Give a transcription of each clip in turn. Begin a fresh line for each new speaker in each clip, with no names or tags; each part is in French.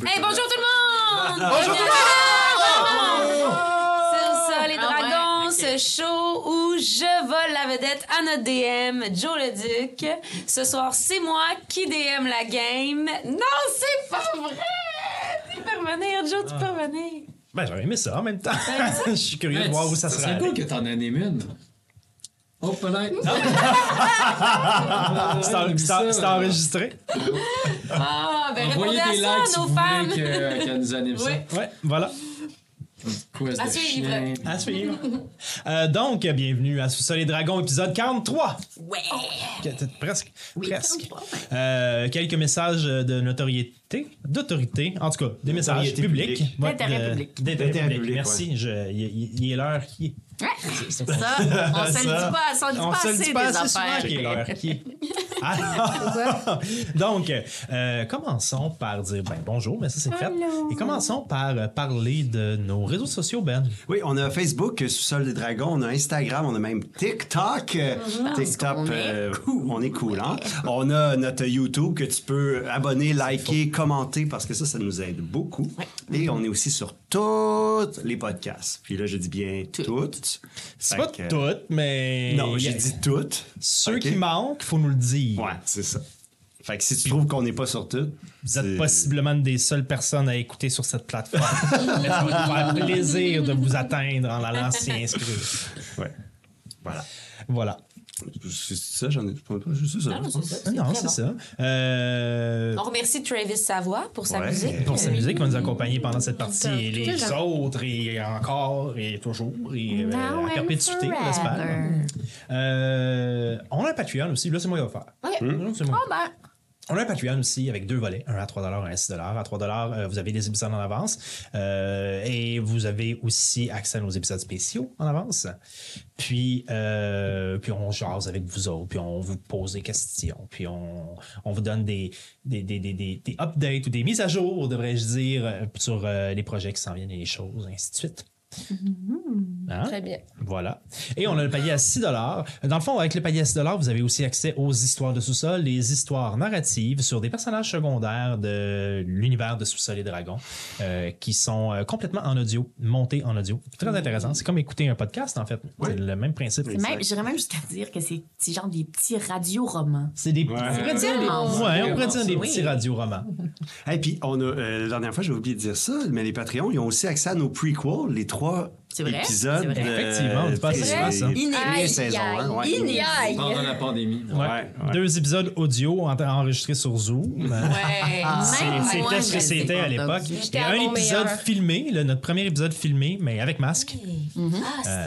Ah
à notre DM, Joe le Duc. Ce soir, c'est moi qui DM la game. Non, c'est pas vrai! Tu peux revenir, Joe, tu peux revenir.
Ben, j'aurais aimé ça en même temps.
Ben,
Je suis curieux de
Ouais,
voir où ça
Ben, c'est-
sera.
C'est cool que t'en aies une. Oh, peut-être.
C'est en- c'est en-
euh,
c'est enregistré.
Ah, ben
Envoyez
répondez à
des
ça,
likes si
nos
vous
fans.
voulez que- qu'elle nous anime ça.
Oui.
Ouais, voilà.
Quest
À
de
suivre.
chien.
À suivre. Euh, donc, bienvenue à Sous-Sol et Dragons, épisode 43.
Ouais!
Que- t- Presque. presque. Euh, quelques messages de notoriété, d'autorité, en tout cas, des messages
Notoriété
publics.
publique.
Ouais,
D'intérêt
de-
public.
D'intérêt
D'intérêt
public.
public,
Merci. Je- Il il- il est l'heure qui est.
Ça, on se le dit pas, on se le dit
On
pas
se le dit
assez des
pas assez souvent
affaires.
qu'il est l'heure qui est. Alors, donc, euh, commençons par dire ben, bonjour, mais ça c'est fait. Et commençons par euh, parler de nos réseaux sociaux, Ben.
Oui, on a Facebook, euh, Sous-sol des dragons, on a Instagram, on a même TikTok. euh, TikTok,
Mhm. qu'on est
euh, on est cool, hein? On a notre YouTube que tu peux abonner, liker, commenter parce que ça, ça nous aide beaucoup. Et on est aussi sur tous les podcasts. Puis là, je dis bien toutes.
C'est
Fait
pas
que- euh,
toutes, mais.
Non, j'ai
y a-
dit toutes.
Ceux
Ok?
qui manquent, faut nous le dire.
Ouais, c'est ça. Fait que si tu trouves qu'on n'est pas sur toutes,
Vous êtes
c'est-
possiblement une des seules personnes à écouter sur cette plateforme. Mais ça va nous faire plaisir de vous atteindre en allant s'y inscrire.
Ouais. Voilà.
Voilà.
C'est ça, j'en ai pas. C'est ça.
Non, c'est ça, c'est
non,
très
c'est
bon.
ça. Euh,
On remercie Travis Savoie pour sa
Ouais.
musique.
pour sa musique qui va nous accompagner pendant cette partie et
Euh, Tout à
les
fait.
autres et encore et toujours et euh,
Now
à
and
perpétuité,
forever.
j'espère. Euh, on a un Patreon aussi, là c'est moi qui vais le faire.
Ok.
Non, c'est moi.
Oh ben,
On a un Patreon aussi avec deux volets, un à 3 un à 6 À 3 euh, vous avez des épisodes en avance euh, et vous avez aussi accès à nos épisodes spéciaux en avance. Puis, euh, puis on jase avec vous autres, puis on vous pose des questions, puis on, on vous donne des, des, des, des, des- des updates ou des mises à jour, devrais-je dire, euh, sur euh, les projets qui s'en viennent et les choses, ainsi de suite. Hein?
très bien.
Voilà. Et on a le palier à 6 Dans le fond, avec le palier à 6 vous avez aussi accès aux histoires de sous-sol, les histoires narratives sur des personnages secondaires de l'univers de sous-sol et dragons euh, qui sont euh, complètement en audio, montés en audio. Très intéressant. C'est comme écouter un podcast, en fait. C'est le même principe.
C'est même- J'irais même jusqu'à dire que c'est c'est genre des petits radioromans.
C'est des petits.
Ouais.
C'est tellement
Ouais.
Ouais, on pourrait dire des
Oui.
petits radioromans.
Et puis, on a, euh, la dernière fois, j'ai oublié de dire ça, mais les Patreons, ils ont aussi accès à nos prequels, les trois
C'est vrai,
épisodes.
c'est vrai.
euh,
Effectivement, on dit pas assez
des-
souvent ça.
des
Inédit.
premières saisons, hein, ouais.
Inédit.
Pendant la pandémie.
Ouais.
ouais.
Deux épisodes audio en- enregistrés sur Zoom. Euh,
Ouais.
C'est-
Même moi,
C'était
je
ce que
le sais
c'était
pas,
à l'époque.
donc.
Il
J'étais
y a
à
un
mon
épisode
meilleur.
filmé, le- notre premier épisode filmé, mais avec masque.
Ah, c'est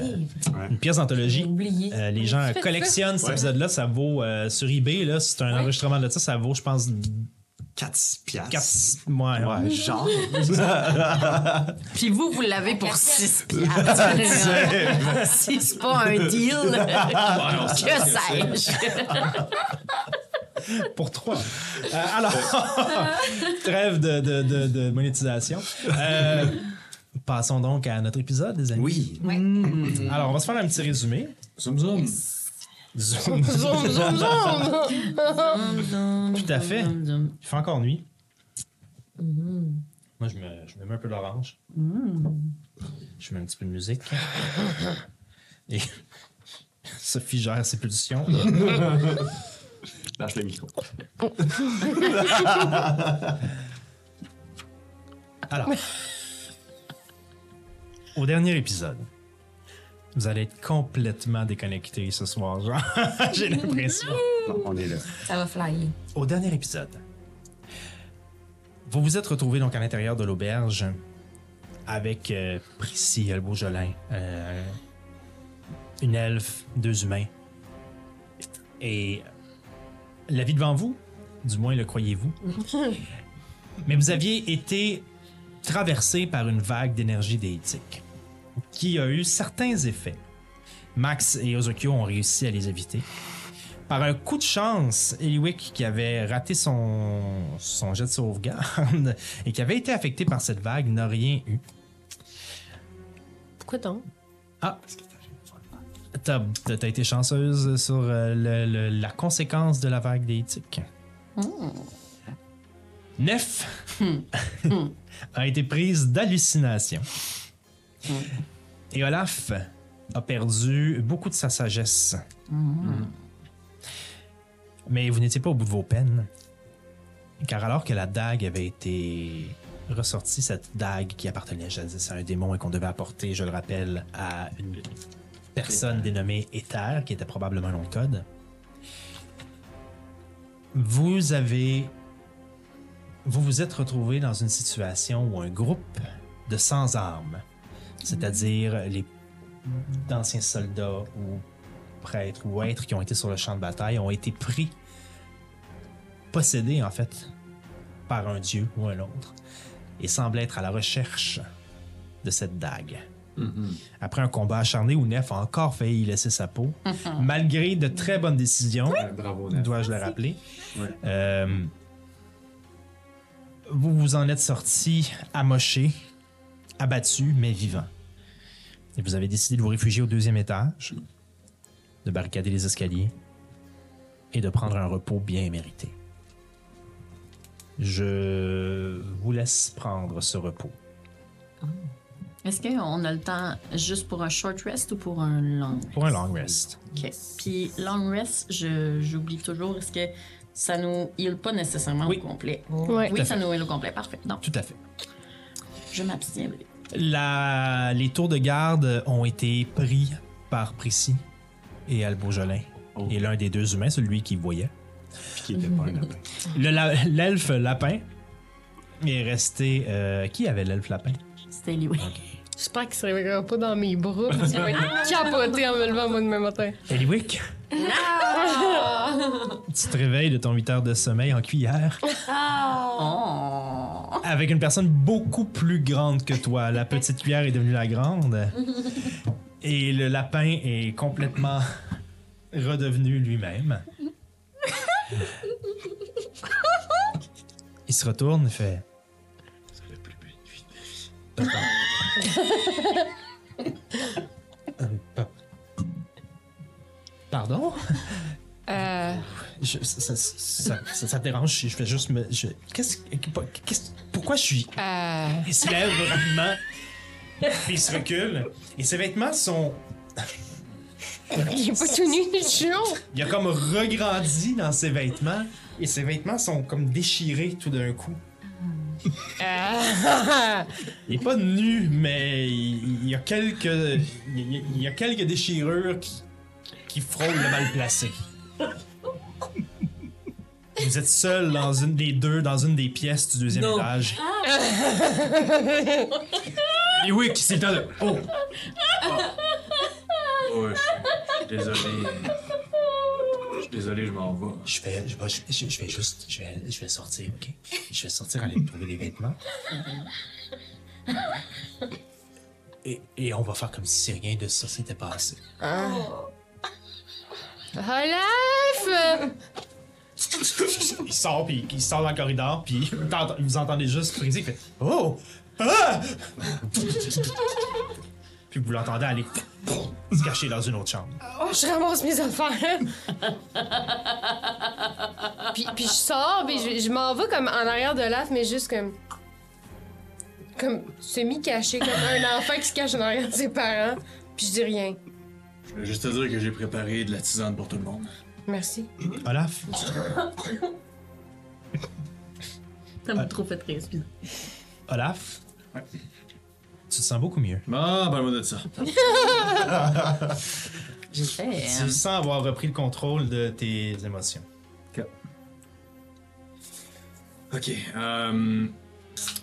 vrai.
Une pièce d'anthologie.
J'ai oublié.
Euh, les gens collectionnent cet
Ouais.
épisode-là. Ça vaut euh, sur eBay, là, c'est un enregistrement de ça. Ça vaut, je pense,
Quatre piastres.
4 mois.
Ouais, genre.
Puis vous, vous l'avez pour 6 piastres. si c'est pas un deal,
Ah,
que sais-je.
pour trois. Euh, alors, trêve de, de- de- de monétisation. Euh, passons donc à notre épisode, les amis.
Oui.
Alors, on va se faire un petit résumé.
Zoom zoom.
Zoom,
Zoom, zoom, zoom!
tout à fait. Il fait encore nuit. Moi, je me, je me mets un peu d'orange. Je mets un petit peu de musique. Et Sophie gère ses pulsions.
Lâche le micro.
Alors, au dernier épisode, vous allez être complètement déconnecté ce soir, genre. J'ai l'impression.
Non, on est là.
Ça va flyer.
Au dernier épisode, vous vous êtes retrouvés donc à l'intérieur de l'auberge avec euh, Priscille Beaujolin, euh, une elfe, deux humains. Et euh, la vie devant vous, du moins le croyez-vous. Mais vous aviez été traversé par une vague d'énergie déitique qui a eu certains effets. Max et Ozokyo ont réussi à les éviter. Par un coup de chance, Eliwick, qui avait raté son, son jet de sauvegarde et qui avait été affecté par cette vague, n'a rien eu.
Pourquoi donc?
Ah, T'as as été chanceuse sur euh, le- le- la conséquence de la vague d'éthique. Nef a été prise d'hallucination. Et Olaf a perdu beaucoup de sa sagesse. Mais vous n'étiez pas au bout de vos peines. Car alors que la dague avait été ressortie, cette dague qui appartenait jadis à un démon et qu'on devait apporter, je le rappelle, à une personne dénommée Ether, qui était probablement un nom de code, vous avez. Vous vous êtes retrouvé dans une situation où un groupe de sans-armes, c'est-à-dire les d'anciens soldats ou prêtres ou êtres qui ont été sur le champ de bataille ont été pris, possédés en fait, par un dieu ou un autre, et semblent être à la recherche de cette dague. Après un combat acharné où Nef a encore failli y laisser sa peau, malgré de très bonnes décisions,
Ouais, bravo, Nef.
dois-je le rappeler.
Ouais.
Euh, vous vous en êtes sorti amoché, abattu, mais vivant. Et vous avez décidé de vous réfugier au deuxième étage, de barricader les escaliers et de prendre un repos bien mérité. Je vous laisse prendre ce repos.
Est-ce qu'on a le temps juste pour un short rest ou pour un long
Pour un long rest.
Ok. Puis long rest, je- j'oublie toujours, est-ce que ça nous heal pas nécessairement
Oui.
au complet?
Ouais.
Oui, ça nous heal au complet, parfait. Donc,
Tout à fait.
je m'abstiens.
La- Les tours de garde ont été pris par Prissy et Albeau-Jolin. Et l'un des deux humains, celui qui voyait.
Puis qui était pas un lapin.
Le la- L'elfe lapin est resté. euh, qui avait l'elfe lapin
C'était Louis.
J'espère qu'il se réveillera pas dans mes bras. parce qu'il va être capoté en me levant moi demain matin.
Eliwick Tu te réveilles de ton 8 heures de sommeil en cuillère
Oh!
avec une personne beaucoup plus grande que toi. La petite cuillère est devenue la grande. Et le lapin est complètement redevenu lui-même. Il se retourne et fait. Papa. Euh, pa- Pardon?
Euh,
Je- ça, ça- ça- ça- ça te dérange, je- je fais juste me. je- qu'est-ce, qu'est-ce- pourquoi je suis.
euh,
Il se lève rapidement, puis il se recule, et ses vêtements sont.
il est pas tout nu, il est chaud.
Il a comme regrandi dans ses vêtements, et ses vêtements sont comme déchirés tout d'un coup.
Euh,
Il est pas nu, mais il il y a quelques. il y a- Il y a quelques déchirures qui, qui frôlent le mal placé. Vous êtes seul dans une des deux, dans une des pièces du deuxième étage.
Et oui, qui c'est le temps de. Oh! Oh, oh, je suis désolé. Je suis désolé, je m'en vais.
Je vais, je vais, je- je vais juste, je vais, je vais sortir, ok? Je vais sortir aller me trouver des vêtements. Et, et on va faire comme si rien de ça s'était passé.
Olaf!
Il sort, puis il sort dans le corridor, puis t'entends- vous entendez juste friser, il fait Oh! Ah! Puis vous l'entendez aller se cacher dans une autre chambre.
Oh, je ramasse mes affaires. puis, puis je sors, puis je, je m'en vais comme en arrière de l'af, mais juste comme. Comme semi-caché, comme un enfant qui se cache en arrière de ses parents. Puis je dis rien.
Je voulais juste te dire que j'ai préparé de la tisane pour tout le monde.
Merci.
Olaf,
Ça m'a trop fait rire, excusez.
Olaf, tu te sens beaucoup mieux.
Ah, parle-moi de ça.
J'ai fait.
Tu sens avoir repris le contrôle de tes émotions.
Ok. euh,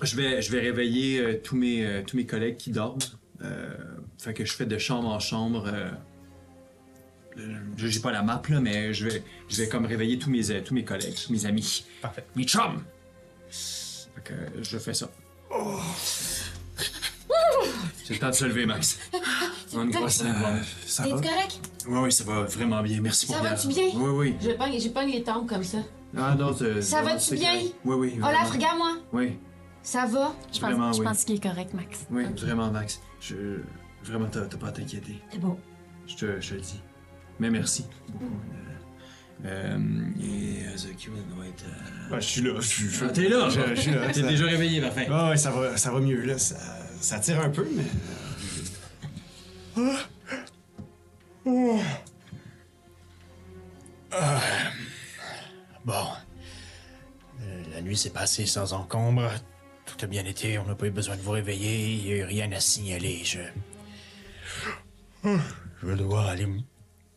je, vais, je vais réveiller euh, tous, mes, euh, tous mes collègues qui dorment. Euh, fait que je fais de chambre en chambre. euh, euh, je- j'ai pas la map là, mais je vais, je vais comme réveiller tous mes, euh, tous mes collègues, tous mes amis,
Parfait.
mes chums. Fait que euh, je fais ça. Oh! C'est le temps de se lever, Max. On y va, ça, ça
T'es
va?
correct?
Oui, oui, ça va vraiment bien. Merci pour
Ça
bien.
va-tu bien?
Oui, oui.
Je pogne, j'ai pogne les tempes comme ça.
Ah non, c'est-
Ça va-tu
c'est
bien?
correct. Oui, oui.
Olaf,
vraiment.
regarde-moi.
Oui,
Ça va?
Je pense,
vraiment,
je
oui.
pense qu'il est correct, Max.
Oui, vraiment, Max. Je... Vraiment, t'as t'as pas à t'inquiéter.
C'est bon.
Je te, je te le dis. Mais merci beaucoup. Euh, euh, et euh, The Q, elle doit être. euh,
Ah, je suis là. Je, je-
Ah, t'es là!
Je, je suis là.
T'es
Ça-
déjà réveillé, ma fin.
Ah ouais, ça va, ça va mieux, là. Ça, ça tire un peu, mais.
Bon. Euh, La nuit s'est passée sans encombre. Tout a bien été. On n'a pas eu besoin de vous réveiller. Il n'y a eu rien à signaler. Je. Je vais devoir aller m-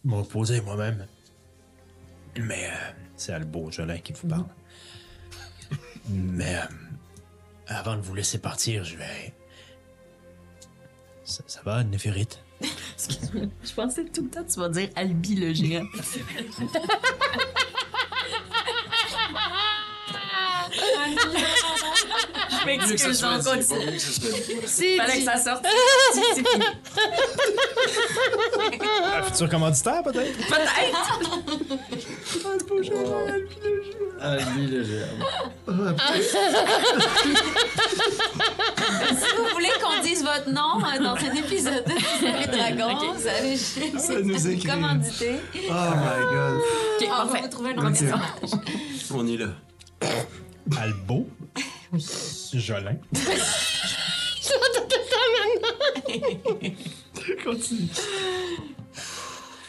me reposer moi-même. Mais. euh, C'est Albo Jolin qui vous parle. Mais. euh, avant de vous laisser partir, je vais. Ça, ça va, Néphérite?
Je pensais tout le temps que tu vas dire Albi le géant. Je m'excuse, on continue.
C'est
Fallait que
dit.
ça sorte.
Un futur commanditaire, peut-être?
Peut-être.
Si vous voulez qu'on dise votre nom euh, dans un épisode de Disney Dragons, vous allez
Ça nous
chez
écrit.
commandité.
Oh my god.
Ok,
Ah, on va
parfait.
vous trouver un nom
Dieu. On est là.
Albo. Jolin.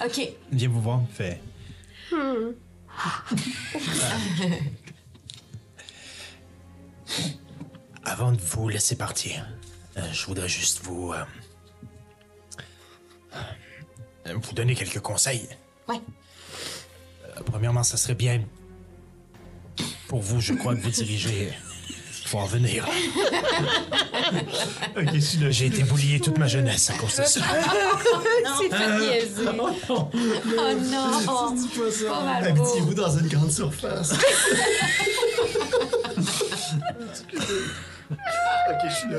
OK.
Viens vous voir, fait. Hmm. Avant de vous laisser partir, euh, je voudrais juste vous. euh, euh, vous donner quelques conseils.
Ouais.
Euh, premièrement, ça serait bien. pour vous, je crois, de vous diriger. Faut en venir. J'ai été boulié toute ma jeunesse à cause de ça.
C'est fait niaiser.
Oh non! Pas mal beau.
Activez-vous dans une grande surface. ok, je suis là.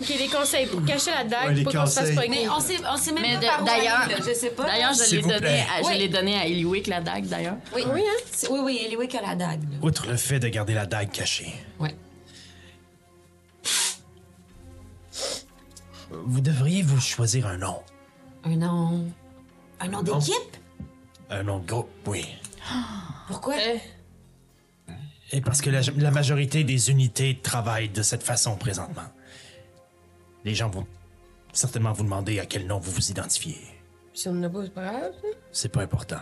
Ok, les conseils pour cacher la
Ouais,
dague,
les
pour qu'on se fasse
conseils.
pogner.
Mais on sait, on sait même
Mais de-
pas par où
d'ailleurs-
aller, là. je sais pas.
D'ailleurs, je
S'il
l'ai
vous
donné,
plaît.
à- je
Oui.
l'ai donné à Eliwick, la dague, d'ailleurs.
oui, oui,
hein?
oui, oui, Eliwick a la dague. là.
Outre le fait de garder la dague cachée.
Ouais.
Vous devriez vous choisir un nom.
Un nom. Un nom d'équipe?
Un nom de groupe, oui.
Pourquoi?
Euh,
Et parce que la, la majorité des unités travaillent de cette façon présentement. Les gens vont certainement vous demander à quel nom vous vous identifiez.
Si on n'a pas, c'est pas grave.
C'est pas important.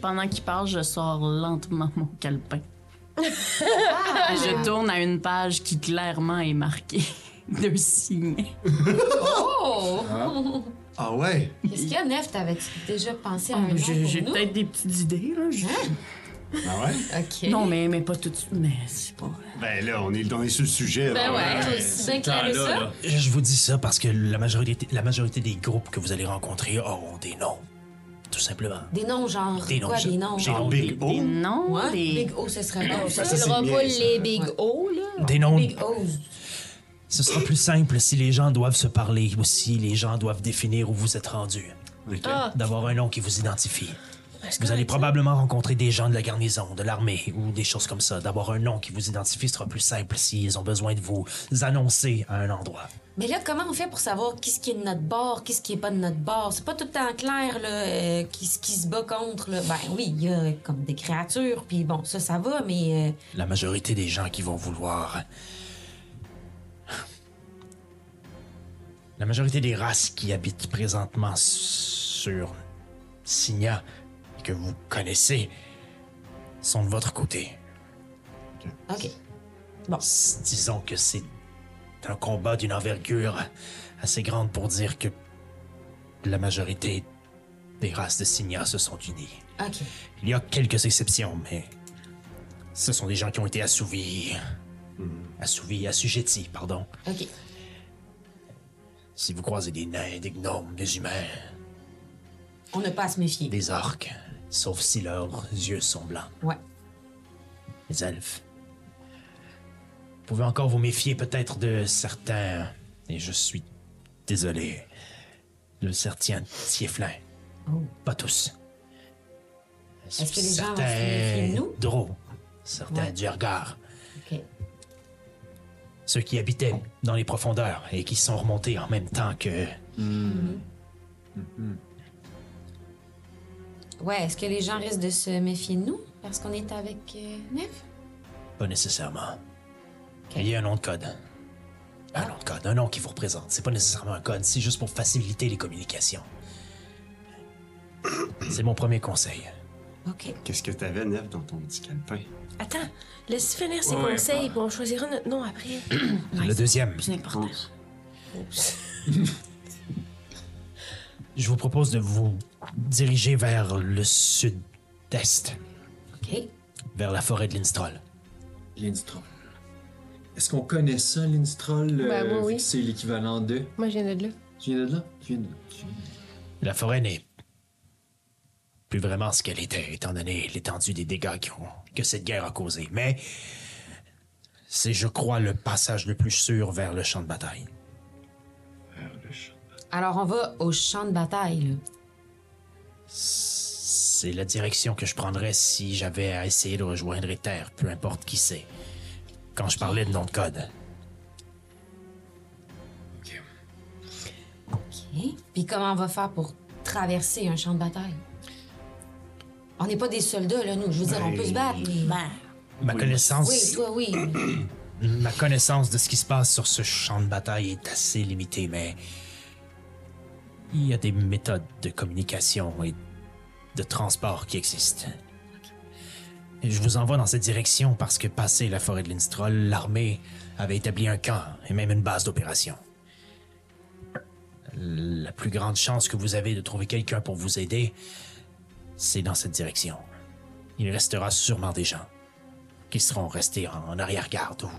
Pendant qu'il parle, je sors lentement mon calepin. Ah. je tourne à une page qui clairement est marquée de signes.
Oh!
Ah ouais?
Qu'est-ce qu'il y a, Nef? T'avais-tu déjà pensé à un nom pour
Ah, J'ai j'ai
nous?
peut-être des petites idées, là. je-
Ah ouais?
OK.
Non, mais, mais pas tout de suite. Mais c'est pas.
Ben là, on est, on est sur le sujet.
Ben
là.
ouais, toi aussi bien
Ah,
clair ça.
là.
Je vous dis ça parce que la majorité, la majorité des groupes que vous allez rencontrer auront des noms. Tout simplement.
Des noms, genre.
Des noms,
Quoi,
je-
des noms?
j'ai-
Genre
euh, Big
des-
O?
des noms,
Ouais,
des-
Big O, ce serait bon.
Ça,
ça.
ça, c'est
On
bien,
pas
ça.
les Big O, Oh, là.
Des noms
Big O's.
Ce sera plus simple si les gens doivent se parler ou si les gens doivent définir où vous êtes rendu.
Ok.
Ah,
D'avoir un nom qui vous identifie.
est-ce que
Vous allez probablement rencontrer des gens de la garnison, de l'armée ou des choses comme ça. D'avoir un nom qui vous identifie sera plus simple s'ils ont besoin de vous annoncer à un endroit.
Mais là, comment on fait pour savoir qui ce qui est de notre bord, qui ce qui est pas de notre bord? C'est pas tout le temps clair, là, euh, qui ce qui se bat contre, là. Ben oui, il y a euh, comme des créatures, puis bon, ça, ça va, mais... euh,
La majorité des gens qui vont vouloir... La majorité des races qui habitent présentement sur Signa, que vous connaissez, sont de votre côté.
euh, OK.
S- Disons que c'est un combat d'une envergure assez grande pour dire que la majorité des races de Signa se sont unies.
OK.
Il y a quelques exceptions, mais ce sont des gens qui ont été assouvis. Hmm. Assouvis, assujettis, pardon.
OK.
Si vous croisez des nains, des gnomes, des humains,
On n'a pas à se méfier.
des orques, sauf si leurs yeux sont blancs.
Ouais.
les elfes. Vous pouvez encore vous méfier peut-être de certains, et je suis désolé, de certains tieflins. Pas tous.
Oh. Est-ce que les gens vont se méfier de nous?
drôles, certains
Ouais.
du regard,
OK.
ceux qui habitaient dans les profondeurs et qui sont remontés en même temps que...
Ouais, est-ce que les gens risquent de se méfier de nous parce qu'on est avec euh, Nef?
Pas nécessairement. Il y a un nom de code. Un nom de code, un nom qui vous représente. C'est pas nécessairement un code, c'est juste pour faciliter les communications. C'est mon premier conseil.
OK.
Qu'est-ce que t'avais, Nef, dans ton petit calepin?
Attends, laisse finir ses
Ouais,
conseils, puis on choisira notre nom après.
le deuxième,
C'est important.
je vous propose de vous diriger vers le sud-est,
OK.
vers la forêt de Lindström.
Lindström. Est-ce qu'on connaît ça, Lindström? euh,
Ben, moi,
vu
oui.
que C'est l'équivalent de.
Moi, je viens de là.
Tu viens de là? Tu viens de là? Tu viens de là?
La forêt n'est plus vraiment ce qu'elle était, étant donné l'étendue des dégâts qui ont- que cette guerre a causé. Mais c'est, je crois, le passage le plus sûr vers le champ de bataille.
Alors, on va au champ de bataille, là.
C'est la direction que je prendrais si j'avais à essayer de rejoindre Ether, peu importe qui c'est. Quand je parlais de nom de code.
OK. Hein? Puis comment on va faire pour traverser un champ de bataille? On n'est pas des soldats, là, nous. Je veux dire, on peut se battre, mais...
Ma connaissance.
Oui, toi, oui.
Ma connaissance de ce qui se passe sur ce champ de bataille est assez limitée, mais il y a des méthodes de communication et de transport qui existent. Et je vous envoie dans cette direction parce que passé la forêt de Linstrol, l'armée avait établi un camp et même une base d'opération. La plus grande chance que vous avez de trouver quelqu'un pour vous aider, c'est dans cette direction. Il restera sûrement des gens qui seront restés en, en arrière-garde. ou-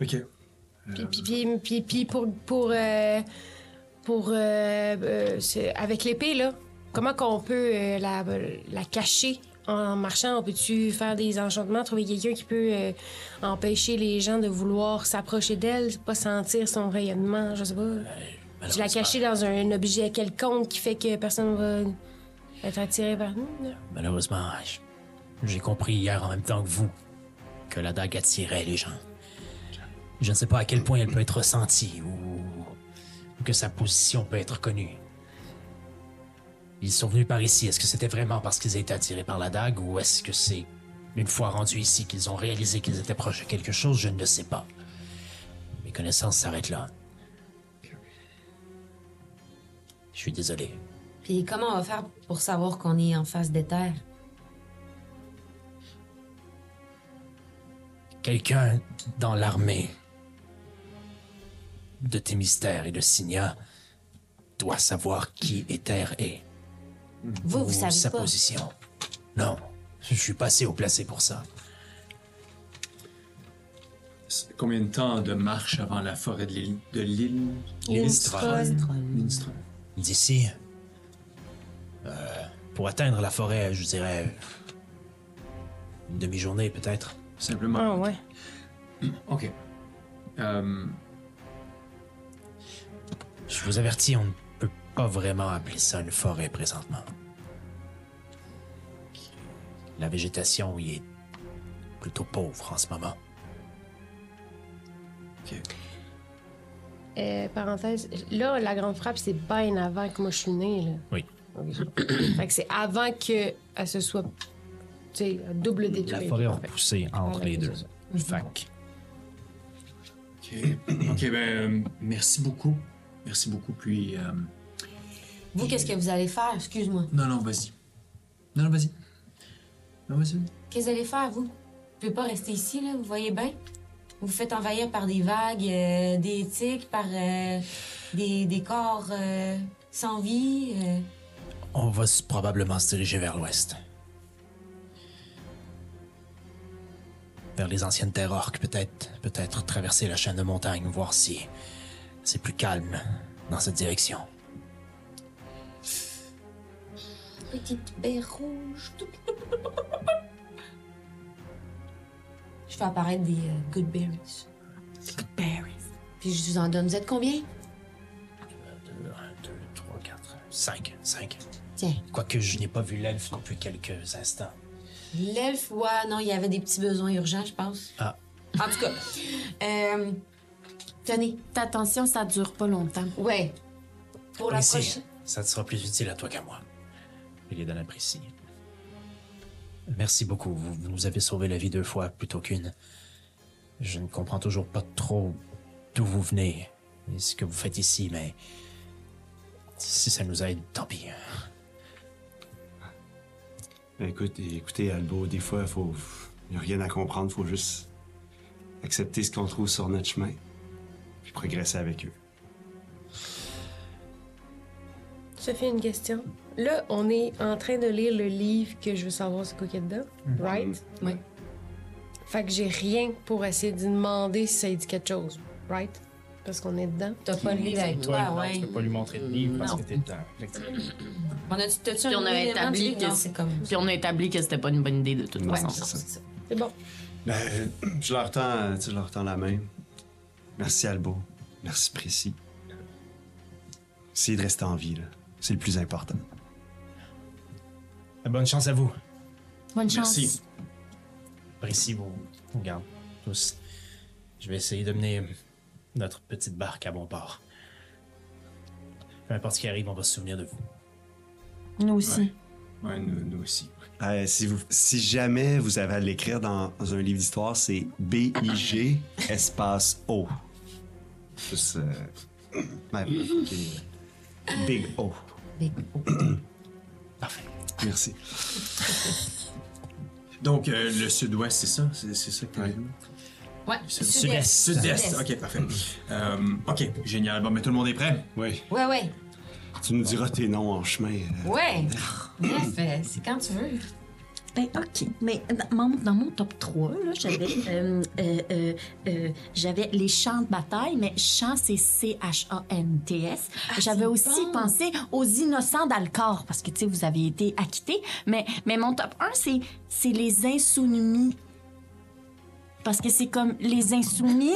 Ok.
Puis, puis, puis, puis, puis pour. pour, euh, pour euh, euh, c'est- avec l'épée, là, comment qu'on peut euh, la, la cacher en marchant? On peut-tu faire des enchantements, trouver quelqu'un qui peut euh, empêcher les gens de vouloir s'approcher d'elle, pas sentir son rayonnement, je sais pas. Je la
Malheureusement-
cacher dans un objet quelconque qui fait que personne va être attiré par nous, là.
Malheureusement, j- j'ai compris hier en même temps que vous que la dague attirait les gens. Je ne sais pas à quel point elle peut être ressentie ou ou que sa position peut être connue. Ils sont venus par ici. Est-ce que c'était vraiment parce qu'ils étaient attirés par la dague ou est-ce que c'est une fois rendus ici qu'ils ont réalisé qu'ils étaient proches de quelque chose Je ne le sais pas. Mes connaissances s'arrêtent là. Je suis désolé.
Puis comment on va faire pour savoir qu'on est en face des terres?
quelqu'un dans l'armée de Thémistère et de Signa doit savoir qui Éther est
Vous, vous
ou
savez
sa
pas.
position. Non, je suis pas assez au placé pour ça.
C'est Combien de temps de marche avant la forêt de l'île de l'île
Lindström.
Lindström?
D'ici, euh, pour atteindre la forêt, je dirais une demi-journée peut-être.
Simplement.
Ah ouais.
Ok. Euh,
Je vous avertis, on ne peut pas vraiment appeler ça une forêt présentement. La végétation y est plutôt pauvre en ce moment.
Euh, parenthèse, là, la grande frappe, c'est bien avant que moi je suis née, là.
Oui.
fait que c'est avant que elle se soit, tu sais, double
La
détruite.
forêt a
Fait-
repoussé entre
Ouais,
les
c'est
deux.
ça.
Fac.
ok. ok, ben, euh, merci beaucoup. Merci beaucoup. Puis. euh,
Vous, qu'est-ce que vous allez faire? Excuse-moi.
Non, non, vas-y. Non, non, vas-y. Non, vas-y. vas-y.
Qu'est-ce que vous allez faire, vous? Vous pouvez pas rester ici, là, vous voyez bien? Vous vous faites envahir par des vagues, euh, des tiques, par euh, des, des corps euh, sans vie. euh.
On va s- probablement se diriger vers l'ouest. Vers les anciennes terres orques, peut-être. Peut-être traverser la chaîne de montagnes, voir si c'est plus calme dans cette direction.
Petite baie rouge. Je fais apparaître des euh, good berries. Good berries. Puis je vous en donne. Vous êtes combien?
1, 2, 3, 4, 5. 5.
Tiens.
Quoique je n'ai pas vu l'elfe depuis quelques instants.
L'elfe, ouais, non, il y avait des petits besoins urgents, je pense.
Ah.
En tout cas, euh, tenez,
Attention, ça dure pas longtemps.
ouais. Pour la
Mais c'est-
prochaine.
ça te sera plus utile à toi qu'à moi. Il est dans la précis. Merci beaucoup. Vous vous nous avez sauvé la vie deux fois plutôt qu'une. Je ne comprends toujours pas trop d'où vous venez et ce que vous faites ici, mais si ça nous aide, tant pis.
Ben, Écoute, écoutez, Albo, des fois, faut... il n'y a rien à comprendre, faut juste accepter ce qu'on trouve sur notre chemin, puis progresser avec eux.
Sophie, une question. Là, on est en train de lire le livre que je veux savoir ce qu'il y a dedans,
Mhm.
right?
Oui.
Fait que j'ai rien pour essayer de demander si ça dit quelque chose, right? Parce qu'on est dedans.
T'as pas le livre avec
Toi,
toi,
non,
ouais.
tu peux pas lui montrer de livre parce
Non.
que t'es dedans. effectivement.
On a t'as-tu
Puis on a
élément
établi
du livre?
que
Non,
c'est-
c'est comme.
Puis on a établi que c'était pas une bonne idée de toute
Non,
façon.
c'est ça.
C'est bon.
Ben, je leur tends, euh, tu sais, je leur tends la main. Merci, Albo. Merci, Précis. Essayez de rester en vie, là. C'est le plus important.
Bonne chance à vous.
Bonne chance.
Merci. Précis, vous vous regarde tous. Je vais essayer de mener notre petite barque à bon port. Peu importe ce qui arrive, on va se souvenir de vous.
Nous aussi.
Ouais, nous, nous aussi.
Euh, si, vous- si jamais vous avez à l'écrire dans un livre d'histoire, c'est B-I-G espace O. Juste. euh, ouais, ok. Big O.
Parfait.
Merci.
Donc, euh, le sud-ouest, c'est ça? C'est c'est ça que t'as dit?
Ouais,
sud-est.
Sud-est, ok, parfait. Euh, ok, génial. Bon, mais tout le monde est prêt?
Oui.
Ouais, ouais.
Tu nous diras tes noms en chemin. euh.
Ouais.
Ah.
Bref, euh, c'est quand tu veux.
Ben, OK. Mais dans mon, dans mon top 3, là, j'avais, euh, euh, euh, euh, j'avais les chants de bataille, mais chant, c'est C-H-A-N-T-S.
Ah,
j'avais aussi pensé aux innocents d'Alcor, parce que, tu sais, vous avez été acquittés. Mais, mais mon top 1, c'est, c'est les insoumis. Parce que c'est comme les insoumis,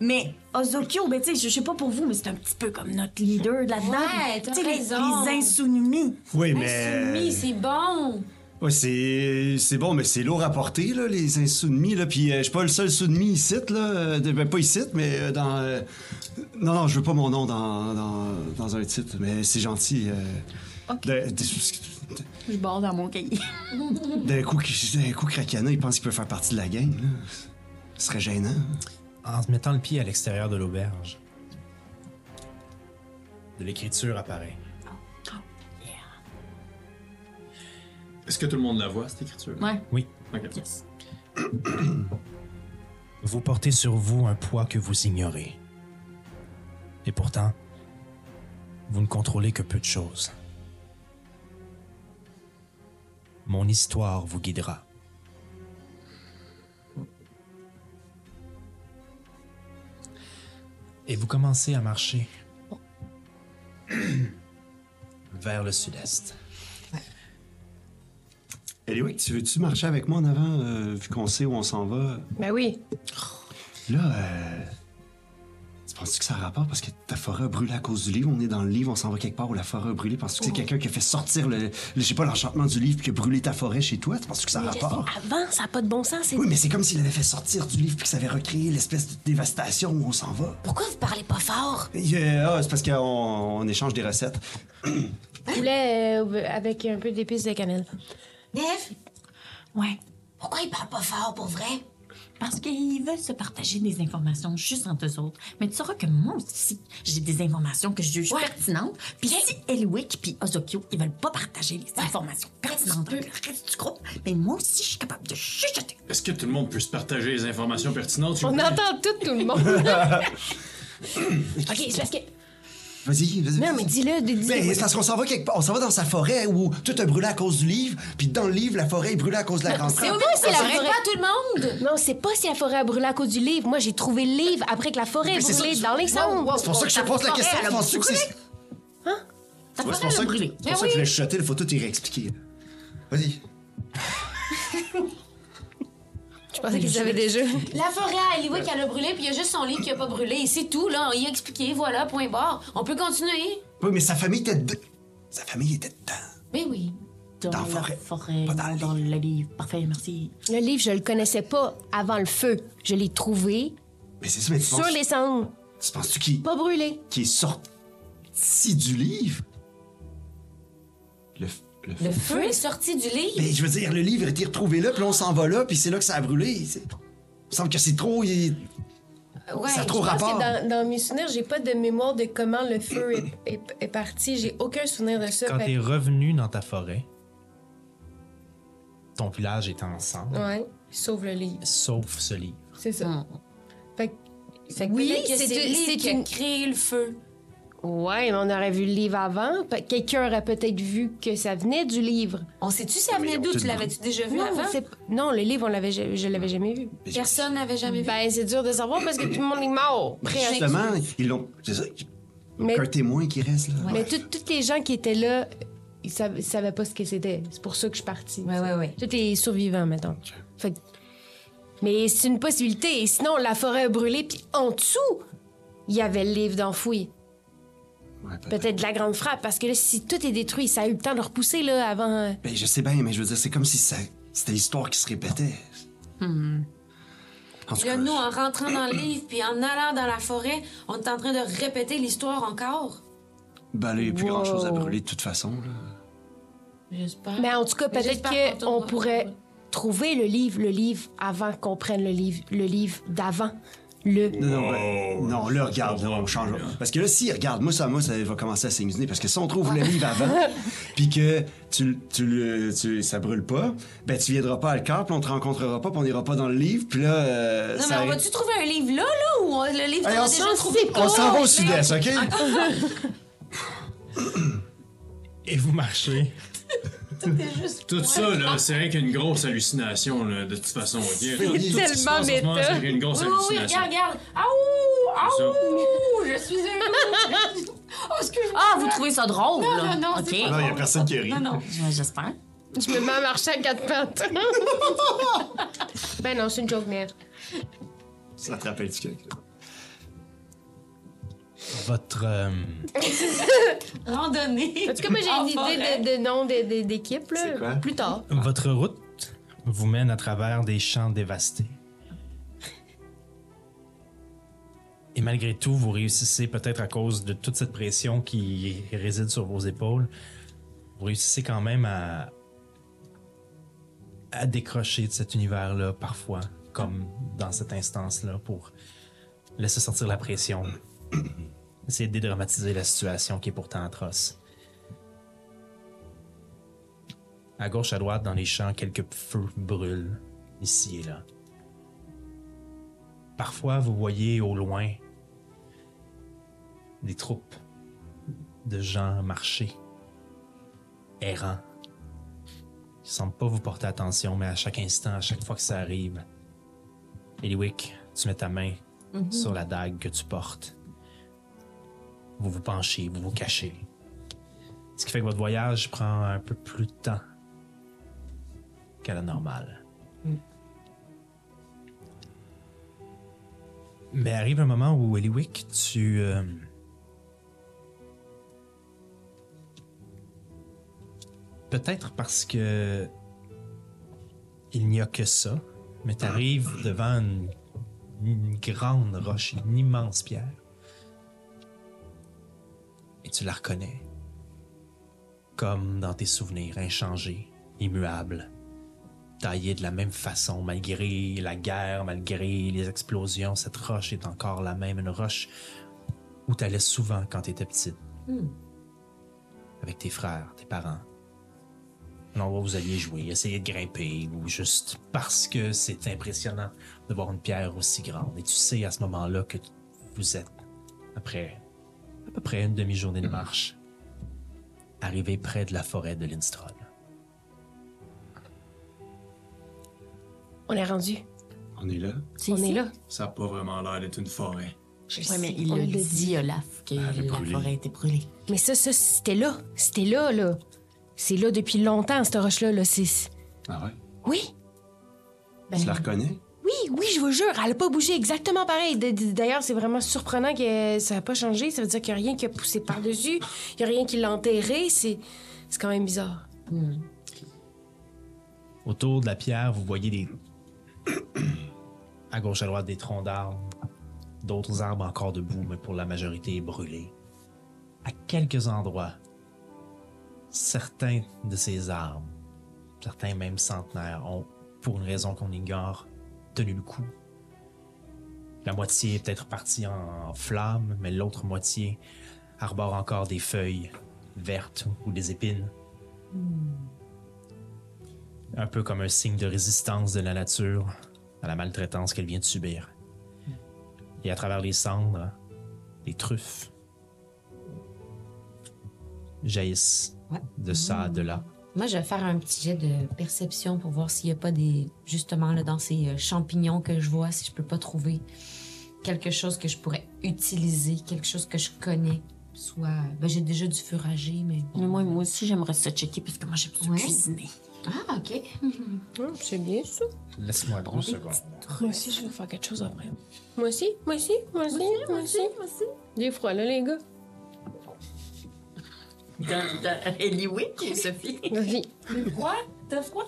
mais Ozokyo, ben, tu sais, je je sais pas pour vous, mais c'est un petit peu comme notre leader là-dedans.
Ouais, t'as
Tu sais, les,
raison.
les insoumis.
Oui,
Soumis, c'est bon.
Ouais, c'est c'est bon, mais c'est lourd à porter, là, les insoumis. Là. Puis euh, je suis pas le seul soumis ici, là. euh, de- ben, pas ici, mais euh, dans. euh, Non, non, je veux pas mon nom dans, dans, dans un titre, mais c'est gentil. euh,
Ok.
d'un- d'un-
Je borde dans mon cahier.
D'un coup, qui- d'un coup Krakana, il pense qu'il peut faire partie de la gang. là. Ce serait gênant.
En mettant le pied à l'extérieur de l'auberge, de l'écriture apparaît.
Est-ce que tout le monde la voit, cette écriture?
Ouais.
Oui.
Ok.
Yes.
Vous portez sur vous un poids que vous ignorez. Et pourtant, vous ne contrôlez que peu de choses. Mon histoire vous guidera. Et vous commencez à marcher vers le sud-est.
Anyway, tu veux-tu marcher avec moi en avant, euh, vu qu'on sait où on s'en va?
Ben oui.
Là, euh, tu penses que ça a rapport parce que ta forêt a brûlé à cause du livre? On est dans le livre, on s'en va quelque part où la forêt a brûlé. Penses-tu que c'est quelqu'un qui a fait sortir le, le- je sais pas, l'enchantement du livre puis qui a brûlé ta forêt chez toi? Tu penses que ça a
Ah.
rapport?
Avant, ça n'a pas de bon sens. C'est
Oui, mais c'est comme s'il avait fait sortir du livre puis que ça avait recréé l'espèce de dévastation où on s'en va.
Pourquoi vous parlez pas fort?
Et, euh, ah, c'est parce qu'on on échange des recettes.
poulet euh, avec un peu d'épices de cannelle.
Nef,
Ouais.
pourquoi il parle pas fort pour vrai?
Parce qu'ils veulent se partager des informations juste entre eux autres. Mais tu sauras que moi aussi, j'ai des informations que je juge pertinentes. Puis si Elwick puis Ozokyo, ils veulent pas partager les informations pertinentes avec le reste du groupe, mais moi aussi, je suis capable de chuchoter.
Est-ce que tout le monde peut se partager les informations pertinentes?
On entend tout, tout le monde. OK, c'est parce que...
Vas-y, vas-y.
Non, mais dis-le, dis-le.
Ben, c'est parce qu'on s'en va quelque part. On s'en va dans sa forêt où tout a brûlé à cause du livre, puis dans le livre, la forêt est brûlée à cause de la grande
C'est
trempe.
pas si la
Ça
forêt...
pas à tout le monde!
Non, c'est pas si la forêt a brûlé à cause du livre. Moi, j'ai trouvé le livre après que la forêt a
c'est
brûlé
ça,
dans les cendres.
C'est pour ça que je te pose la question.
elle a
Penses-tu que c'est.
Ça
Ouais,
pourrait
c'est pour ça
le
que,
brûler.
c'est
Ben
pour ça que je voulais chuter, il faut tout y réexpliquer. Vas-y.
Je pensais qu'ils avaient déjà.
La forêt à Hollywood qui a brûlé, puis il y a juste son livre qui a pas brûlé, et c'est tout, là. On y a expliqué, voilà, point barre. On peut continuer?
Oui, mais sa famille était dedans. Sa famille était dedans.
Mais Ben oui.
Dans,
Dans
la
la forêt.
forêt,
Pas dans le
dans le livre. Parfait, merci.
Le livre, je le connaissais pas avant le feu. Je l'ai trouvé
Mais c'est ça, mais tu
sur
penses.
les cendres,
Tu penses-tu qu'il
pas brûlé.
qu'il est sorti du livre? Le, f-
Le feu est sorti du livre.
Mais Ben, je veux dire, le livre a été retrouvé là, puis là, on s'en va là, puis c'est là que ça a brûlé. C'est- Il me semble que c'est trop. il-
Ouais,
ça a trop
Euh, Je pense
rapport.
que dans, dans mes souvenirs, j'ai pas de mémoire de comment le feu est, est- est parti. J'ai aucun souvenir de ça.
Quand
Fait-
t'es revenu dans ta forêt, ton village est ensemble,
Ouais, sauve le livre.
sauf ce livre.
C'est ça. Fait que-
Fait que
Oui,
peut-être que
c'est
c'est
une-
lui
c'est
qui a
une-
créé le feu.
Ouais, mais on aurait vu le livre avant. Pe- Quelqu'un aurait peut-être vu que ça venait du livre.
On sait-tu ça venait d'où? Tu l'avais-tu déjà vu avant?
c'est- non, le livre, on l'avait, ja- je l'avais jamais vu.
Personne n'avait jamais vu.
Ben, c'est dur de savoir parce que tout le monde est mort.
Ben,
Prêt à-
Justement, ils l'ont. C'est ça. ils-
Mais-
Aucun témoin qui reste là.
Mais tout- toutes les gens qui étaient là, ils savaient, savaient pas ce que c'était. C'est pour ça que je suis partie.
Ouais, ouais, ouais.
Tout est survivant, mettons. Fait que- Mais c'est une possibilité. Et sinon, la forêt a brûlé, puis en dessous, il y avait le livre d'enfoui.
Ouais, peut-être.
Peut-être de la grande frappe, parce que là, si tout est détruit, ça a eu le temps de repousser, là, avant... euh,
Ben, je sais bien, mais je veux dire, c'est comme si ça... c'était l'histoire qui se répétait. En tout
Là,
cas,
nous, en rentrant dans le livre puis en allant dans la forêt, on est en train de répéter l'histoire encore.
ben là, il n'y a plus
Wow.
grand-chose à brûler de toute façon. Là.
J'espère.
Mais en tout cas,
Mais j'espère
peut-être
qu'on
qu'on
tournera.
pourrait trouver le livre, le livre avant qu'on prenne le livre, le livre d'avant. Le.
Non, non, ben, non, là, regarde, là, on change. Parce que là, si, regarde, moi, ça, moi, ça va commencer à s'émusiner. Parce que si on trouve le livre avant, puis que tu, le- tu, le- tu- ça brûle pas, ben, tu viendras pas à le camp, puis on te rencontrera pas, puis on ira pas dans le livre, puis là. euh,
Non,
ça
mais on
arrête.
va-tu trouver un livre là, là, ou on- le livre
Hey,
qu'on
on
a
s'en
déjà trouvé?
sait pas.
On s'en va au sud-est, OK?
Et vous marchez.
Tout ça, là, c'est rien qu'une grosse hallucination, là, de toute façon. ok? Tout- tout ce qui
tellement
se passe en ce
méta.
moment, C'est rien qu'une grosse
Oui,
hallucination.
oui, regarde, regarde. Aouh!
C'est ça.
Aouh! Oh, Je suis heureuse! Oh, excuse-moi!
Ah, vous trouvez ça drôle,
Non,
là?
non, non,
OK.
c'est pas
Non, il n'y a personne qui rit.
Non, non.
Ouais, J'espère.
Je me mets à marcher à quatre pattes. ben non, c'est une joke, merde.
Ça te rappelle-tu quelque chose?
Votre. euh,
Randonnée.
En tout cas, moi, j'ai
En
une
forêt.
idée de, de nom de- de- d'équipe, là.
C'est quoi?
Plus tard.
Votre route vous mène à travers des champs dévastés. Et malgré tout, vous réussissez, peut-être à cause de toute cette pression qui réside sur vos épaules, vous réussissez quand même à, à décrocher de cet univers-là parfois, comme dans cette instance-là, pour laisser sortir la pression. Essayer de dédramatiser la situation qui est pourtant atroce. À gauche, à droite, dans les champs, quelques feux brûlent, ici et là. Parfois, vous voyez au loin des troupes de gens marcher, errants, qui semblent pas vous porter attention, mais à chaque instant, à chaque fois que ça arrive, Eliwick, tu mets ta main sur la dague que tu portes. Vous vous penchez, vous vous cachez. Ce qui fait que votre voyage prend un peu plus de temps qu'à la normale. Mais arrive un moment où, Eliwick, tu. euh, Peut-être parce que. Il n'y a que ça, mais tu arrives devant une, une grande roche, une immense pierre. Et tu la reconnais comme dans tes souvenirs, inchangé, immuable, taillé de la même façon, malgré la guerre, malgré les explosions, cette roche est encore la même, une roche où t'allais souvent quand t'étais petite, avec tes frères, tes parents. Un endroit où vous alliez jouer, essayer de grimper, ou juste parce que c'est impressionnant de voir une pierre aussi grande. Et tu sais à ce moment-là que t- vous êtes, après à peu près une demi-journée de marche, arrivé près de la forêt de Lindström.
On est rendu.
On est là.
C'est
On
ici.
est là.
Ça n'a pas vraiment l'air d'être une forêt.
Oui, mais il
On
le
l'a
dit, Olaf, que
Ah, elle est
la
brûlée.
forêt était brûlée.
Mais ça, ça, c'était là. C'était là, là. C'est là depuis longtemps, cette roche-là, là. C'est...
Ah ouais?
Oui,
Tu
Ben,
la reconnais?
oui, oui, je vous jure, elle a pas bougé exactement pareil. D- d- D'ailleurs, c'est vraiment surprenant que ça a pas changé. Ça veut dire qu'il n'y a rien qui a poussé par-dessus. Il n'y a rien qui l'a enterré. C'est... c'est quand même bizarre.
Autour de la pierre, vous voyez des. à gauche, à droite, des troncs d'arbres. D'autres arbres encore debout, mais pour la majorité brûlés. À quelques endroits, certains de ces arbres, certains même centenaires, ont, pour une raison qu'on ignore, tenu le coup. La moitié est peut-être partie en, en flammes, mais l'autre moitié arbore encore des feuilles vertes ou des épines. Un peu comme un signe de résistance de la nature à la maltraitance qu'elle vient de subir. Et à travers les cendres, des truffes jaillissent
Ouais.
de ça, de là.
Moi, je vais faire un petit jet de perception pour voir s'il n'y a pas des. Justement, là, dans ces euh, champignons que je vois, si je peux pas trouver quelque chose que je pourrais utiliser, quelque chose que je connais. Soit. Ben, j'ai déjà du furager, mais.
Mais moi, moi aussi, j'aimerais ça checker parce que moi, j'aime ça
Ouais.
cuisiner.
Ah, OK.
Hum, c'est bien ça.
Laisse-moi deux secondes.
Moi aussi, je vais faire quelque chose après. Moi aussi, moi aussi, moi aussi, moi aussi.
moi aussi.
J'ai froid, là, les gars.
Dans, dans Eliwick ou Sophie?
Vas-y.
Froid? T'as froid?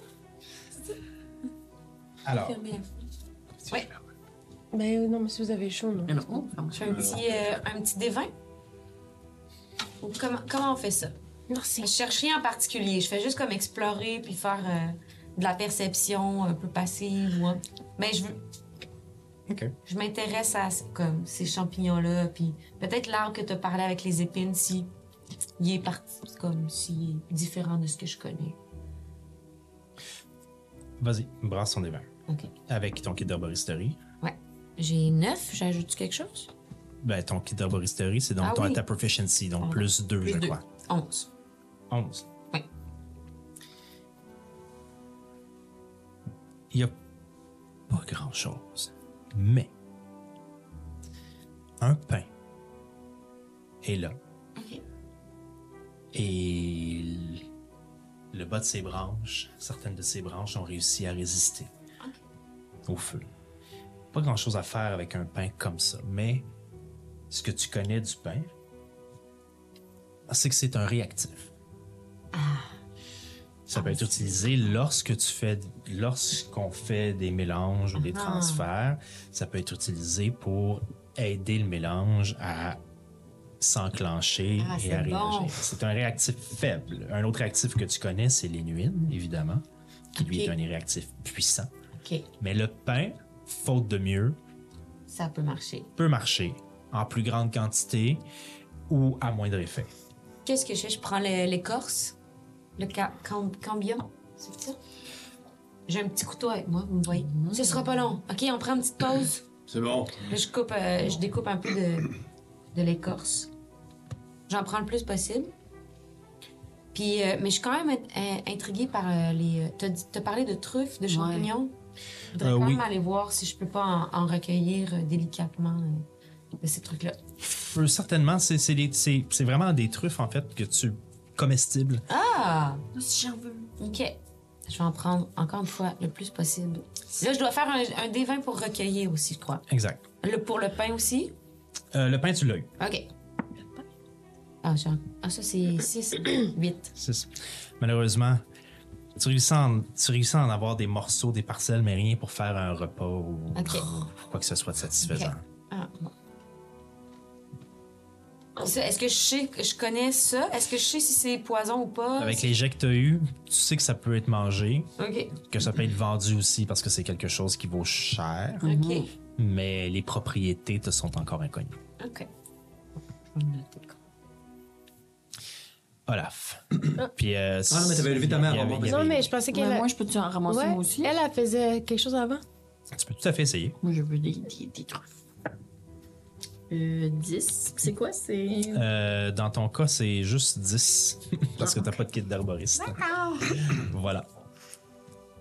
Alors,
Ben non, mais si vous avez chaud, non.
Mais non, oh, pardon.
Je fais un petit, euh, un petit dévin? Ou comment, comment on fait ça? Je
Merci.
cherche rien en particulier. Je fais juste comme explorer puis faire euh, de la perception un peu passive. Moi. Mais je veux.
Ok.
Je m'intéresse à ce- comme, ces champignons-là. Puis peut-être l'arbre que tu as parlé avec les épines, si il est parti, comme s'il est différent de ce que je connais.
vas-y, brasse ton dévin.
OK.
Avec ton kit d'herboristerie.
J'ai neuf. J'ajoute quelque chose?
Ben, ton kit d'herboristerie, c'est donc
Ah
ton,
oui.
ta proficiency, donc plus 2,
Plus
je
deux.
crois.
Onze.
11.
Oui.
Il n'y a pas grand-chose, mais un pain est là.
OK.
Et l- le bas de ses branches, certaines de ses branches ont réussi à résister au feu. Pas grand-chose à faire avec un pain comme ça, mais ce que tu connais du pain, c'est que c'est un réactif. Ça peut être utilisé lorsque tu fais, lorsqu'on fait des mélanges ou des transferts. Ça peut être utilisé pour aider le mélange à s'enclencher
Ah,
et à
c'est bon.
réagir. C'est un réactif faible. Un autre réactif que tu connais, c'est l'énuine, évidemment, qui lui
Ok.
est un réactif puissant.
OK.
Mais le pain, faute de mieux,
Ça peut marcher.
peut marcher en plus grande quantité ou à moindre effet.
Qu'est-ce que je fais? Je prends le- l'écorce, le ca- cam- cambium, c'est ça? J'ai un petit couteau avec moi, vous me voyez. Ce sera pas long. OK, on prend une petite pause.
C'est bon.
Là, je, coupe, euh, je découpe un peu de, de l'écorce. J'en prends le plus possible. Puis, euh, mais je suis quand même in- in- intriguée par euh, les... euh, T'as dit- t'as parlé de truffes, de champignons. Je voudrais
Euh,
quand
oui.
même aller voir si je peux pas en, en recueillir euh, délicatement euh, de ces trucs-là.
Peu- certainement, c'est- c'est des- c'est- c'est vraiment des truffes, en fait, que tu comestibles.
Ah!
Moi, si j'en veux.
OK. Je vais en prendre, encore une fois, le plus possible. Là, je dois faire un, un D20 pour recueillir aussi, je crois.
Exact.
Le, pour le pain aussi?
Euh, le pain, tu l'as eu.
OK. Ah, genre. Ah, ça, c'est 6, 8.
Six. Malheureusement, tu réussis, à en, tu réussis à en avoir des morceaux, des parcelles, mais rien pour faire un repas ou
Ok.
quoi que ce soit de satisfaisant.
Ah, bon. Ça, Est-ce que je sais, que je connais ça? Est-ce que je sais si c'est poison ou pas?
Avec les jets que tu as eus, tu sais que ça peut être mangé,
OK.
que ça peut être vendu aussi parce que c'est quelque chose qui vaut cher,
OK.
mais les propriétés te sont encore inconnues.
OK. Je vais le noter.
Olaf. Puis, euh,
Ah non, mais t'avais levé ta main
il y avait-
avant,
il y
Non,
avait-
mais je pensais qu'elle.
Mais
a-
moi, je peux-tu en ramasser
Ouais,
moi aussi?
Elle, elle faisait quelque chose avant.
Tu peux tout à fait essayer.
Moi, je veux des, des, des truffes. Euh, 10. C'est quoi? C'est.
Euh, dans ton cas, c'est juste 10 parce que t'as pas de kit d'herboriste. voilà.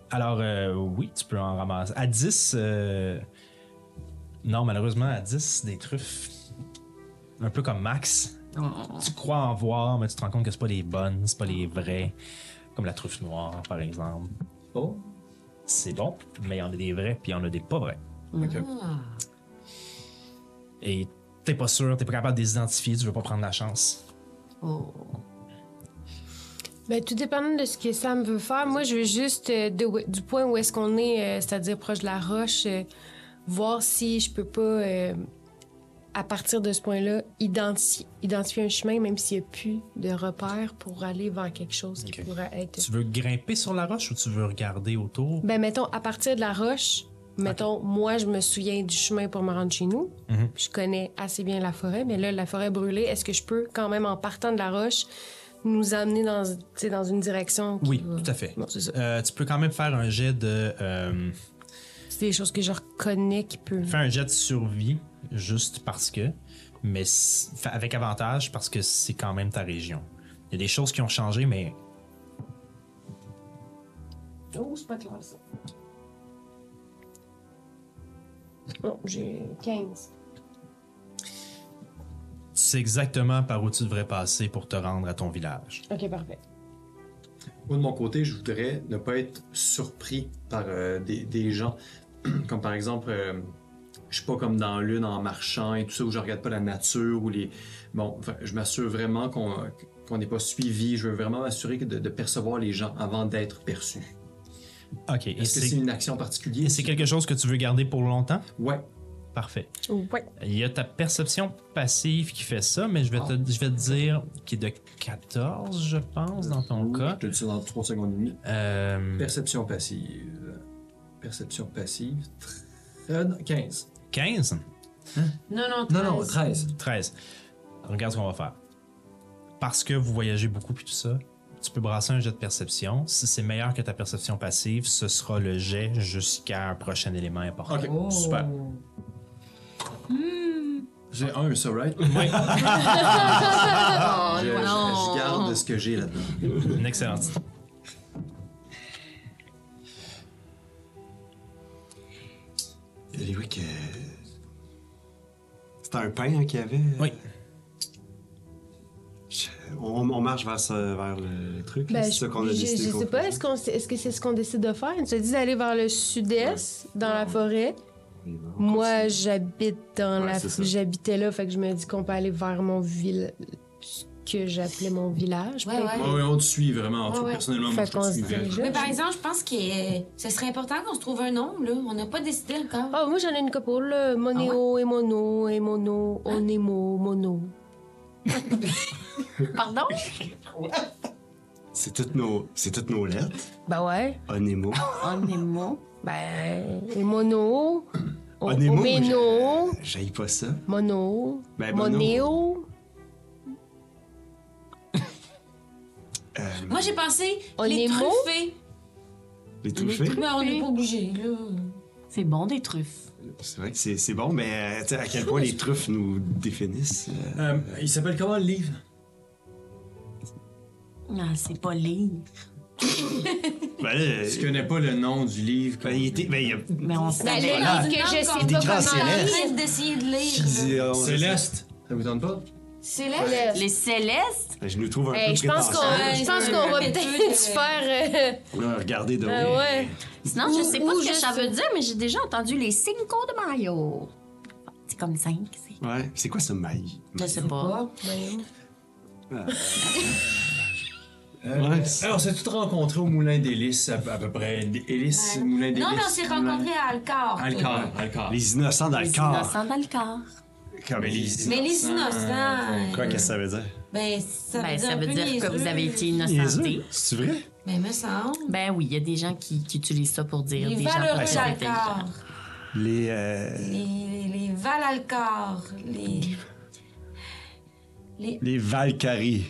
Alors, euh, oui, tu peux en ramasser. À 10, euh, non, malheureusement, à 10, des truffes, un peu comme Max, tu crois en voir, mais tu te rends compte que c'est pas les bonnes, c'est pas les vraies, comme la truffe noire, par exemple.
Oh.
C'est bon, mais il y en a des vraies, puis il y en a des pas vraies.
Ah.
Et t'es pas sûr, t'es pas capable de les identifier, tu veux pas prendre la chance.
Ben, tout dépendant de ce que Sam veut faire. Moi, je veux juste, euh, de- du point où est-ce qu'on est, euh, c'est-à-dire proche de la roche, euh, voir si je peux pas euh, à partir de ce point-là, identifier, identifier un chemin, même s'il n'y a plus de repères, pour aller vers quelque chose qui
Ok.
pourrait être.
Tu veux grimper sur la roche ou tu veux regarder autour?
Ben, mettons, à partir de la roche, mettons, moi, je me souviens du chemin pour me rendre chez nous.
Mhm.
Je connais assez bien la forêt, mais là, la forêt brûlée, est-ce que je peux, quand même, en partant de la roche, nous amener dans, tu sais, dans une direction qui
Oui,
va-
tout à fait.
Bon, c'est ça.
Euh, tu peux quand même faire un jet de. euh,
C'est des choses que je reconnais qui peuvent.
Fais un jet de survie, juste parce que, mais s- fa- avec avantage, parce que c'est quand même ta région. Il y a des choses qui ont changé, mais.
Oh, Non, j'ai 15.
Tu sais exactement par où tu devrais passer pour te rendre à ton village.
Ok, parfait.
Moi, de mon côté, je voudrais ne pas être surpris par euh, des, des gens. comme par exemple, euh, je suis pas comme dans Lune en marchant et tout ça, où je regarde pas la nature ou les. Bon, enfin, je m'assure vraiment qu'on qu'on n'est pas suivi. Je veux vraiment m'assurer que de, de percevoir les gens avant d'être perçu.
Ok, et
Est-ce que c'est
c'est
une action particulière?
et c'est quelque chose que tu veux garder pour longtemps?
Ouais.
Parfait.
Ouais.
Il y a ta perception passive qui fait ça, mais je vais, te, je vais te dire qui est de 14, je pense, dans ton
Je
cas.
te le dis dans 3 secondes et demie.
Euh,
Perception passive. Perception passive. Euh, non, 15.
15?
Non, non,
Non, non, 13.
13. Regarde ce qu'on va faire. Parce que vous voyagez beaucoup puis tout ça, tu peux brasser un jet de perception. Si c'est meilleur que ta perception passive, ce sera le jet jusqu'à un prochain élément important.
Ok,
Super.
Hmm. J'ai un, ça, right?
Oh,
Je, je- je garde ce que j'ai là-dedans.
Une excellente.
J'ai vu que. C'était un pain hein, qu'il y avait.
Oui.
Je- On, on marche vers, ce- vers le truc. là,
Ben,
c'est
je,
ça qu'on a
je-
décidé.
je
qu'on
sais pas,
faisait.
est-ce, qu'on- est-ce que c'est ce qu'on décide de faire? On se dit d'aller vers le sud-est, dans la forêt.
On y va, on
Moi,
continue.
j'habite dans
Ouais,
la...
c'est ça.
J'habitais là, fait que je me dis qu'on peut aller vers mon ville... ce que j'appelais mon village.
Ouais, ouais.
Ouais, ouais, on te suit vraiment. En tout cas,
Ouais, ouais.
personnellement, moi,
Fait
je te
qu'on se
suivais.
dirige.
Mais par exemple, je pense que euh, ce serait important qu'on se trouve un nom, là. On n'a pas décidé encore.
Ah, moi, j'en ai une couple. là. Monéo, et Mono, et Mono, Onémo, Mono.
Pardon?
C'est toutes nos, c'est toutes nos lettres.
Ben ouais.
Onemo.
On est mot.
Ben... Et Mono... O-
Onémo, moi,
Oméno...
j'ai- J'haïs pas ça.
Mono...
Ben, Mono.
Monéo...
Moi, j'ai pensé
On
les
est mot?
truffés.
Mm-hmm.
Les toucher.
Mais on n'est pas obligé, là.
C'est bon des truffes.
C'est vrai que c'est, c'est bon, mais euh, tu sais, à quel point les truffes nous définissent. euh,
Euh, il s'appelle comment le livre?
Ah, c'est pas lire.
ben, là,
Tu connais pas le nom du livre.
ben, il était. Ben, il y a-
Mais on s'en
Ben,
Allez,
là,
dans
parce que
une
je
langue
sais
qu'on
des
pas
est
grands
en train
célestes.
d'essayer de
je
lire.
dis, on-
Céleste. Ça vous donne pas?
Céleste?
Les célestes?
Ben, je nous trouve un
Hey,
peu
je pense qu'on
prétentieux.
je pense qu'on va
Ouais,
peut-être se
c'est-
faire.
Là, regardez donc.
euh, ouais.
Sinon, je sais pas ce que ça veut dire, mais j'ai déjà entendu les Cinco de Mayo. C'est comme cinq, c'est...
Ouais. C'est quoi ce maï?
Je sais pas.
Euh,
Ouais.
Eh, on s'est tous rencontrés au Moulin d'Hélice, à, à peu près. Hélice,
Ouais.
Moulin d'Hélice.
Non, mais on s'est
Moulin-
rencontrés à Alcor.
Alcor, Alcor.
Les innocents dans le
Les
corps.
innocents dans le corps.
Comme
Mais les
Mais les innocents. euh,
Quoi, qu'est-ce que ça veut dire?
Ben, ça veut
Ben,
dire,
ça
un
veut
peu
dire que
niaiseux.
vous avez été
Niaiseux.
innocentés.
C'est vrai?
Ben, me semble.
Ben oui, il y a des gens qui, qui utilisent ça pour dire
Les
des gens pas
valeureux
sont
d'Alcor.
intelligents.
Les. euh,
Les, les, les Val Alcor. Les.
Les Valkyries.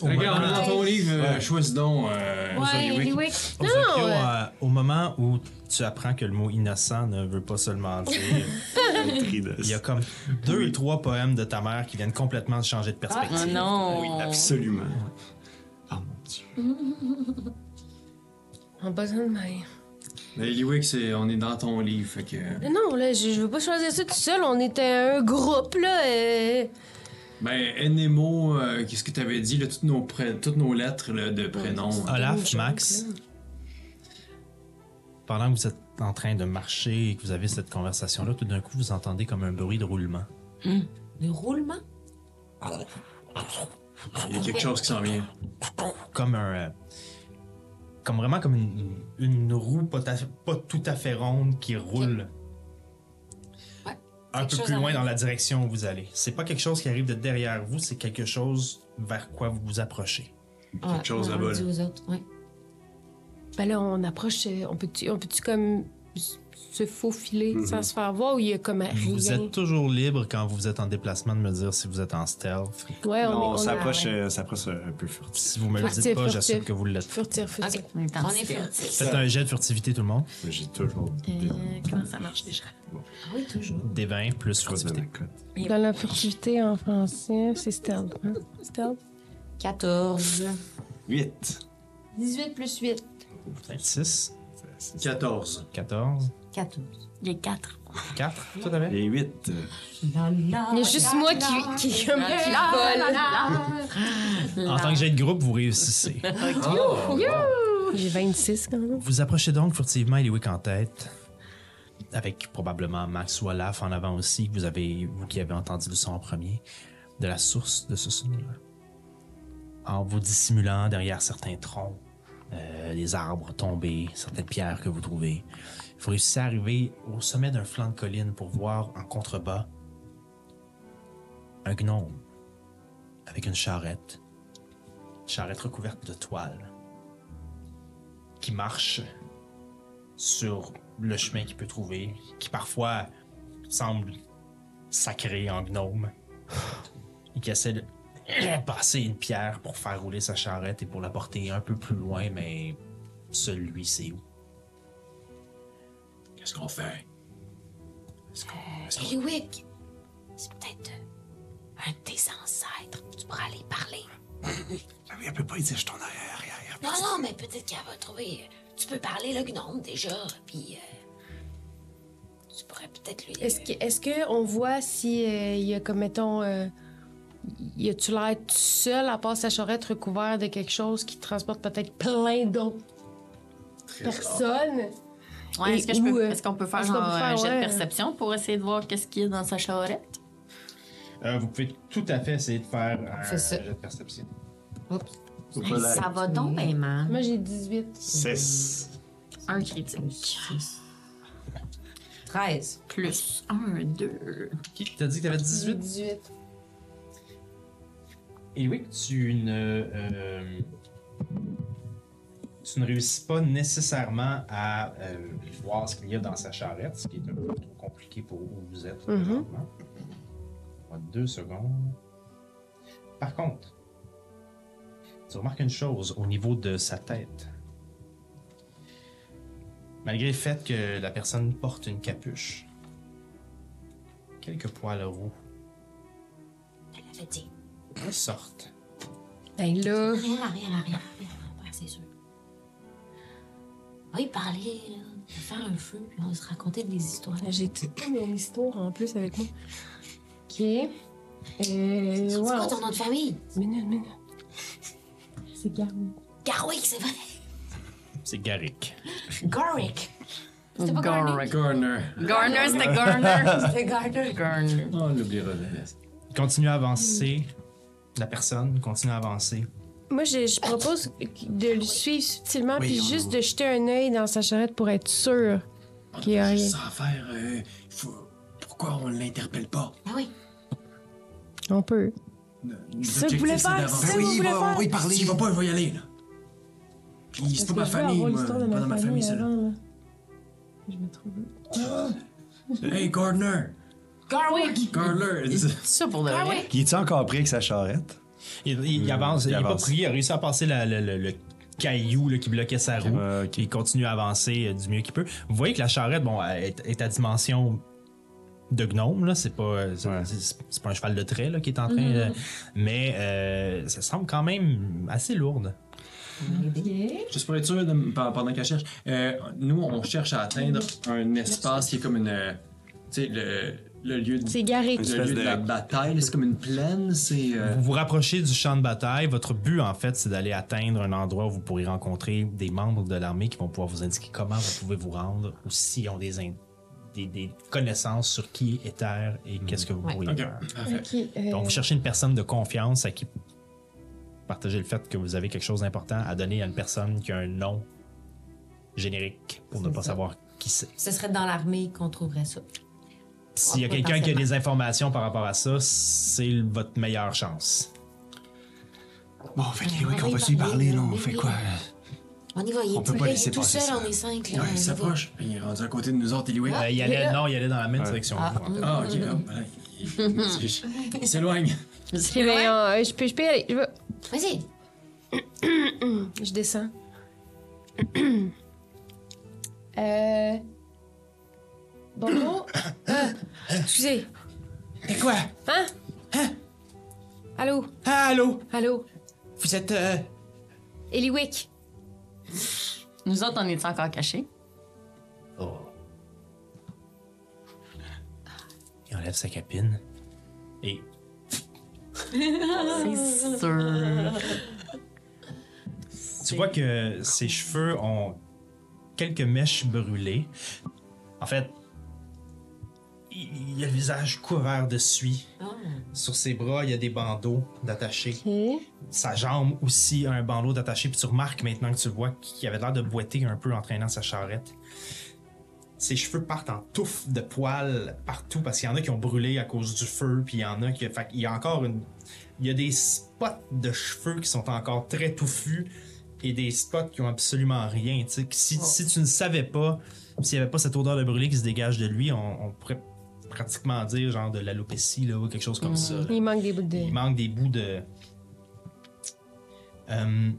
Regarde, dans ton livre, euh,
Ouais.
choisis donc. euh,
Ouais,
Zoliwick.
Eliwick.
Aux Tokyo, euh, au moment où tu apprends que le mot innocent ne veut pas seulement dire. Il y a comme deux ou trois poèmes de ta mère qui viennent complètement de changer de perspective.
Oh non!
Oui, absolument. Oh mon dieu.
On a besoin de maille.
Mais Eliwick, Ben, c'est- on est dans ton livre, fait que.
Non, là, je, je veux pas choisir ça tout seul. On était un groupe, là. euh.
Ben, Enemo, euh, qu'est-ce que t'avais dit, là, toutes, nos pré- toutes nos lettres là, de prénom.
Olaf, Max, pendant que vous êtes en train de marcher et que vous avez cette conversation-là, tout d'un coup, vous entendez comme un bruit de roulement.
Le roulement?
Il y a quelque chose qui s'en vient.
Comme un. euh, comme vraiment comme une, une roue pas, ta- pas tout à fait ronde qui roule. un peu
chose
plus
à
loin
la-
dans la direction où vous allez. C'est pas quelque chose qui arrive de derrière vous, c'est quelque chose vers quoi vous vous approchez.
Ouais,
chose
on
là-bas,
le dit
là.
aux autres, ouais.
Ben là, on approche. euh, On peut-tu on peut comme s- se faufiler
Mm-hmm.
sans se faire voir ou il y a comme rien?
Vous êtes toujours libre quand vous êtes en déplacement de me dire si vous êtes en stealth.
Ouais, on,
Non,
est-
on
on est-
s'approche
ouais.
euh, s'approche, euh, un peu furtif.
Si vous me le dites
Furtif,
pas, j'assume
furtif.
que vous l'êtes.
Furtif, furtif.
Ok.
On est en
On est
stealth.
furtif.
Faites un jet de furtivité, tout le monde.
Mais J'ai toujours des,
Euh, Comment ça marche déjà?
Ah oui, toujours.
Des 20 plus
choses dans
furtivité.
la cote.
Dans la furtivité en français, c'est stealth. Hein? Stealth?
14.
8.
18 plus 8.
26,
14.
14,
14.
Il y a quatre.
4, tout à fait.
Les euh, 8.
Il y a juste moi qui, qui, comme, qui
En tant que jet de groupe, vous réussissez.
vole. J'ai 26 quand même.
Vous approchez donc furtivement Eliwick en tête, avec probablement Max ou Olaf en avant aussi, que vous, avez, vous qui avez entendu le son en premier, de la source de ce son-là. En vous dissimulant derrière certains troncs, euh, des arbres tombés, certaines pierres que vous trouvez, vous réussissez à arriver au sommet d'un flanc de colline pour voir en contrebas un gnome avec une charrette, charrette recouverte de toile qui marche sur le chemin qu'il peut trouver, qui parfois semble sacré en gnome, et qui essaie de passer une pierre pour faire rouler sa charrette et pour la porter un peu plus loin, mais celui c'est où.
Qu'est-ce qu'on fait? Est-ce qu'on- est-ce qu'on-
Eliwick, c'est peut-être euh, un de tes ancêtres. Tu pourras aller parler.
Ah oui, elle peut pas y dire je tourne arrière, arrière, arrière.
Non, non, mais peut-être qu'elle va trouver. euh, Tu peux parler le gnome déjà, puis euh, tu pourrais peut-être lui. euh,
Est-ce que- est-ce qu'on voit si euh, il y a comme, mettons, euh, y a-tu l'air tout seul à part sa charrette recouverte de quelque chose qui transporte peut-être plein d'autres personnes?
Ouais, est-ce
Et
que je
où,
peux-
euh,
est-ce qu'on peut faire
est-ce qu'on
genre
peut faire,
un jet de
ouais.
perception pour essayer de voir qu'est-ce qu'il y a dans sa charrette?
vous pouvez tout à fait essayer de faire
Fais ça.
de perception.
Oups.
Faut pas
Hey,
la-
ça va
Hmm.
donc bien mal.
Moi, j'ai 18.
6.
Un critique.
13.
Plus un, deux.
T'as dit que t'avais
J'ai
18?
18.
Et oui, tu ne. euh, tu ne réussis pas nécessairement à euh, voir ce qu'il y a dans sa charrette, ce qui est un peu trop compliqué pour où vous êtes
Mhm.
présentement. On va Deux secondes. Par contre, tu remarques une chose au niveau de sa tête. Malgré le fait que la personne porte une capuche, quelques poils roux
Elle avait dit.
sortent
Ben là,
Rien, rien, rien, rien, rien. Ouais, c'est sûr. On va y parler, là. On va faire un feu, puis on va se raconter des histoires.
j'ai toute mon histoire en plus avec moi. OK. Euh,
C'est
ouais,
quoi
on-
ton nom de famille?
Minute, minute. C'est Garou.
Garwick, c'est vrai.
C'est Garrick.
Garwick.
C'était Garner.
Garner.
Garner, c'était Garner.
Le Garner.
Garner.
Oh, on l'oubliera jamais.
Continue à avancer. La personne continue à avancer.
Moi, je, je propose de le suivre subtilement, puis juste de jeter un œil dans sa charrette pour être sûr.
On
Qui
a
a
juste sans faire. euh, faut- Pourquoi on l'interpelle pas?
Ah oui.
On peut.
C'est
ça que vous voulez faire, c'est ça que vous voulez faire.
Oui, parler. S'il va pas, il va y aller, là. Puis c'est pas ma
Parce que je veux
famille,
avoir
moi.
l'histoire de
Pas dans ma famille, celle-là.
avant, là. Je me trouve.
Hey, Gardner!
Garwick.
Gardner!
C'est ça pour de vrai.
Il est encore pris avec sa charrette?
Il, il- il avance, il,
Hmm, il
est
avance.
pas pris, il a réussi à passer la- le, le- le caillou là, qui bloquait sa roue.
ouais, Ah, ok.
Il continue à avancer euh, du mieux qu'il peut. Vous voyez que la charrette bon, elle est, est à dimension de gnome, là. c'est pas, euh, c'est-
Ouais.
c'est c'est pas un cheval de trait là, qui est en train. euh, mais euh, ça semble quand même assez lourde.
Juste pour être sûr, de- pe- pendant qu'elle cherche, euh, nous, on cherche à atteindre un espace qui est comme une. euh, Tu sais, le, le lieu de.
C'est Garé.
le
espèce
lieu de...
de-
la bataille, c'est comme une plaine, c'est. euh,
Vous vous rapprochez du champ de bataille. Votre but, en fait, c'est d'aller atteindre un endroit où vous pourrez rencontrer des membres de l'armée qui vont pouvoir vous indiquer comment vous pouvez vous rendre ou s'ils ont des, in- des, des connaissances sur qui est Terre et
Mhm.
qu'est-ce que vous
Ouais.
pourriez
Ok,
faire.
parfait.
Ok. euh,
Donc, vous cherchez une personne de confiance à qui partager le fait que vous avez quelque chose d'important à donner à une personne qui a un nom générique pour ne
C'est
pas
ça.
savoir qui c'est.
Ce serait dans l'armée qu'on trouverait ça.
S'il y a quelqu'un qui a des informations par rapport à ça, c'est l- votre meilleure chance.
Bon, fait que,
on
oui, qu'on
va
va
y
s'y
parler,
parler, là. On
oui,
fait
oui.
quoi?
On y va, il
On
est
peut
tout,
pas
là,
laisser
tout
passer
seul,
ça.
on est cinq. Là,
Ouais,
on y
il
va.
s'approche. Il est rendu à côté de nous autres, Eliwin.
Ah,
Euh, il y allait, non, il allait dans la même direction.
Ah,
Ouais.
Ah, ok, là, voilà, il- il- Il s'éloigne.
Eh ben, euh, je peux, je peux y aller. Je, vais-
Vas-y.
je descends. euh... Bonjour. Ah, excusez.
Mais quoi?
Hein? Allô?
Ah, allô?
Allô?
Vous êtes. euh,
Eliwick?
Nous autres, on est encore cachés.
Il enlève sa capine. Et
C'est sûr.
tu vois que ses cheveux ont quelques mèches brûlées. En fait, il il a le visage couvert de suie. Sur ses bras, il y a des bandeaux d'attachés. Sa jambe aussi a un bandeau d'attaché. Puis tu remarques maintenant que tu le vois qu'il avait l'air de boiter un peu en traînant sa charrette. Ses cheveux partent en touffes de poils partout parce qu'il y en a qui ont brûlé à cause du feu. Puis il y en a qui. Fait qu'il y a encore une. Il y a des spots de cheveux qui sont encore très touffus et des spots qui ont absolument rien. tu sais, que Si, si tu ne savais pas, s'il n'y avait pas cette odeur de brûlé qui se dégage de lui, on, on pourrait pratiquement dire genre de l'alopécie là, ou quelque chose comme ça. là.
Il manque des bouts de...
Il manque des bouts de. Euh,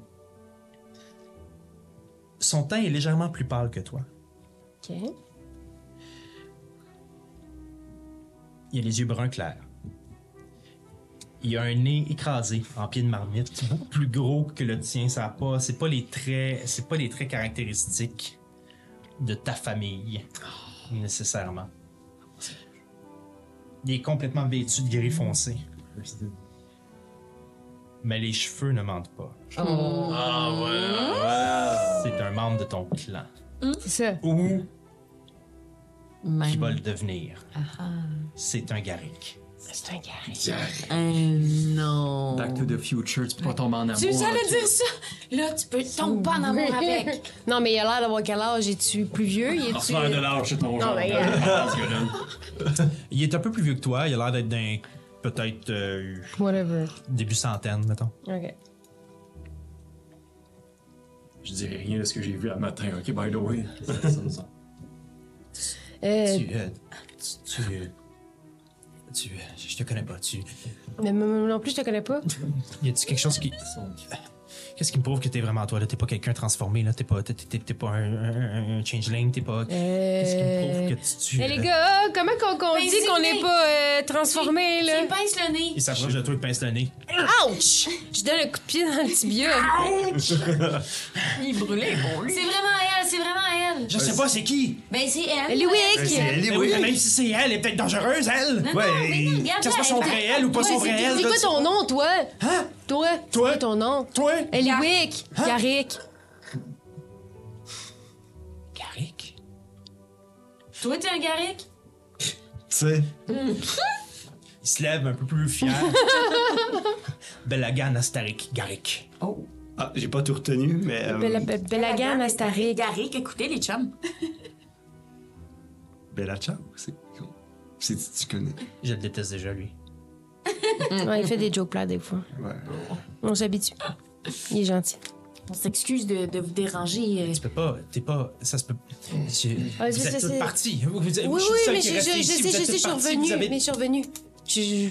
Son teint est légèrement plus pâle que toi.
OK.
Il a les yeux bruns clairs. Il a un nez écrasé en pied de marmite, beaucoup plus gros que le tien. Ça a pas, c'est pas les traits, c'est pas les traits caractéristiques de ta famille nécessairement. Il est complètement vêtu de gris foncé, mais les cheveux ne mentent pas.
Ah, voilà.
C'est un membre de ton clan
C'est ça.
ou qui
Même
va le devenir. C'est un Garrick.
C'est un gars.
un non.
Back to the future, tu peux pas tomber en amour.
Tu allais
ok.
dire ça? Là, tu peux tomber pas en amour avec.
non, mais il a l'air d'avoir quel âge? Es-tu plus vieux? Il
Transfert de
est
l'âge, c'est ton genre.
mais,
euh,
Il est un peu plus vieux que toi. Il a l'air d'être d'un peut-être euh,
Whatever.
début centaine, mettons.
OK.
Je dirais rien de ce que j'ai vu le matin, ok, by the way. Ça, ça, ça.
Euh,
Tu, euh, tu, tu, euh, tu, euh, je te connais pas. Tu,
mais moi non plus, je te connais pas.
y a-tu quelque chose qui, qu'est-ce qui me prouve que t'es vraiment toi là T'es pas quelqu'un transformé là T'es pas, t'es, t'es- t'es pas un, un- un changeling. T'es pas. Qu'est-ce qui me prouve que tu. tu,
Mais Eh, les
euh,
gars, comment qu'on qu'on
Ben,
dit qu'on
dis-le.
n'est pas euh, transformé,
Tu
là?
me pinces le nez.
Il s'approche de toi et te pince le nez.
Ouch! Je donne un coup de pied dans le tibia.
Il brûlait, bon, lui.
C'est vraiment elle, c'est vraiment elle.
Je sais pas c'est qui.
Ben, c'est
Euh,
elle.
C'est
Eliwick!
elle,
Mais Ben oui, Même si c'est elle, elle est peut-être dangereuse elle.
Non, non, mais non, regarde
Que ce soit
là,
son
elle-
réel ou pas
Ouais,
son
c'est-
réel.
C'est
je
quoi
sais
ton nom, toi? Hein? Toi? C'est quoi ton nom?
Toi. Hein?
Eliwick! Garrick!
Garrick.
Toi, t'es un garric?
Tu sais,
Il se lève un peu plus fier. Belagan Astarik Garrick.
ah, j'ai pas tout retenu, mais. euh,
Bella- Be- Belagan Astarik.
Garrick, écoutez les chums.
Bella Ciao, c'est. C'est tu connais.
Je le déteste déjà lui.
Ouais, il fait des jokes là des fois.
Ouais.
On s'habitue. Il est gentil.
On s'excuse de, de vous déranger. euh,
Tu peux pas, t'es pas, ça se peut. Je,
Ah,
vous
je
êtes
sais,
tous
c'est-
partis. Vous, vous- je suis
Oui,
le
oui,
seul
mais
qui
je,
est
je,
resté
je
ici. Vous
sais,
êtes
je sais,
tous
je suis
partis.
revenue.
Vous avez-
Mais je suis revenue. Je, je-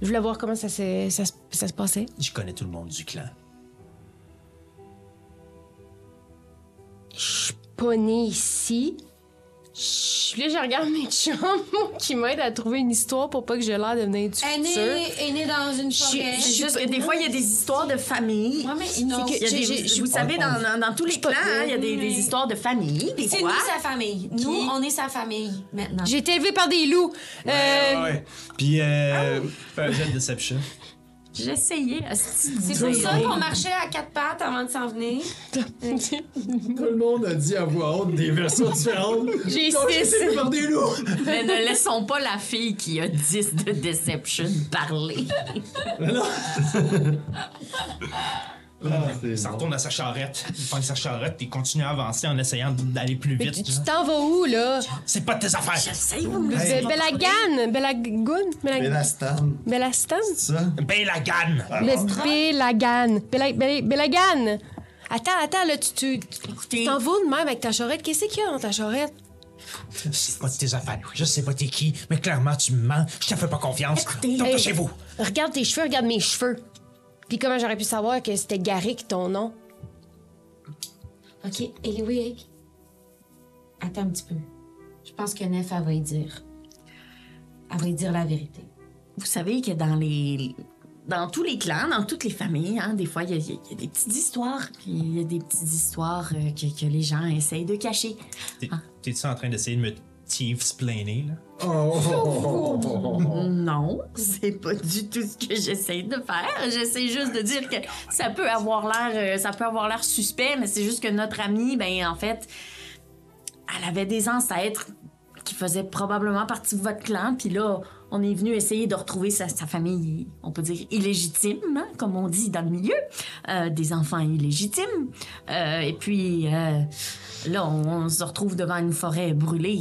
je voulais voir comment ça, s'est- ça, se- ça se passait.
Je connais tout le monde du clan.
Pas née ici. Je- Là, je regarde mes chums qui m'aident à trouver une histoire pour pas que j'ai l'air de venir du
Elle
futur.
est née dans une forêt.
C'est juste que des fois, il y a des histoires de famille.
Ouais, mais non.
C'est que
J'ai-
il y a des-
j'ai-
vous savez, dans, dans- dans tous les clans, hein, il y a des, des histoires de famille, des
C'est
quoi.
nous, sa famille. Nous, on est sa famille maintenant.
J'ai été élevée par des loups. Euh,
ouais. Puis, euh,
Ah!
Fais un jet de deception.
J'essayais. asti, de
C'est pour
dire.
ça qu'on marchait à quatre pattes avant de s'en venir.
Euh,
Tout le monde a dit à voix haute des versions différentes.
J'ai six.
Par des loups!
Mais ne laissons pas la fille qui a 10 de Deception parler.
Ça retourne à sa charrette. Il prend sa charrette et continue à avancer en essayant d'aller plus
Mais
vite.
tu tu
genre.
t'en vas où, là?
C'est pas de tes affaires.
Ça y va, me
Be- Belagan! Belagoun?
Mais
Belag-
la stan,
Belastan?
ça?
Ben la gagne.
Be- Belagan! Bela- Bela- Belagan! Attends, attends, là, tu- tu tu t'en vas de même avec ta charrette. Qu'est-ce qu'il y a dans ta charrette?
C'est pas de tes affaires. Je sais pas t'es qui, mais clairement tu me mens. Je te fais pas confiance.
Écoutez,
Donc
hey.
chez vous.
Regarde tes cheveux, regarde mes cheveux. Puis comment j'aurais pu savoir que c'était Garrick, ton nom?
OK, Eliwick. Attends un petit peu. Je pense que Nef, elle va y dire. Elle va y dire la vérité.
Vous savez que dans les. Dans tous les clans, dans toutes les familles, hein, des fois, il y, a- il y a il y a des petites histoires. puis Il y a des petites histoires euh, que, que les gens essayent de cacher.
T'es- T'es-tu en train d'essayer de me tief-splainer, là?
Non, c'est pas du tout ce que j'essaie de faire. J'essaie juste de dire que ça peut avoir l'air, euh, ça peut avoir l'air suspect, mais c'est juste que notre amie, ben en fait, elle avait des ancêtres qui faisaient probablement partie de votre clan, puis là, on est venu essayer de retrouver sa, sa famille, on peut dire illégitime, hein, comme on dit dans le milieu, euh, des enfants illégitimes. Euh, et puis euh, là, on, on se retrouve devant une forêt brûlée.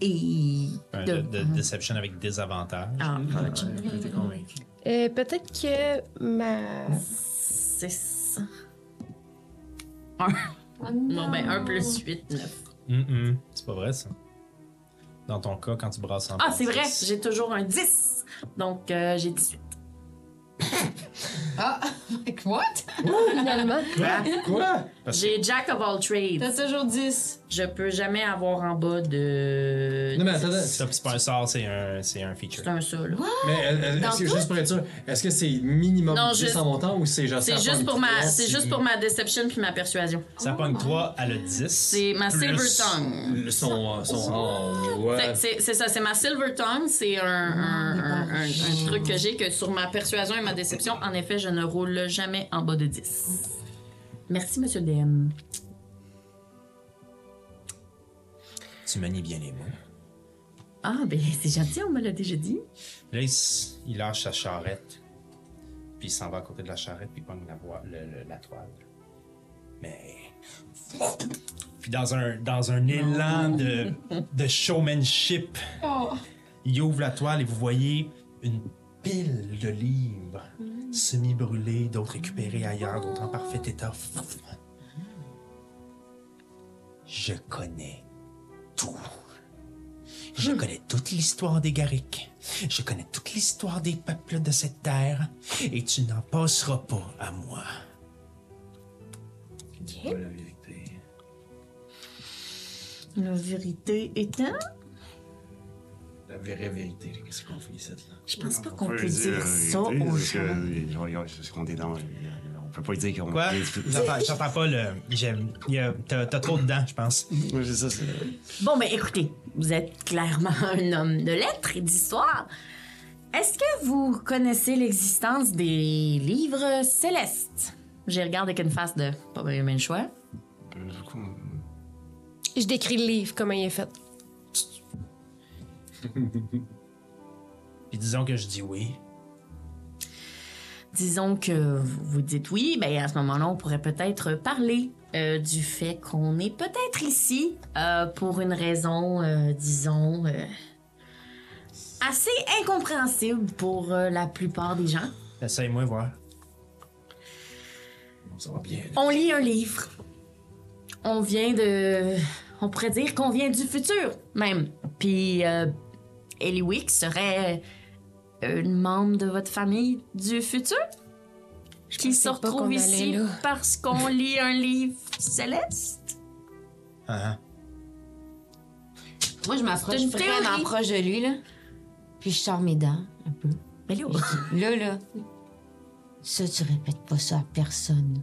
Et
Un
de-
Ben, de, de
Mhm.
deception avec désavantage.
Ah, ok.
Euh, Peut-être que ma.
C'est ça. Un.
Ah
non, mais un plus 8, 9.
Mm-mm. Mm, C'est pas vrai, ça. Dans ton cas, quand tu brasses en
Ah, c'est vrai,
pensée,
j'ai toujours un 10. Donc, euh, j'ai 18.
Like, what?
Finalement.
Quoi?
Parce-
J'ai Jack of all trades.
T'as toujours 10.
Je peux jamais avoir en bas de.
Non, mais attendez,
Ça, c'est pas un sort, c'est un, c'est un feature.
C'est un ça, là.
mais euh, euh,
Dans
est-ce que-
tout?
juste pour être sûr, est-ce que c'est minimum
Non,
10
juste-
en montant ou c'est genre ça
C'est
prend
juste,
une
pour
petite
ma...
place?
c'est juste pour ma deception puis ma persuasion.
Ça pogne 3 à le 10.
C'est ma
plus-
silver tongue.
Le son, son, oh,
Fait
ouais.
que C'est c'est ça, c'est ma silver tongue. C'est un, un- un- un- un truc que j'ai que sur ma persuasion et ma déception, en effet, je ne roule jamais en bas de 10. Merci, monsieur DM.
Tu manies bien les mots.
Ah, ben c'est gentil, on me l'a déjà dit.
Là, il, s- il lâche sa charrette. Puis il s'en va à côté de la charrette, puis il pogne la, voie- le- le- la toile. Mais. Puis dans un, dans un élan de, de showmanship, il ouvre la toile et vous voyez une pile de livres semi-brûlés, d'autres récupérés ailleurs, d'autres en parfait état. Je connais tout. Je connais toute l'histoire des Garrick. Je connais toute l'histoire des peuples de cette terre. Et tu n'en passeras pas à moi.
La vérité étant,
La vraie vérité, qu'est-ce qu'on fait ici, là?
je pense pas qu'on peut dire ça aux gens.
qu'on est dans. euh, On peut pas dire qu'on.
Quoi? J'entends j'entends pas le. j'aime- il y a- T'as t'as trop dedans, je pense.
Ouais, c'est ça, c'est- euh,
Bon, ben écoutez, vous êtes clairement un homme de lettres et d'histoire. Est-ce que vous connaissez l'existence des livres célestes? J'ai regardé qu'une face de pas vraiment le choix.
Je décris le livre, comment il est fait.
Puis disons que je dis oui.
Disons que vous dites oui, ben à ce moment-là, on pourrait peut-être parler euh, du fait qu'on est peut-être ici euh, pour une raison, euh, disons, euh, assez incompréhensible pour euh, la plupart des gens.
Essaye-moi voir.
Ça va bien.
On lit un livre. On vient de... On pourrait dire qu'on vient du futur, même. Puis euh, Eliwick serait euh, une membre de votre famille du futur qui se
pensais pas
retrouve
qu'on
ici
allait là.
parce qu'on lit un livre céleste.
Ah, ah.
Moi, je m'approche
C'est une
vraiment
théorie.
proche de lui, là. Puis je sors mes dents, un peu.
Mais là,
Là, là. Ça, tu répètes pas ça à personne.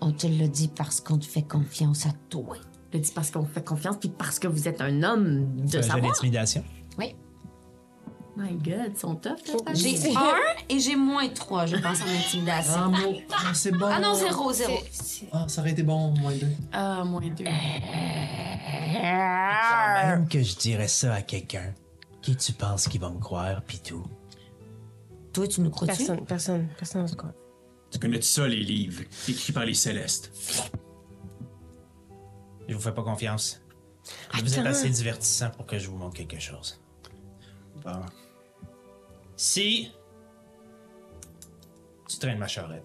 On te l'a dit parce qu'on te fait confiance à toi.
je le dis parce qu'on vous fait confiance puis parce que vous êtes un homme de
Euh, j'ai
savoir.
l'intimidation.
My God, ils sont tough. là, par
J'ai
exemple.
un et j'ai moins trois, je pense, en intimidation.
Ah, c'est bon.
Ah non, zéro, zéro.
Ah, ça aurait été bon, moins deux.
Ah, moins deux.
même que je dirais ça à quelqu'un. Qui tu penses qui va me croire, pis tout?
Toi, tu nous crois-tu?
Personne, personne, personne dans ce coin.
Tu connais ça, les livres écrits par les Célestes?
Je vous fais pas confiance. Vous êtes
Attends.
assez divertissant pour que je vous montre quelque chose. Bon. Si. Tu traînes ma charrette.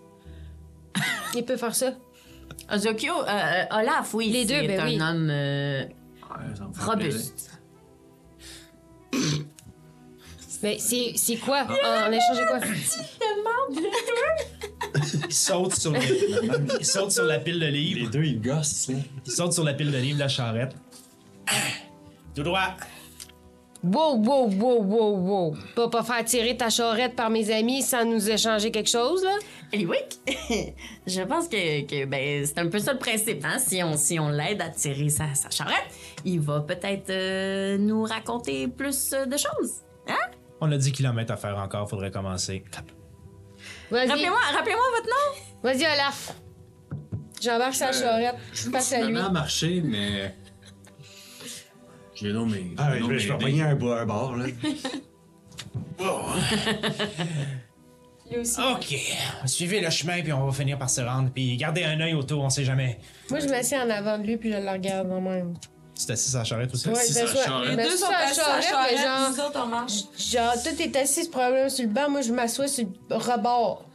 Il peut faire ça.
Ozokyo, euh, euh, Olaf, oui,
Les
c'est
deux, ben
un
oui.
homme euh,
Ouais, Ah, ça me fait plaisir.
robuste.
Mais Ben, c'est c'est quoi? Ah, En, en échange de quoi?
Il saute sur, le- il saute sur la pile de livres.
Les deux, ils gossent, là.
Il saute sur la pile de livres de la charrette. Tout droit.
Wow, wow, wow, wow, wow. Pas pas faire tirer ta charrette par mes amis sans nous échanger quelque chose, là?
Eliwick, Eh je pense que, que, ben, c'est un peu ça le principe. Hein? Si on, si on l'aide à tirer sa, sa charrette, il va peut-être euh, nous raconter plus euh, de choses. Hein?
On a 10 km à faire encore, faudrait commencer.
Vas-y,
Rappelez-moi rappelez votre nom.
vas-y, Olaf. J'embarque sa charrette. Je passe à
Je
lui.
me à marcher, mais. Je l'ai nommé.
Ah, je vais- je vais pogner un bois, un bord, là.
Ok. Suivez le chemin, puis on va finir par se rendre. Puis gardez un œil autour, on sait jamais.
Moi, je m'assieds en avant de lui puis je le regarde en même.
Tu t'assis sur la charrette aussi?
Ouais, je
sur la
m'assois-
charrette.
je
Les deux
m'assois
sont
sur la
assis à
charrette, mais genre,
charrette, nous autres, on marche.
genre, tout est assis probablement sur le banc. Moi, je m'assois sur le rebord.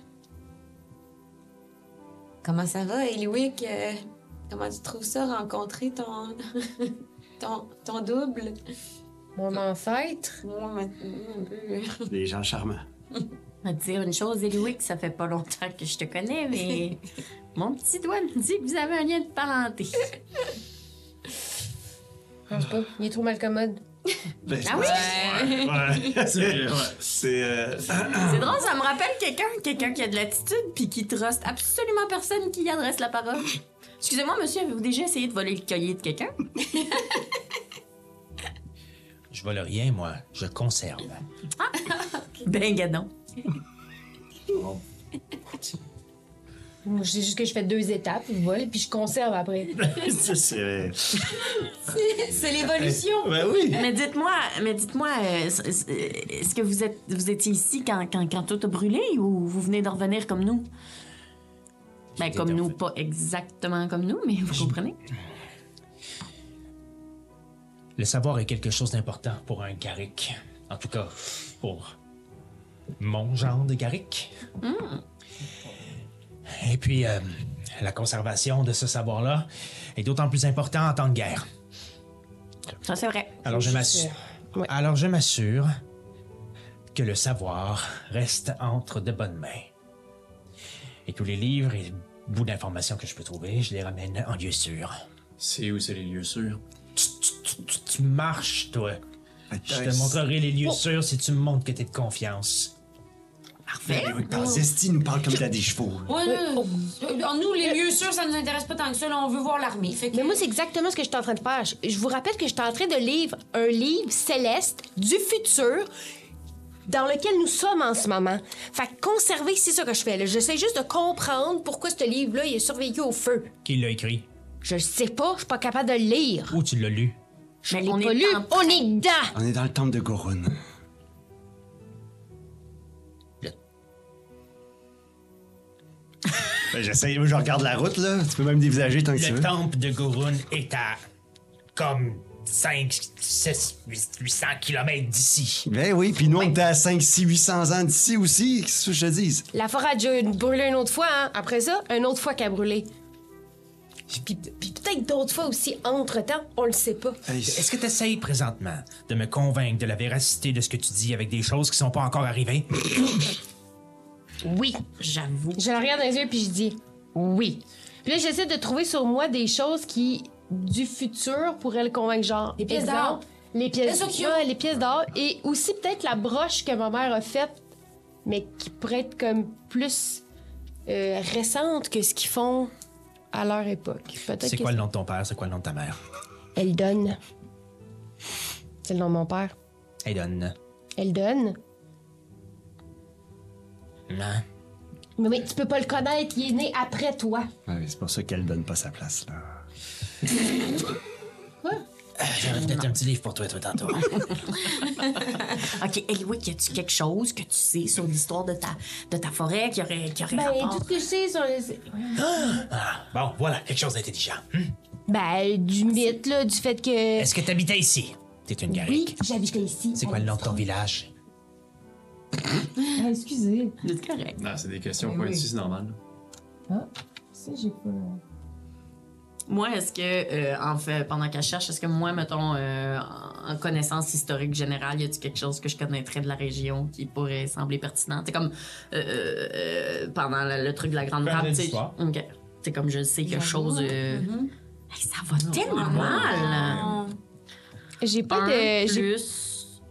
Comment ça va, Eliwick? Euh, comment tu trouves ça, rencontrer ton, ton, ton double?
Mon ancêtre.
Moi, maintenant, un peu.
Des gens charmants.
Ah Je vais te dire une chose, Eliwick, ça fait pas longtemps que je te connais, mais mon petit doigt me dit que vous avez un lien de parenté.
Je sais pas, il est trop mal commode.
Ben,
Ah oui?
Ouais. C'est. c'est, euh,
C'est drôle, ça me rappelle quelqu'un, quelqu'un qui a de l'attitude puis qui truste absolument personne qui y adresse la parole. Excusez-moi, monsieur, avez-vous déjà essayé de voler le collier de quelqu'un?
Je vole rien, moi. Je conserve.
Ben, gadon.
Moi, je sais juste que je fais deux étapes, je vole, puis je conserve après.
c'est- c'est-
C'est l'évolution!
Ben oui.
Mais dites-moi, mais dites-moi, euh, c- c- euh, est-ce que vous êtes, vous étiez ici quand, quand, quand tout a brûlé ou vous venez d'en revenir comme nous? Ben,
J'étais
comme
d'en
nous,
revenir.
pas exactement comme nous, mais vous comprenez?
Le savoir est quelque chose d'important pour un Garrick. En tout cas, pour mon genre de Garrick. Et puis, euh, la conservation de ce savoir-là est d'autant plus important en temps de guerre.
Ça, c'est vrai.
Alors je m'assure. Alors je m'assure que le savoir reste entre de bonnes mains. Et tous les livres et bouts d'informations que je peux trouver, je les ramène en lieu sûr.
C'est où c'est les lieux sûrs?
Tu, tu- tu- tu- tu marches, toi. Je te montrerai les lieux sûrs si tu me montres que t'es de confiance.
Ah
Ben oui, par zesty, il nous parle comme t'as des chevaux.
Ouais, là, euh, nous, les mieux sûrs, ça nous intéresse pas tant que ça. Là, on veut voir l'armée. Fait que...
Mais moi, c'est exactement ce que je suis en train de faire. Je- Je vous rappelle que je suis en train de lire un livre céleste du futur dans lequel nous sommes en ce moment. Fait que conserver, c'est ça que je fais. là. J'essaie juste de comprendre pourquoi ce livre-là, il est survécu au feu.
Qui l'a écrit?
Je le sais pas, je suis pas capable de le lire.
Où tu l'as lu?
Je
Mais
l'ai
on
pas
est
lu.
en
On est dedans!
On est dans le temple de Gorun. Ben, J'essaye, moi, je regarde la route, là. Tu peux même dévisager tant que tu
Le
veux.
temple de Gorun est à comme 5, 6, 800 kilomètres d'ici.
Ben oui, puis nous, on était à 5, 6, 800 ans d'ici aussi. Qu'est-ce que je te dise?
La forêt a déjà brûlé une autre fois, hein. Après ça, une autre fois qu'elle a brûlé. Puis, puis peut-être d'autres fois aussi, entre-temps, on le sait pas.
Hey,
Est-ce que tu essayes présentement de me convaincre de la véracité de ce que tu dis avec des choses qui sont pas encore arrivées?
Oui.
J'avoue.
Je la regarde dans les yeux puis je dis oui. Puis là, j'essaie de trouver sur moi des choses qui, du futur, pourraient le convaincre. Genre,
Des pièces
exemple,
d'or.
Les pièces
Des Tokyo.
d'or. Les pièces d'or. Et aussi peut-être la broche que ma mère a faite, mais qui pourrait être comme plus euh, récente que ce qu'ils font à leur époque. Peut-être
C'est
que
quoi le nom de ton père? C'est quoi le nom de ta mère?
Elle donne. C'est le nom de mon père.
Elle donne.
Elle donne.
Non.
Hein?
Mais, mais tu peux pas le connaître, il est né après toi.
Ouais, c'est pour ça qu'elle donne pas sa place, là.
J'aurais peut-être un petit livre pour toi, toi, tantôt. hein?
OK, Eliwick, y a-tu quelque chose que tu sais sur l'histoire de ta, de ta forêt qui aurait, qui aurait
Ben,
rapport?
tout ce que je sais sur les.
Bon, voilà, quelque chose d'intelligent. Hmm?
Ben, du mythe, là, du fait que.
Est-ce que t'habitais ici? T'es une garrigue.
Oui, j'habitais ici.
C'est quoi le nom de ton village?
Ah, excusez.
C'est correct.
Non, c'est des questions pointues, c'est normal.
Ça, j'ai pas.
Moi, est-ce que, euh, en fait, pendant qu'elle cherche, est-ce que moi, mettons, euh, en connaissance historique générale, y a-t-il quelque chose que je connaîtrais de la région qui pourrait sembler pertinent? C'est comme euh, euh, euh, pendant le, le truc de la Grande
Faire de
Grappe, tu sais.
l'histoire.
Ok. C'est comme je sais quelque chose. euh,
Mhm. Hey, ça va
Tellement
tellement mal! euh,
mal!
J'ai pas
Un
de. j'ai-
plus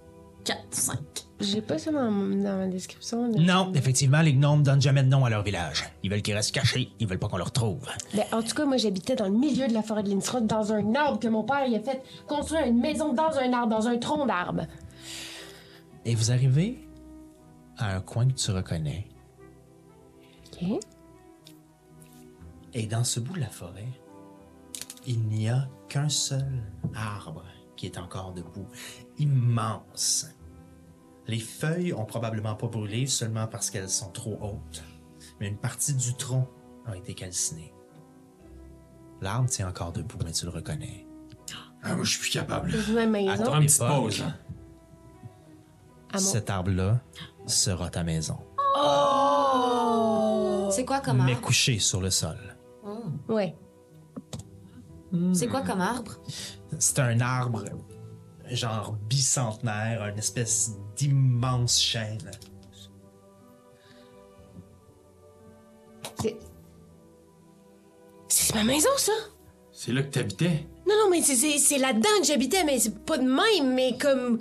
4, 5.
J'ai pas ça dans, dans ma description. là.
Non, effectivement, les gnomes donnent jamais de nom à leur village. Ils veulent qu'ils restent cachés, ils veulent pas qu'on le retrouve.
Ben, en tout cas, moi, j'habitais dans le milieu de la forêt de Lindsrod, dans un arbre que mon père il a fait construire une maison dans un arbre, dans un tronc d'arbre.
Et vous arrivez à un coin que tu reconnais.
OK.
Et dans ce bout de la forêt, il n'y a qu'un seul arbre qui est encore debout, immense. Les feuilles ont probablement pas brûlé seulement parce qu'elles sont trop hautes, mais une partie du tronc a été calcinée. L'arbre tient encore debout, mais tu le reconnais.
Ah, moi, je suis plus capable.
Dans ma maison.
Prends une petite
l'époque,
pause. là.
à mon-
hein. Cet arbre-là sera ta maison,
C'est quoi
Ah.
comme
mais
arbre?
couché sur le sol.
Ouais.
C'est quoi comme arbre?
C'est un arbre genre bicentenaire, une espèce d'immense chêne.
C'est. C'est ma maison, ça?
C'est là que t'habitais.
Non, non, mais c'est- c'est c'est là-dedans que j'habitais, mais c'est pas de même, mais comme.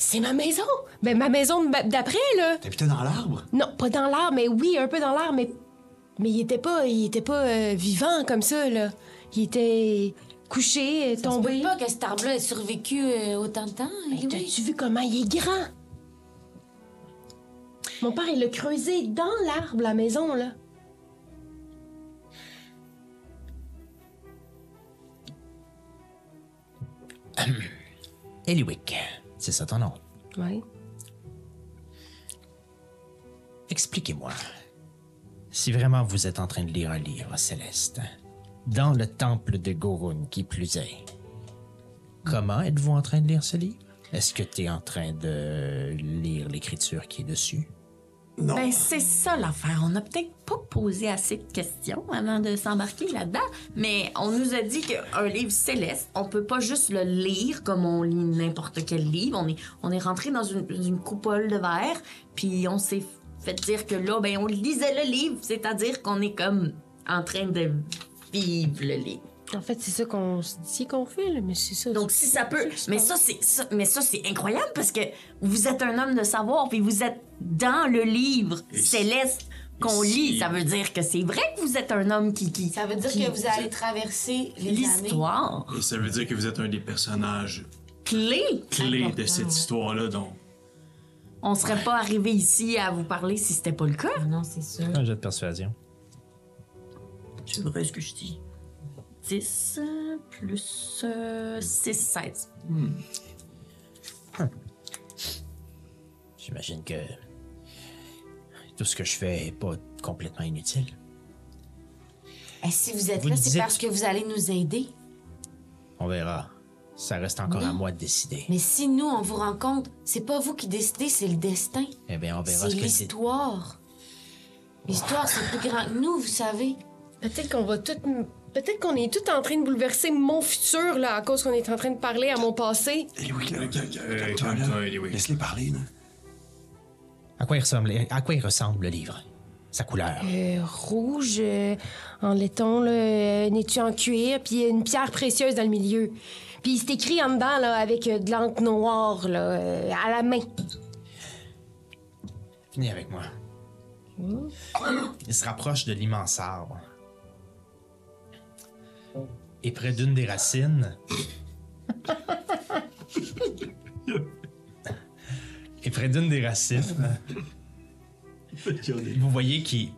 C'est ma maison! Ben, ma maison de ma- d'après, là!
T'habitais dans l'arbre?
Non, pas dans l'art, mais oui, un peu dans l'art, mais. Mais il était pas, il était pas euh, vivant comme ça, là. Il était couché, euh, tombé.
pas que cet arbre-là ait survécu euh, autant de temps.
Mais
Eliwick?
T'as-tu vu comment il est grand? Mon père, il l'a creusé dans l'arbre, la maison, là.
Eliwick, c'est ça ton nom.
Ouais.
Expliquez-moi. Si vraiment vous êtes en train de lire un livre, Céleste, dans le temple de Gorun, qui plus est, comment êtes-vous en train de lire ce livre? Est-ce que tu es en train de lire l'écriture qui est dessus?
Ben, c'est ça l'affaire. On n'a peut-être pas posé assez de questions avant de s'embarquer là-dedans, mais on nous a dit qu'un livre céleste, on peut pas juste le lire comme on lit n'importe quel livre. On est, on est rentré dans une, une coupole de verre, puis on s'est fait dire que là, ben, on lisait le livre, c'est-à-dire qu'on est comme en train de vivre le livre.
En fait, c'est ça qu'on se dit qu'on fait, là, mais c'est ça.
Donc si ça peut, mais ça c'est ça- mais ça c'est incroyable parce que vous êtes un homme de savoir puis vous êtes dans le livre
Et si-
céleste qu'on
et si-
lit, ça veut dire que c'est vrai que vous êtes un homme qui qui
Ça veut dire
qui-
que vous allez traverser les années.
l'histoire
Et ça veut dire que vous êtes un des personnages
clé.
clés de cette histoire-là, donc.
On serait pas arrivé ici à vous parler si c'était pas le cas.
Non, c'est sûr.
Un jet de persuasion.
C'est vrai ce que je dis. 10 euh, plus euh, 6, 16.
J'imagine que tout ce que je fais est pas complètement inutile.
Eh, si vous êtes
Vous
là,
le
c'est
dites.
parce que vous allez nous aider.
On verra. Ça reste encore à moi de décider.
Mais si nous, on vous rencontre, c'est pas vous qui décidez, c'est le destin.
Eh bien, on verra
C'est
ce que c'est.
l'histoire. L'histoire, c'est plus grand que nous, vous savez.
Peut-être qu'on va tout. Peut-être qu'on est tout en train de bouleverser mon futur, là, à cause qu'on est en train de parler à mon passé.
Eliwick, Eh là,
Euh,
calme-toi,
calme-toi,
là.
Eliwick.
Laisse-les parler, là.
À quoi, il ressemble, à quoi il ressemble le livre? Sa couleur?
Euh, rouge, euh, en laiton, là, euh, une étui en cuir, puis une pierre précieuse dans le milieu. Puis c'est écrit en dedans, là, avec euh, de l'encre noire, là, euh, à la main.
Venez avec moi. Il se rapproche de l'immense arbre. Et près d'une des racines. Et près d'une des racines, vous voyez qu'il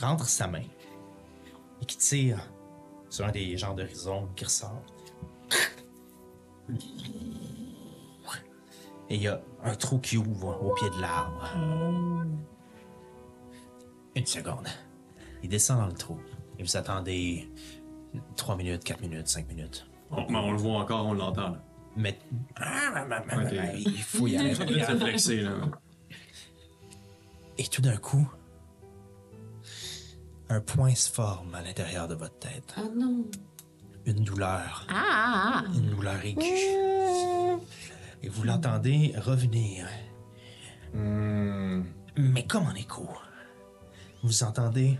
rentre sa main et qui tire sur un des genres d'horizons qui ressort. Et il y a un trou qui ouvre au pied de l'arbre. Mmh. Une seconde. Il descend dans le trou. Et vous attendez 3 minutes, 4 minutes, 5 minutes.
On, mais on le voit encore, on l'entend. là.
Mais.
Ok.
Il faut y aller.
Il est très flexé,
Ah,
là.
Et tout d'un coup, un point se forme à l'intérieur de votre tête.
Ah non.
Une douleur.
Ah, ah, ah.
une douleur aiguë. Et vous l'entendez revenir. Mais comme en écho, vous entendez.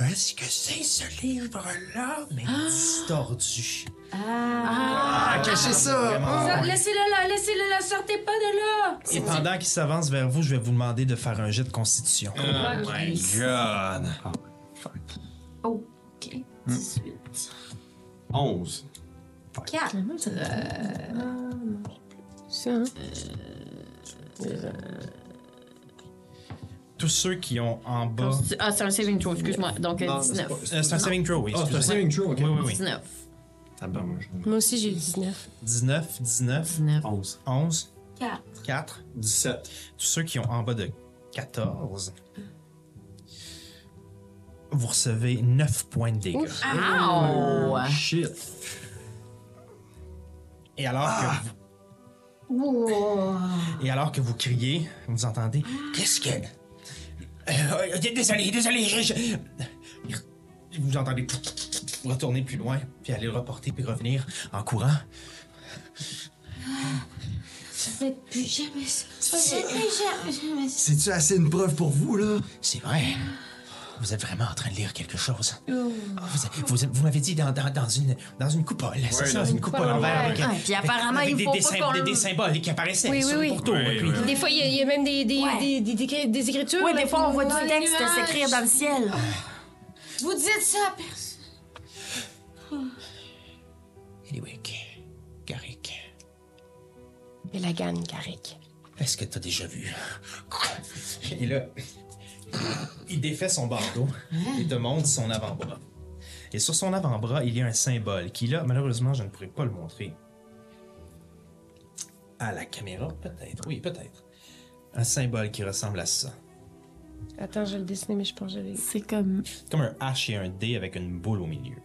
Est-ce que c'est ce livre-là, mais distordu?
Ah, cachez ça!
Ça, Ah, Laissez-le là, laissez-le là, sortez pas de là!
Et pendant qu'il s'avance vers vous, je vais vous demander de faire un jet de constitution.
Euh,
Oh my god!
11.
4.
Ça, hein?
Tous ceux qui ont en bas.
Ah, c'est un saving throw, excuse-moi. Donc, euh, 19.
Euh, c'est un saving throw, oui.
Ah,
excusez-moi.
throw, ok.
Oui, oui, oui.
19.
Moi aussi, j'ai 19.
19, 19,
19.
11.
11,
4.
4.
17.
Tous ceux qui ont en bas de 14, vous recevez 9 points de dégâts.
Ah. Ow!
Shit!
Et alors que vous... Et alors que vous criez, vous entendez Qu'est-ce que. Euh, euh, désolé, désolé, je. je- Et Vous entendez retourner plus loin, puis aller le reporter, puis revenir en courant.
Faites plus jamais ça. Faites plus jamais, jamais ça.
C'est-tu assez une preuve pour vous, là?
C'est vrai. Vous êtes vraiment en train de lire quelque chose.
Oh.
Ah, Vous, vous- vous m'avez dit dans, dans- dans une, dans une coupole, c'est ça?
dans une coupole,
en verre.
ouais.
avec-
Ah,
avec-
puis apparemment,
avec
il
des-
faut
des,
pas
sym-
qu'on
des-
le-
des symboles qui apparaissaient
Oui, oui,
sur
oui.
le pourtour.
Ouais,
et puis-
ouais.
Des fois, il y a- il y, a même des, des, des, des, des- des écritures.
Oui,
là,
des fois, on voit
Dans
du
les
texte
nuages.
s'écrire dans le ciel.
Vous dites ça à personne.
Eliwick, Garrick,
Mais la gagne, Carrick.
est-ce que t'as déjà vu? Et là, il défait son bandeau et te montre son avant-bras. Et sur son avant-bras, il y a un symbole qui, là, malheureusement, je ne pourrais pas le montrer. À la caméra, peut-être. Oui, peut-être. Un symbole qui ressemble à ça.
Attends, je vais le dessiner, mais je pense que j'avais
C'est comme.
Comme un H et un D avec une boule au milieu.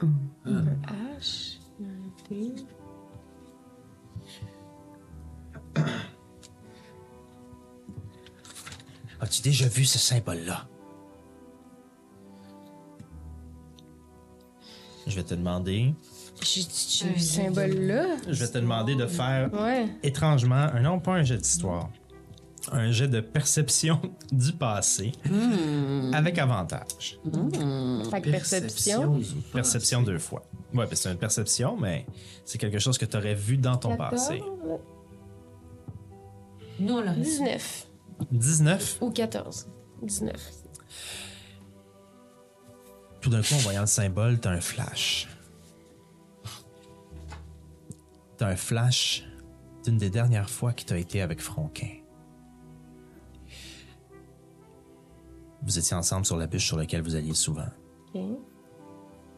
un H, un T.
As-tu déjà vu ce symbole-là? Je vais te demander.
J'ai j'ai eu ce symbole-là.
Je vais te demander de faire
Ouais.
étrangement, un non pas un jet d'histoire, un jet de perception du passé avec avantage.
Fait que perception.
Perception deux fois. Ouais, ben, c'est une perception, mais c'est quelque chose que tu aurais vu dans ton passé.
Nous, on l'a
19
19.
ou 14. 19.
Tout d'un coup, en voyant le symbole, t'as un flash. T'as un flash d'une des dernières fois que t'as été avec Fronquin. Vous étiez ensemble sur la bûche sur laquelle vous alliez souvent.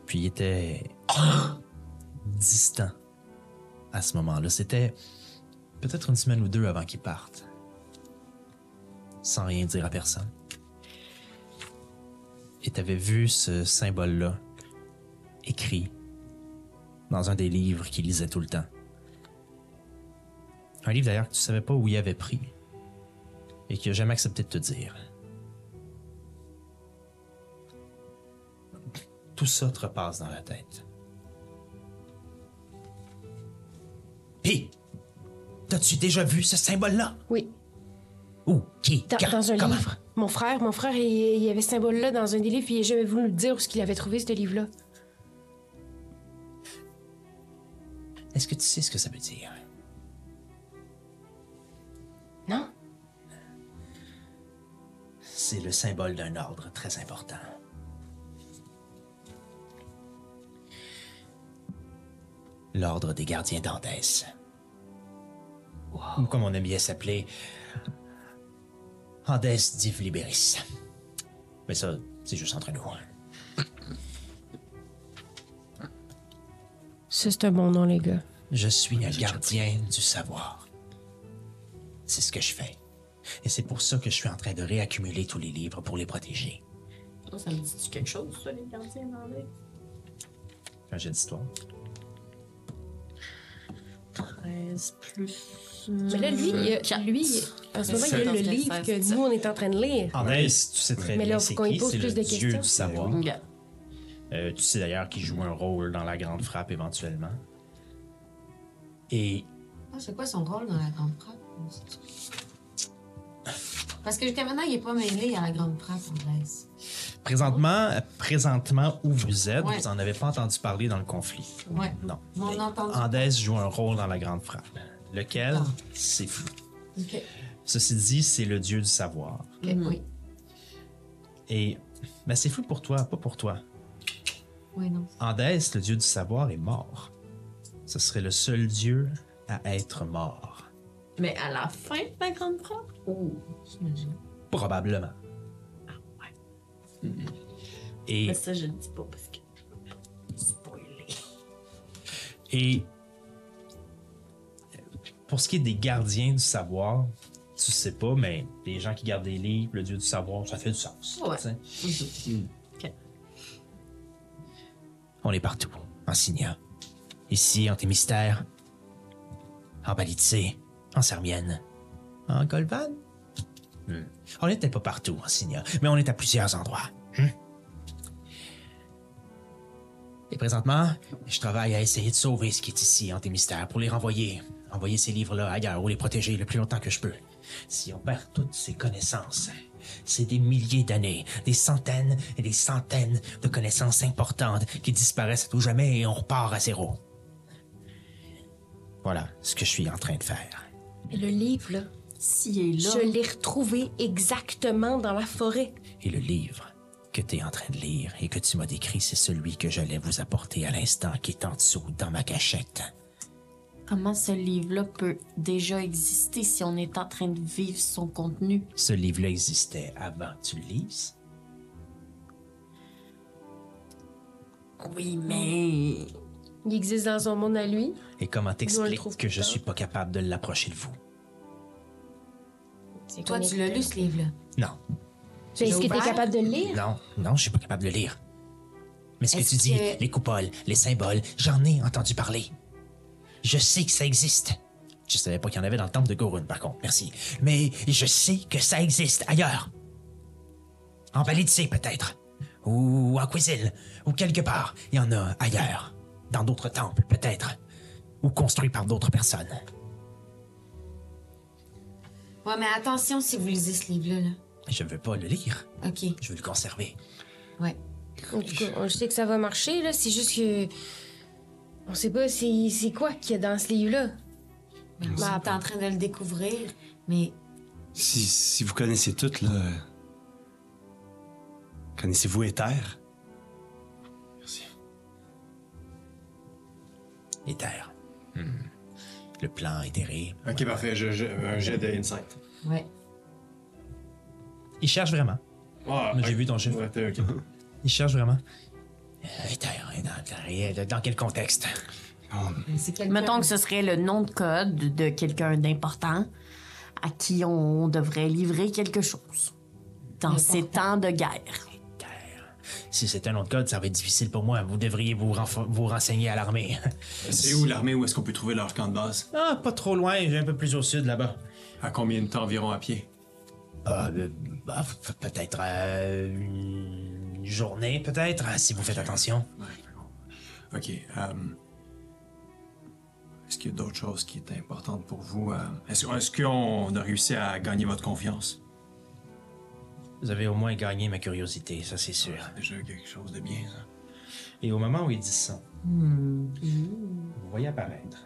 Puis il était distant à ce moment-là. C'était peut-être une semaine ou deux avant qu'il parte. Sans rien dire à personne. Et t'avais vu ce symbole-là écrit dans un des livres qu'il lisait tout le temps. Un livre d'ailleurs que tu savais pas où il avait pris et qu'il a jamais accepté de te dire. Tout ça te repasse dans la tête. Pis, t'as-tu déjà vu ce symbole-là?
Oui.
Où? Qui?
Dans,
Quand?
dans un
Comment?
livre. Mon frère, mon frère, il, il y avait ce symbole-là dans un des livres, puis il n'a jamais voulu me dire où ce qu'il avait trouvé, ce livre-là.
Est-ce que tu sais ce que ça veut dire?
Non?
C'est le symbole d'un ordre très important. L'ordre des gardiens d'Andès. Ou comme on aime bien s'appeler, Andes Div Liberis. Mais ça, c'est juste entre nous. hein.
Ça, c'est un bon nom, les gars.
Je suis le gardien du savoir. C'est ce que je fais. Et c'est pour ça que je suis en train de réaccumuler tous les livres pour les protéger.
Ça me dit-tu quelque chose, ça, les gardiens d'André?
J'ai jeu d'histoire.
13 plus.
Mmh.
Mais là, lui, il y a- lui, en ce moment, il y a le livre que nous, on est en train de lire.
En Inde, Ah, tu sais très
Mais là,
bien
faut
c'est
qu'on y
qui,
pose
c'est
plus
le
de
dieu
questions.
du savoir.
Mm.
Yeah.
Euh, tu sais d'ailleurs qu'il joue un rôle dans la grande frappe éventuellement. Et
Ah, c'est quoi son rôle dans la grande frappe? Parce que jusqu'à maintenant, il n'est pas mêlé à la grande frappe anglaise.
présentement, euh, présentement où vous êtes,
Ouais.
vous n'en avez pas entendu parler dans le conflit.
Ouais.
Non.
Mais on a entendu.
Andes joue un rôle dans la grande frappe. Lequel?
Ah.
C'est fou.
Ok.
Ceci dit, c'est le dieu du savoir.
Ok,
Mm-hmm.
Oui.
Et ben, c'est fou pour toi, pas pour toi.
Oui, non.
Andes, le dieu du savoir, est mort. Ce serait le seul dieu à être mort.
Mais à la fin de la grande frappe? Ou.
J'imagine.
Probablement. Et,
Mais ça, je le dis pas Ah, parce que. Spoiler.
et pour ce qui est des gardiens du savoir, tu sais pas, mais les gens qui gardent des livres, le dieu du savoir, ça fait du sens.
Ouais. Mm-hmm.
tu sais.
On est partout, en Signa. Ici, en Thémistère, en Balitse, en Sermienne, en Golvan. Hmm. On n'était pas partout, en Signa, mais on est à plusieurs endroits. hmm? Et présentement, je travaille à essayer de sauver ce qui est ici, en Thémistère, pour les renvoyer. Envoyer ces livres-là ailleurs ou les protéger le plus longtemps que je peux. Si on perd toutes ces connaissances, c'est des milliers d'années, des centaines et des centaines de connaissances importantes qui disparaissent à tout jamais et on repart à zéro. Voilà ce que je suis en train de faire.
Mais le livre, là,
S'il est là,
je l'ai retrouvé exactement dans la forêt.
Et le livre que tu es en train de lire et que tu m'as décrit, c'est celui que j'allais vous apporter à l'instant qui est en dessous dans ma cachette.
comment ce livre-là peut déjà exister si on est en train de vivre son contenu?
Ce livre-là existait avant que tu le lises.
Oui, mais...
Il existe dans son monde à lui.
Et comment t'expliques
trouve
que je
pas.
suis pas capable de l'approcher de vous?
Toi, tu l'as lu, ce livre-là.
Non,
Mais Est-ce Ben, que tu es
ouvert?
capable de le lire?
Non, non, je suis pas capable de le lire. Mais ce que
Est-ce
tu dis,
que-
les coupoles, les symboles, j'en ai entendu parler. Je sais que ça existe. Je savais pas qu'il y en avait dans le temple de Gorun, par contre, merci. Mais je sais que ça existe ailleurs. En Validicé, peut-être. Ou en Quisil. Ou quelque part. Il y en a ailleurs. Dans d'autres temples, peut-être. Ou construits par d'autres personnes.
Ouais, mais attention si vous lisez ce livre-là. Là.
Mais Je veux pas le lire.
OK.
Je veux le conserver.
Ouais.
En tout cas, on sait que ça va marcher, là. C'est juste que. On sait pas c'est c'est quoi qu'il y a dans ce livre-là.
Mais on est Bah, en train de le découvrir, mais
Si, si vous connaissez tout, là. euh, Connaissez-vous Éther?
Éther. Hmm. Le plan éthéré.
Ok, parfait. Je, je, un jet de insight.
ouais.
Il cherche vraiment.
Ah,
Mais j'ai
ok.
vu ton chiffre.
Ouais, t'es ok.
Il cherche vraiment.
Euh, Éther, hein, dans, dans, dans quel contexte?
C'est quelqu'un-
Mettons que ce serait le nom de code de quelqu'un d'important à qui on devrait livrer quelque chose dans ces temps de guerre.
Terre. Si c'est un autre code, ça va être difficile pour moi. Vous devriez vous, renfo- vous renseigner à l'armée.
C'est où l'armée Où est-ce qu'on peut trouver leur camp de base
Ah, pas trop loin, j'ai un peu plus au sud là-bas.
À combien de temps environ à pied
Ah, euh, bah, f- peut-être euh, une journée, peut-être, euh, si vous faites attention.
Ok. euh, est-ce qu'il y a d'autres choses qui étaient importantes pour vous euh, Est-ce est-ce qu'on a réussi à gagner votre confiance
Vous avez au moins gagné ma curiosité, ça c'est sûr.
Déjà quelque chose de bien. ça.
Et au moment où il dit ça, vous voyez apparaître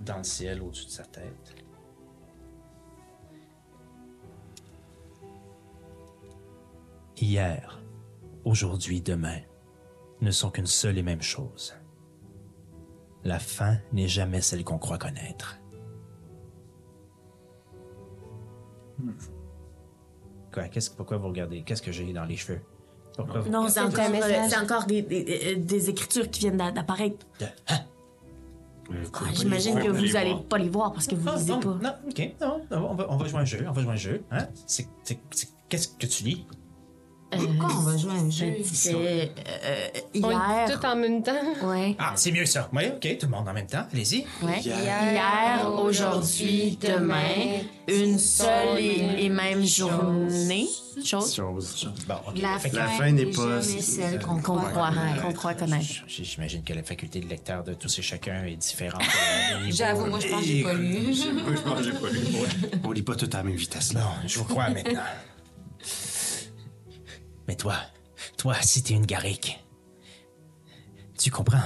dans le ciel au-dessus de sa tête
Hier, aujourd'hui, demain, ne sont qu'une seule et même chose. La fin n'est jamais celle qu'on croit connaître. Quoi, qu'est-ce, pourquoi vous regardez Qu'est-ce que j'ai dans les cheveux Pourquoi vous-
Non, c'est encore,
un
euh,
message.
c'est encore des, des- euh, des écritures qui viennent d'a- d'apparaître. Ah, J'imagine que vous n'allez pas les voir parce que vous ne
Ah,
lisez
non,
pas.
non, ok, non, non, on va, on va jouer à un jeu, on va jouer à un jeu. Hein? C'est, c'est- c'est- qu'est-ce que tu lis?
Pourquoi on va jouer à un jeu?
C'est euh,
On le dit
hier.
tout en même temps.
Hein?
Ouais.
Ah, c'est mieux ça. Oui, ok, tout le monde en même temps, allez-y.
ouais.
Hier.
Hier, aujourd'hui, demain, une seule et, et même journée. Chose
Chose.
Bon, ok. Fait que-
La fin n'est pas.
jamais celle qu'on
qu'on
croit.
croit, hein, qu'on croit connaître.
J- J'imagine que la faculté de lecteur de tous et chacun est différente. euh, au niveau-
J'avoue, moi, je pense que j'ai pas lu.
Moi, je pense que j'ai pas lu. Ouais.
On lit pas tout à la même vitesse là.
Non, je vous crois maintenant. Mais toi, toi, si t'es une garrigue, tu comprends.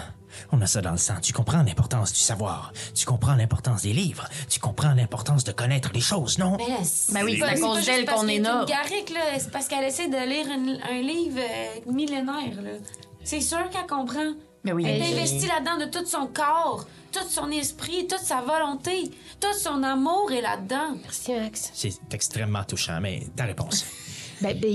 On a ça dans le sang. Tu comprends l'importance du savoir. Tu comprends l'importance des livres. Tu comprends l'importance de connaître les choses, non?
Mais là,
Ben oui, c'est à cause d'elle qu'on est là.
Garrick, là, c'est parce qu'elle essaie de lire une- un livre euh, millénaire, là. C'est sûr qu'elle comprend.
Mais Ben oui,
Elle est
j'ai-
investie là-dedans de tout son corps, tout son esprit, toute sa volonté, tout son amour est là-dedans.
Merci, Max.
C'est extrêmement touchant, mais ta réponse.
Ben, ben,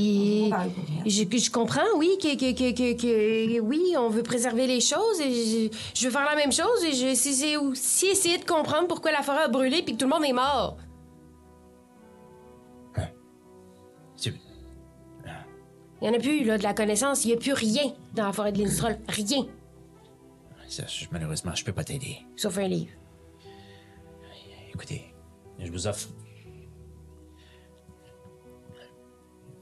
Ah,
je, je comprends, oui, que, que, que, que, que- oui, on veut préserver les choses et je, je veux faire la même chose et je- c'est c'est aussi essayer de comprendre pourquoi la forêt a brûlé puis que tout le monde est mort.
Tu-
Il y en a plus, là, de la connaissance. Il n'y a plus rien dans la forêt de Lindström. Rien.
ça, je- malheureusement, je peux pas t'aider.
Sauf un livre.
Écoutez, je vous offre.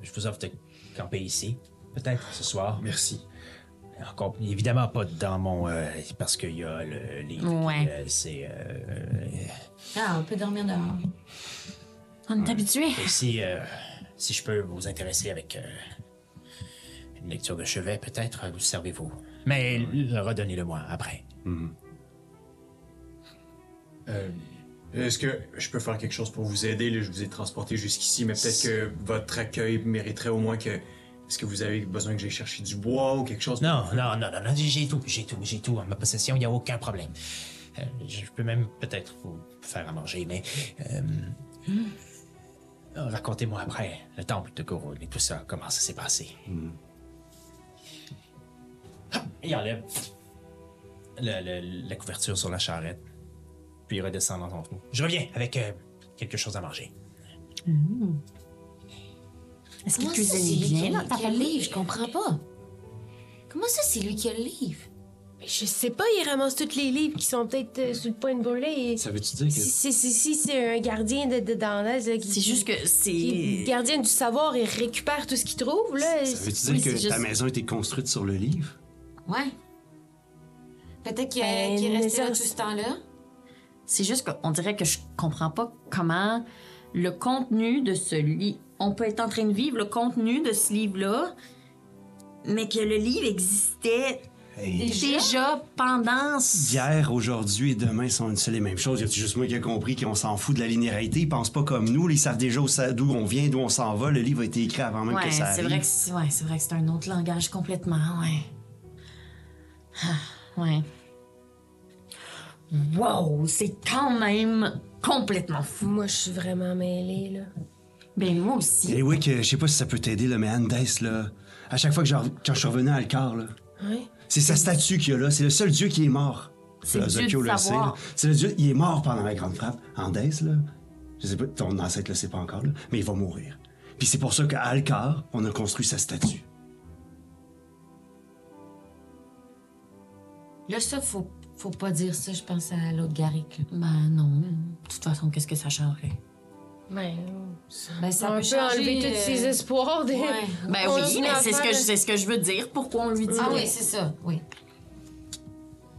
Je vous offre de camper ici, peut-être ce soir.
Merci.
Encore, évidemment pas dans mon. euh, parce qu'il y a le livre. qui,
Ouais.
euh, c'est. euh,
Ah, on peut dormir dehors.
on est habitué.
et si, euh, si je peux vous intéresser avec euh, une lecture de chevet, peut-être, vous servez-vous. Mais le- redonnez-le-moi après.
Euh, Est-ce que je peux faire quelque chose pour vous aider? Là, je vous ai transporté jusqu'ici, mais peut-être que votre accueil mériterait au moins que. Est-ce que vous avez besoin que j'aille chercher du bois ou quelque chose?
Non, non, non, non, non j'ai tout, j'ai tout, j'ai tout en ma possession, il n'y a aucun problème. Euh, je peux même peut-être vous faire à manger, mais. euh, oh, Racontez-moi après le temple de Gorun et tout ça, comment ça s'est passé. Hop, il enlève le- le- la couverture sur la charrette, puis il redescend dans son trou. Je reviens avec euh, quelque chose à manger.
Est-ce qu'il
Comment ça, c'est
cuisine
lui qui
bien, là?
a- qui a le livre? Je comprends pas. Comment ça, c'est lui qui a le livre?
Mais je sais pas, il ramasse tous les livres qui sont peut-être euh, sur le point de brûler. Et...
Ça veut-tu dire
Si, si, si, si c'est un gardien de, de- dans l'Est, là, qui-
C'est juste que
qui est
c'est.
gardien du savoir et récupère tout ce qu'il trouve, là.
Ça veut-tu
Oui,
dire que
c'est juste-
ta maison a été construite sur le livre?
Ouais. Peut-être qu'il
Ben,
qu'il est resté là
mais ça,
tout ce temps-là.
C'est juste qu'on dirait que je comprends pas comment le contenu de ce livre. On peut être en train de vivre le contenu de ce livre-là, mais que le livre existait déjà pendant. ce-
Hier, aujourd'hui et demain sont une seule et même chose. Y a-tu juste moi qui ai compris qu'on s'en fout de la linéarité? Ils pensent pas comme nous. Ils savent déjà où ça- d'où on vient, d'où on s'en va. Le livre a été écrit avant même
Ouais,
que ça
c'est
arrive.
vrai que c'est ouais, c'est vrai que c'est un autre langage complètement, ouais. Ah, ouais. Wow, c'est quand même complètement fou.
Moi, je suis vraiment mêlée, là.
Ben moi aussi.
Et Eh oui, que je sais pas si ça peut t'aider, là, mais Andes, là, à chaque fois que je, re- quand je suis revenu à Alcar, là,
Ouais.
c'est sa statue qu'il y a là. C'est le seul dieu qui est mort.
C'est le
Euh,
dieu
Zocchio le
du
sait, là.
savoir.
C'est le dieu, il est mort pendant la grande frappe. Andes, là, je sais pas, ton ancêtre le sait pas encore, là, mais il va mourir. Puis c'est pour ça qu'à Alcar, on a construit sa statue.
Là, ça, faut, faut pas dire ça, je pense, à l'autre Garrick. là.
Ben non. De toute façon, qu'est-ce que ça changerait?
Ouais.
Ben,
on
ça
peut,
peut changer...
enlever tous
euh,
ses espoirs. Des...
ouais.
Ben
On
oui,
continue
mais
à
c'est ce, que
faire
je,
le-
c'est ce que je veux dire. Pourquoi on lui dit
Euh,
Ah oui, c'est ça, oui.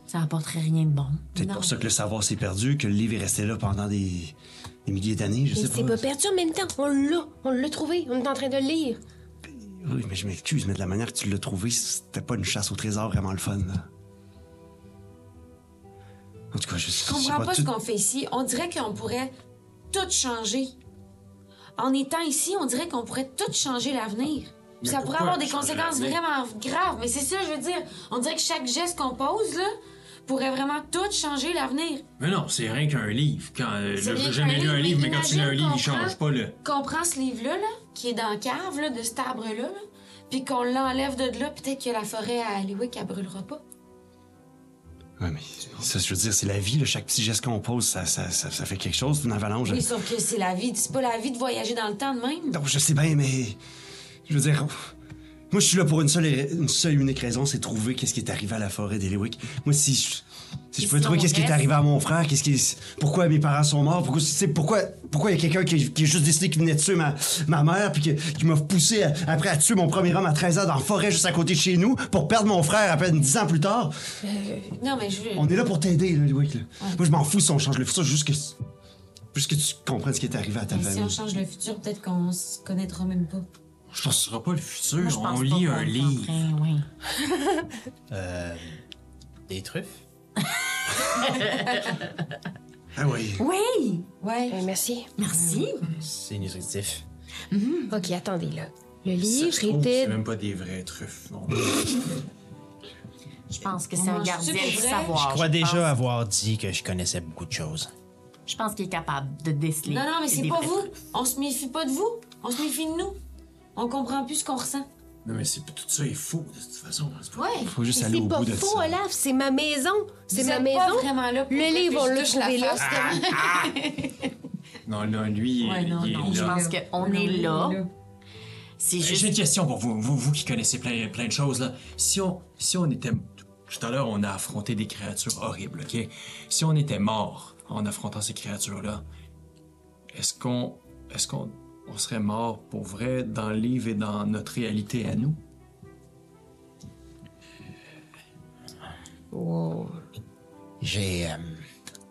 Ça apporterait rien de bon.
C'est
Non.
pour ça que le savoir s'est perdu, que le livre est resté là pendant des, des milliers d'années, je
Mais
sais
c'est
pas.
pas perdu en même temps. On l'a. On l'a trouvé. On est en train de le lire.
Oui, mais je m'excuse, mais de la manière que tu l'as trouvé, c'était pas une chasse au trésor vraiment le fun. là. En tout cas, je,
Je
je sais
comprends pas
tout-
ce qu'on fait ici. On dirait qu'on pourrait tout changer. En étant ici, on dirait qu'on pourrait tout changer l'avenir.
Mais
Ça pourrait
pourquoi
avoir des
changer
conséquences
l'avenir?
vraiment graves. Mais c'est ça, je veux dire. On dirait que chaque geste qu'on pose, là, pourrait vraiment tout changer l'avenir.
Mais non, c'est rien qu'un livre. Quand, euh,
C'est
là,
rien
j'ai jamais
qu'un
lu un
livre,
livre,
mais
mais quand tu lis un
imagine
livre, il
qu'on
change
prend-
pas, là.
Qu'on prend ce livre-là, là, qui est dans la cave, là, de cet arbre-là, là,
puis qu'on l'enlève de là, peut-être que la forêt à Hollywood, elle brûlera pas.
Ouais, mais ça, je veux dire, c'est la vie. là. Chaque petit geste qu'on pose, ça, ça, ça, ça fait quelque chose. Une avalanche.
Oui, sauf que c'est la vie. C'est pas la vie de voyager dans le temps de même.
Non, je sais bien, mais. Je veux dire. Moi, je suis là pour une seule, une seule unique raison c'est trouver qu'est-ce qui est arrivé à la forêt d'Eliwick. Moi, si je. Si je peux
Ils
trouver
sont
qu'est-ce qui est
restes.
arrivé à mon frère, qu'est-ce qui est- pourquoi mes parents sont morts, pourquoi tu sais, pourquoi pourquoi il y a quelqu'un qui, qui a juste décidé qu'il venait de tuer ma, ma mère puis que- qui m'a poussé à- après à tuer mon premier homme à 13 ans dans la forêt juste à côté de chez nous pour perdre mon frère à peine 10 ans plus tard.
Non, mais je veux.
On est là pour t'aider, là, Louis. là. Moi, je m'en fous si on change le futur, juste que, juste que tu comprennes ce qui est arrivé à ta
Mais si on
famille.
change le futur, peut-être qu'on se connaîtra même pas.
Je pense que ce sera pas le futur.
Moi, je pense
on
pas
lit
qu'on
un
est en
livre.
train- ouais.
Euh, des truffes?
Ah oui.
Oui!
Ouais.
Euh, merci.
Merci!
C'est nutritif.
OK, attendez, là. Le
Ça se
livre
trouve, c'est
était...
même pas des vrais truffes. non.
Je pense que c'est un
mange-tu
gardien
pour
du
vrai?
savoir.
Ah, Je crois déjà
pense-
avoir dit que je connaissais beaucoup de choses.
Je pense qu'il est capable de déceler.
Non, non, mais c'est
des
pas
vrais
vous.
trucs.
On se méfie pas de vous. On se méfie de nous. On comprend plus ce qu'on ressent.
Non, mais c'est tout ça est faux, de toute façon. C'est pas-
Ouais.
Faut juste
Mais
aller
C'est
au
pas
bout de ça.
faux, Olaf. C'est ma maison. C'est
Vous
ma
êtes
maison.
Pas vraiment là pour
Le
que
livre,
je
on l'a
touche la
trouvé là. Ah.
face de-
Non, non, lui, il-
Ouais, non,
il est
non,
Je
là.
pense qu'on est là. C'est
Ben, J'ai
juste.
une question pour vous, vous, vous qui connaissez plein, plein de choses. Là. Si, on, si on était. Tout à l'heure, on a affronté des créatures horribles, OK? Si on était mort en affrontant ces créatures-là, est-ce qu'on est-ce qu'on on serait mort pour vrai dans le livre et dans notre réalité à nous?
J'ai euh,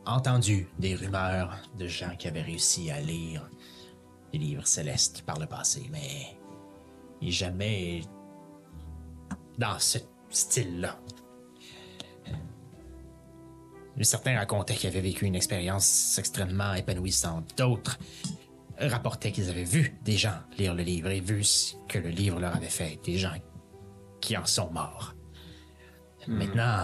entendu des rumeurs de gens qui avaient réussi à lire des livres célestes par le passé, mais jamais dans ce style-là. Euh, Certains racontaient qu'ils avaient vécu une expérience extrêmement épanouissante. D'autres rapportaient qu'ils avaient vu des gens lire le livre et vu ce que le livre leur avait fait, des gens qui en sont morts. Maintenant,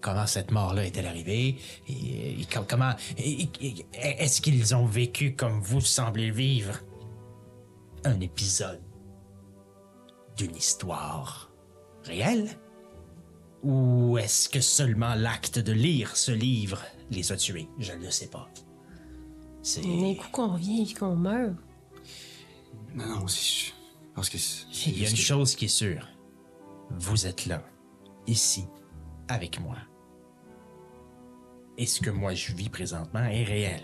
comment cette mort-là est-elle arrivée et, et com- comment et- et- est-ce qu'ils ont vécu comme vous semblez le vivre un épisode d'une histoire réelle ou est-ce que seulement l'acte de lire ce livre les a tués Je ne sais pas. C'est
D'un coup qu'on revient et qu'on meurt.
Non, non, si je pense que c'est-
il y a une chose qui est sûre. Vous êtes là, ici, avec moi. Et ce que moi je vis présentement est réel.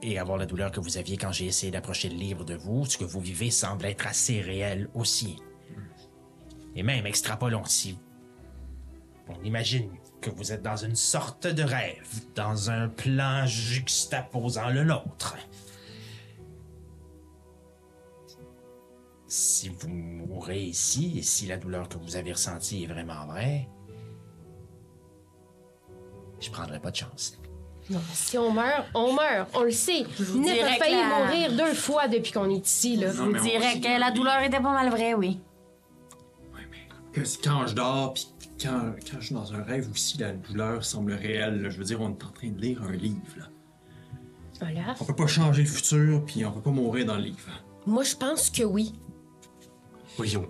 Et avoir la douleur que vous aviez quand j'ai essayé d'approcher le livre de vous, ce que vous vivez semble être assez réel aussi. Et même extrapolons si on imagine que vous êtes dans une sorte de rêve, dans un plan juxtaposant le nôtre. si vous mourrez ici et si la douleur que vous avez ressentie est vraiment vraie, je prendrai pas de chance.
Non, si on meurt, on meurt. On le sait. Ned a
dirais
failli
que la-
mourir deux fois depuis qu'on est ici, là.
Je vous dirais que la douleur était pas mal vraie, oui.
Que c'est quand je dors, puis quand, quand je suis dans un rêve aussi, la douleur semble réelle. là. Je veux dire, on est en train de lire un livre. Là.
Olaf.
On peut pas changer le futur, puis on peut pas mourir dans le livre.
Moi, je pense que oui.
Voyons.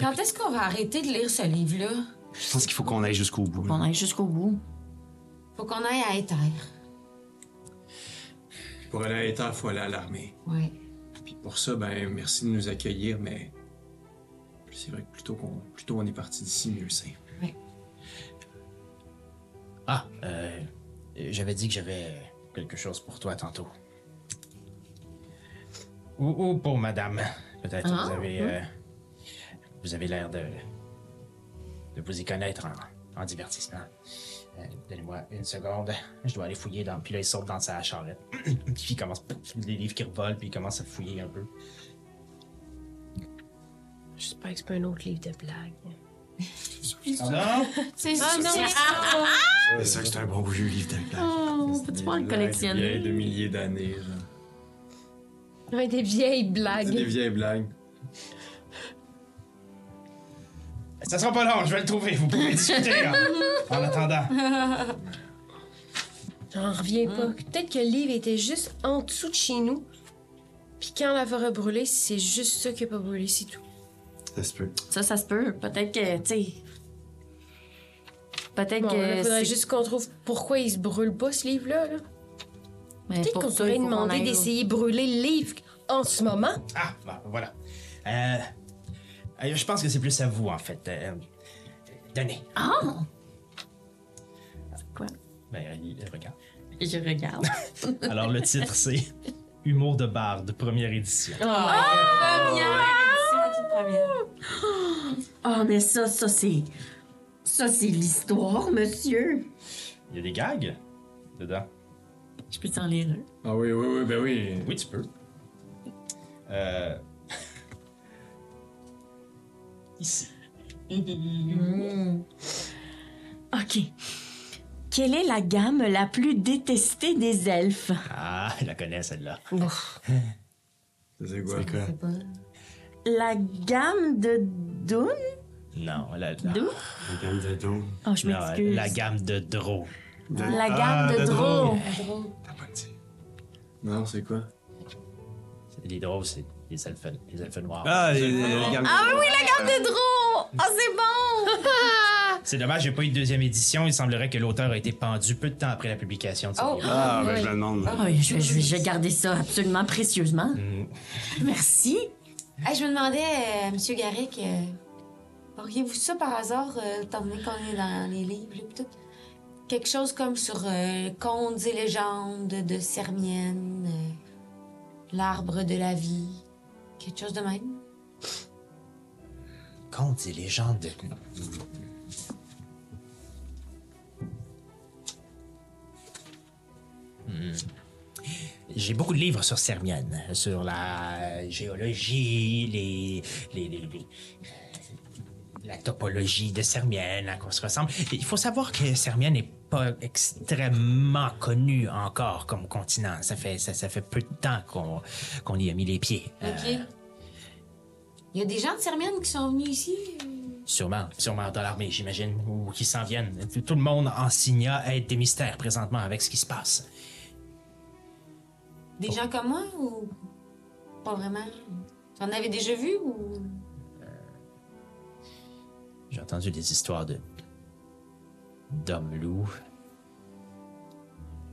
Quand est-ce qu'on va arrêter de lire ce livre-là?
Je pense qu'il faut qu'on aille jusqu'au bout. là.
On est jusqu'au bout.
Faut qu'on aille à Éther.
Pour aller à l'état, faut aller à l'armée.
Ouais.
Puis pour ça, ben merci de nous accueillir, mais c'est vrai que plutôt qu'on plutôt on est parti d'ici, mieux c'est.
Ah, euh, j'avais dit que j'avais quelque chose pour toi tantôt. Ou, ou pour madame, peut-être. vous avez, euh, vous avez l'air de, de vous y connaître en, en divertissement. Euh, Donnez-moi une seconde. Je dois aller fouiller dans. Puis là, il saute dans sa charrette. puis il commence. Les livres qui revolent, puis il commence à fouiller un peu.
J'espère que c'est pas un autre livre de blague.
Pardon?
C'est
Ah non,
c'est-
C'est sûr que c'est un bon vieux livre de blagues.
Oh, peux-tu pas le collectionner?
de milliers d'années. genre.
Ouais, des vieilles blagues.
C'est des vieilles blagues.
Ça sera pas long, je vais le trouver. Vous pouvez discuter hein, en attendant.
Hum.
J'en reviens pas. Peut-être que le livre était juste en dessous de chez nous. Puis Puis quand la forêt brûlée, c'est juste ça qui n'a pas brûlé, c'est tout.
Ça se peut.
Ça, ça se peut. Peut-être que, tu sais. Peut-être
Bon, là,
que. c'est-
faudrait juste qu'on trouve pourquoi il se brûle pas, ce livre-là. là.
Mais
Peut-être
pour
qu'on
ça, il
pourrait
faut qu'on
demander
aille au-
d'essayer de brûler le livre en ce moment.
Ah, bon, voilà. Euh, euh, je pense que c'est plus à vous, en fait. Euh, donnez. Ah!
Quoi?
Ben, euh, regarde.
Je regarde.
Alors, le titre, c'est Humour de barde, première édition.
Oh, mais ça, ça, c'est. Ça, c'est l'histoire, monsieur.
Il y a des gags dedans.
Je peux t'en lire un?
Ah oui, oui, oui, ben oui.
Oui, tu peux. Euh... Ici.
OK. Quelle est la gamme la plus détestée des elfes?
Ah, je la connais, celle-là.
C'est quoi?
quoi?
La gamme de Dune?
Non, la, la,
D'où?
La gamme de dos.
Oh, je
la,
m'excuse.
la gamme de Dro.
De-
La gamme
Ah,
Euh,
de,
drôle.
Dro.
T'as pas dit. Non, c'est quoi?
Les drôles, c'est les elfes, les elfes noirs.
Ah, les- les- la gamme de
Ah oui, la gamme de Dro! Ah, c'est bon!
C'est dommage, j'ai pas eu de deuxième édition. Il semblerait que l'auteur a été pendu peu de temps après la publication de
Oh!
ce livre.
Ah, ben, je la demande.
Ah oui, je vais, je vais- je vais garder ça absolument précieusement.
Hmm.
Merci.
Hey, je me demandais, euh, Monsieur Garrick, euh, auriez-vous ça par hasard, euh, étant donné qu'on est dans les livres et tout? Quelque chose comme sur euh, contes et légendes de Sermienne, euh, l'arbre de la vie, quelque chose de même?
Contes et légendes de... Hmm. J'ai beaucoup de livres sur Sermienne, sur la géologie, les, les- les- les- la topologie de Sermienne, à quoi se ressemble. Et Il faut savoir que Sermienne n'est pas extrêmement connue encore comme continent. Ça fait, ça, ça fait peu de temps qu'on qu'on y a mis les pieds. Euh,
OK. Il y a des gens de Sermienne qui sont venus ici?
Sûrement, sûrement dans l'armée, j'imagine, ou qui s'en viennent. Tout- Tout le monde en signa être des mystères présentement avec ce qui se passe.
Des gens comme moi ou pas vraiment? Vous en avez déjà vu ou.
J'ai entendu des histoires de. d'hommes loups.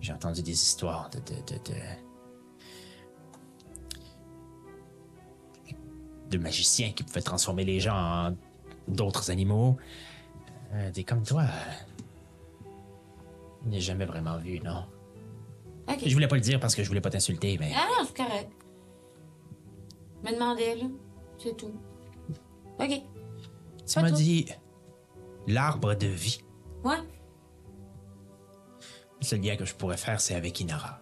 J'ai entendu des histoires de. de. de. de- de magiciens qui pouvaient transformer les gens en d'autres animaux. Euh, des comme toi. euh, Je n'ai jamais vraiment vu, non.
Ok.
Je voulais pas le dire parce que je voulais pas t'insulter, mais.
Ah, c'est correct. Je me demandais, là. C'est tout. OK.
Tu m'as dit l'arbre de vie.
Ouais.
Le seul lien que je pourrais faire, c'est avec Inara.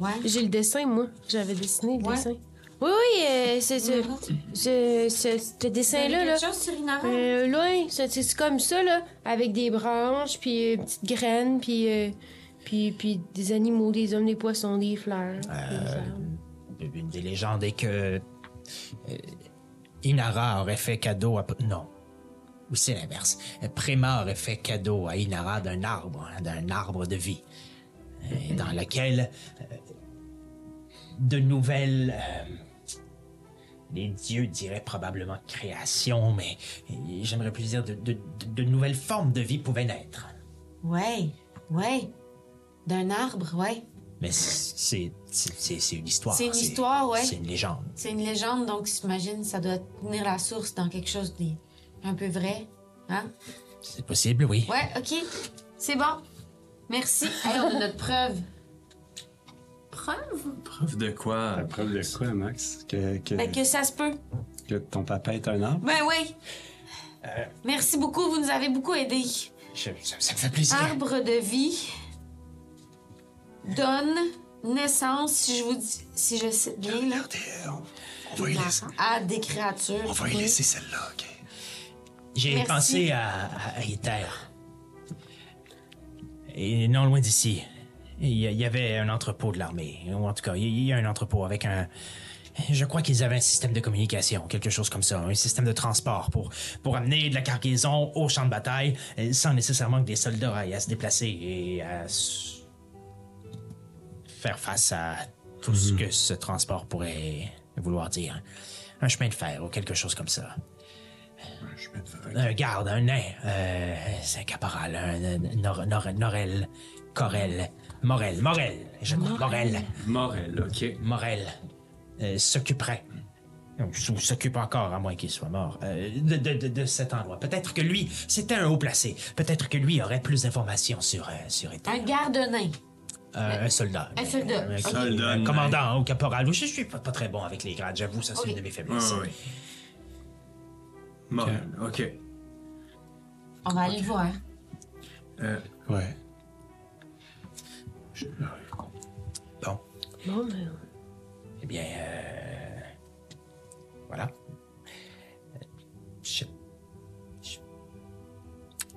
Ouais.
J'ai le dessin, moi. J'avais dessiné le
Ouais.
dessin. Oui, oui, euh, c'est ce,
Inara?
ce, ce- ce dessin-là. Là.
quelque chose sur Inara?
Euh, loin, c'est c'est comme ça, là, avec des branches, puis euh, petites graines, puis, euh, puis, puis des animaux, des hommes, des poissons, des fleurs. des arbres.
Une des légendes est que euh, Inara aurait fait cadeau à... Non. Ou c'est l'inverse. Euh, Préma aurait fait cadeau à Inara d'un arbre, hein, d'un arbre de vie, euh, dans lequel euh, de nouvelles... euh, les dieux diraient probablement création, mais euh, j'aimerais plus dire de- de- de- de nouvelles formes de vie pouvaient naître.
Ouais. Ouais. D'un arbre, ouais.
Mais c'est c'est- c'est- c'est une histoire.
C'est une histoire, ouais.
C'est une légende.
C'est une légende, donc j'imagine ça doit tenir la source dans quelque chose de... un peu vrai. Hein?
C'est possible, oui.
Ouais, OK. C'est bon. Merci. Hey, on a notre preuve.
Preuve de quoi?
La preuve de quoi, Max? Que, que,
Ben, que ça se peut.
que ton papa est un arbre?
Ben oui. Merci beaucoup. Vous nous avez beaucoup aidés.
Euh. Je- ça, ça me fait plaisir.
Arbre de vie donne naissance, si je vous dis, si je cite bien, là,
On va y laisser,
à des créatures.
on va y laisser celle-là, OK?
J'ai
Merci.
pensé à, à, à Ether. Et non loin d'ici, il y, il y avait un entrepôt de l'armée. Ou en tout cas, il y- il y a un entrepôt avec un. Je crois qu'ils avaient un système de communication, quelque chose comme ça, un système de transport pour, pour amener de la cargaison au champ de bataille euh, sans nécessairement que des soldats aillent à se déplacer et à s- faire face à tout ce que ce transport pourrait vouloir dire. Un chemin de fer ou quelque chose comme ça. Un garde, un nain, euh, c'est un caporal, un, un- Nor- Nor- Norel, Corel, Morel, Morel, je crois, Morel,
Morel, ok.
Morel, euh, s'occuperait, ou s'occupe encore, à moins qu'il soit mort, euh, de, de- de- de cet endroit. Peut-être que lui, c'était un haut placé, peut-être que lui aurait plus d'informations sur, euh, sur Éthel.
Un garde nain.
Euh, un soldat.
Un soldat.
Un,
Ok.
Soldat,
un
ouais.
commandant ou caporal. Je suis pas, pas très bon avec les grades, j'avoue, ça c'est
Ok.
une de mes
Ouais,
faiblesses.
ouais, ouais. Morel, ok.
On va aller le voir.
Euh,
Ouais.
Bon, ben,
Eh bien, euh, voilà. Euh, Je-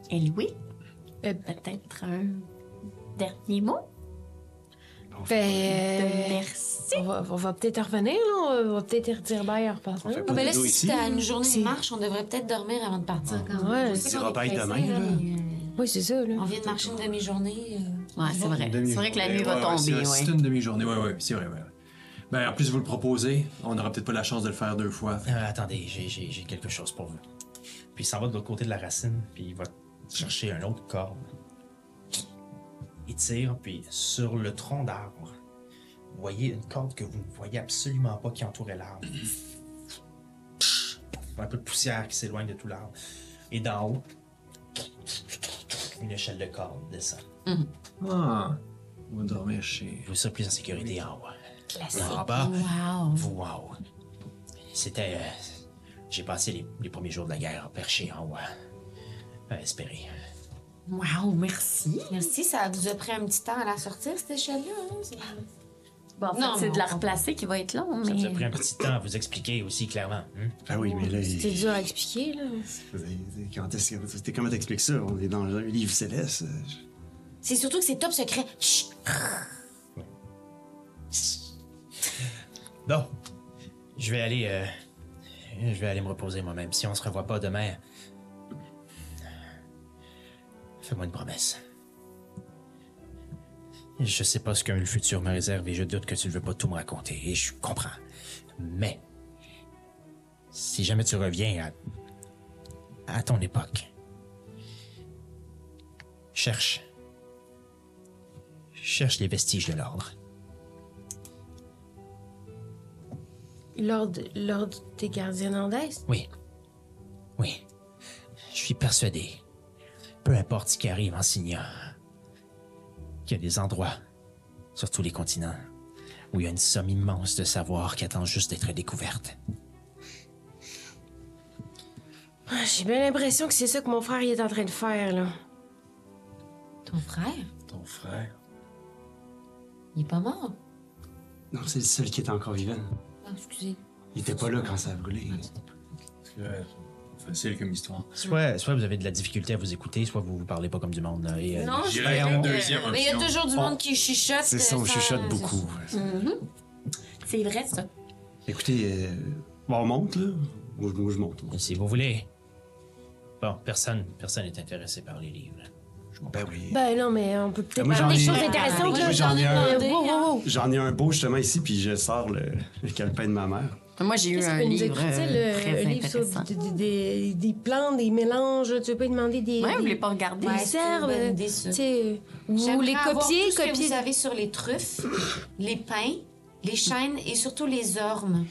Et Louis,
Euh,
peut-être un dernier mot
ben,
de
euh,
merci.
on va, on va peut-être revenir, là. On va peut-être redire bye en repassant.
fait
Ah, ben là,
Dodo
si Ah.
ici.
c'était à une journée
C'est-
de marche, on devrait peut-être dormir avant de partir quand même.
Ouais,
On
on
sait qu'on
dira
est
bye
pressé,
demain,
là,
là.
mais, euh,
Oui, c'est ça, là.
On vient de marcher une demi-journée. euh,
Ouais, c'est vrai. C'est vrai que la nuit va
Ouais, ouais,
tomber,
c'est-
ouais.
C'est une demi-journée, ouais, ouais, c'est vrai, ouais. ouais. Ben, en plus, vous le proposez, on n'aura peut-être pas la chance de le faire deux fois.
Euh, attendez, j'ai- j'ai j'ai quelque chose pour vous. Puis il s'en va de l'autre côté de la racine, puis il va chercher un autre corde. Il tire, puis sur le tronc d'arbre, vous voyez une corde que vous ne voyez absolument pas qui entourait l'arbre. Un peu de poussière qui s'éloigne de tout l'arbre. Et d'en haut, une échelle de corde descend.
Ah, on va dormir chez.
Vous serez plus en sécurité en haut. En bas, vous en haut. C'était. euh, J'ai passé les, les premiers jours de la guerre ah perché en haut. à- à espérer.
Wow, merci.
Merci, ça vous a pris un petit temps à la sortir, cette échelle-là. hein, c'est-
Bon, en fait,
Non,
c'est
non,
de la
on-
replacer qui va être long,
Ça
mais...
vous a pris un petit temps à vous expliquer aussi clairement. hein?
Ah oui, mais là, il-
C'est dur à expliquer, là.
quand est-ce que- t'es- comment t'expliques ça? On est dans un livre céleste. euh, je-
C'est surtout que c'est top secret. Chut!
Bon, je vais aller. euh, je vais aller me reposer moi-même. Si on se revoit pas demain. Fais-moi une promesse. Je sais pas ce que le futur me réserve et je doute que tu ne veux pas tout me raconter et je comprends. Mais. Si jamais tu reviens à. à ton époque. Cherche. Cherche les vestiges de l'ordre.
L'ordre l'ordre des gardiens d'Andes.
Oui. Oui. Je suis persuadé. Peu importe ce qui arrive en Signa, qu'il y a des endroits, sur tous les continents, où il y a une somme immense de savoir qui attend juste d'être découverte.
Ah, J'ai bien l'impression que c'est ça que mon frère il est en train de faire, là.
Ton frère,
Ton frère.
il est pas mort.
Non, c'est le seul qui est encore vivant.
Ah, excusez.
Il était pas là quand ça a brûlé.
Ouais, euh, Facile comme histoire.
Soit, soit vous avez de la difficulté à vous écouter, soit vous vous parlez pas comme du monde. là, et, euh,
Non, je
J'irai en deuxième
Mais il y a
option.
toujours du monde qui chuchote.
C'est ça, on
euh, sans-
chuchote beaucoup. ouais.
Mhm. C'est vrai, ça.
Écoutez, euh, bon, on monte, là. Moi, je, moi, je monte.
Si vous voulez. Bon, personne, personne n'est intéressé par les livres.
Ben oui.
Ben non, mais on peut peut-être
Ah, Moi,
parler des
j'en ai-
choses intéressantes,
Moi,
là.
j'en ai un.
Euh, wow, wow, wow.
J'en ai un beau justement ici, puis je sors le, le calepin de ma mère.
Moi, j'ai eu
Qu'est-ce
un
que nous
livre euh,
écrit-il, euh,
très
un livre sur
intéressant.
des, des- des- des plantes, des mélanges? Tu peux demander des,
Ouais, vous
des,
voulez pas regarder?
Ouais,
des
c'est une
herbes,
bonne idée, ça.
tu sais, euh, ou
J'aimerais
les
avoir
copier,
tout ce que
copier.
vous avez sur les truffes, les pins, les chênes et surtout les ormes.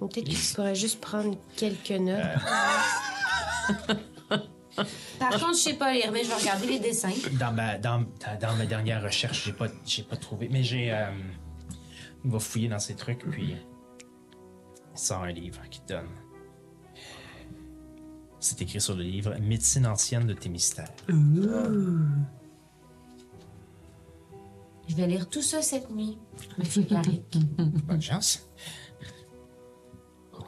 Peut-être que tu pourrais juste prendre quelques
Euh.
notes.
Par contre, je sais pas lire, mais je vais regarder les dessins.
dans ma, dans, dans ma dernière recherche, j'ai pas, j'ai pas trouvé. Mais j'ai. euh, il va fouiller dans ces trucs, puis. Il sort un livre qui donne. C'est écrit sur le livre Médecine ancienne de Thémistère.
Je vais lire tout ça cette nuit. Monsieur Carrick.
Bonne chance.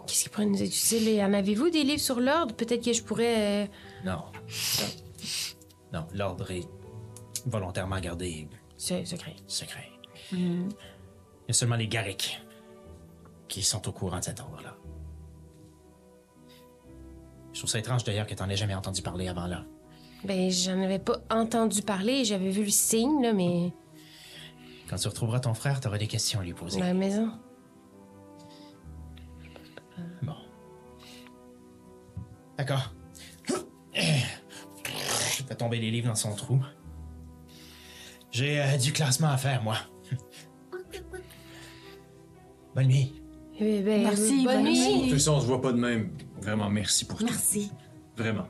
Qu'est-ce qu'ils pourraient nous utiliser? là? En avez-vous des livres sur l'ordre? Peut-être que je pourrais... euh,
Non. Non, l'ordre est volontairement gardé
C'est secret.
secret. Mm-hmm. Il y a seulement les Garrick qui sont au courant de cet ordre-là. Je trouve ça étrange d'ailleurs que t'en aies jamais entendu parler avant là.
Ben, j'en avais pas entendu parler. J'avais vu le signe, là, mais...
Quand tu retrouveras ton frère, tu auras des questions à lui poser.
Dans la maison.
Bon. D'accord. Je fais tomber les livres dans son trou. J'ai euh, du classement à faire, moi. Bonne nuit.
Eh ben,
Merci,
Bonne
bonne
nuit.
De toute façon, on se voit pas de même. Vraiment, merci pour tout.
Merci.
Vraiment.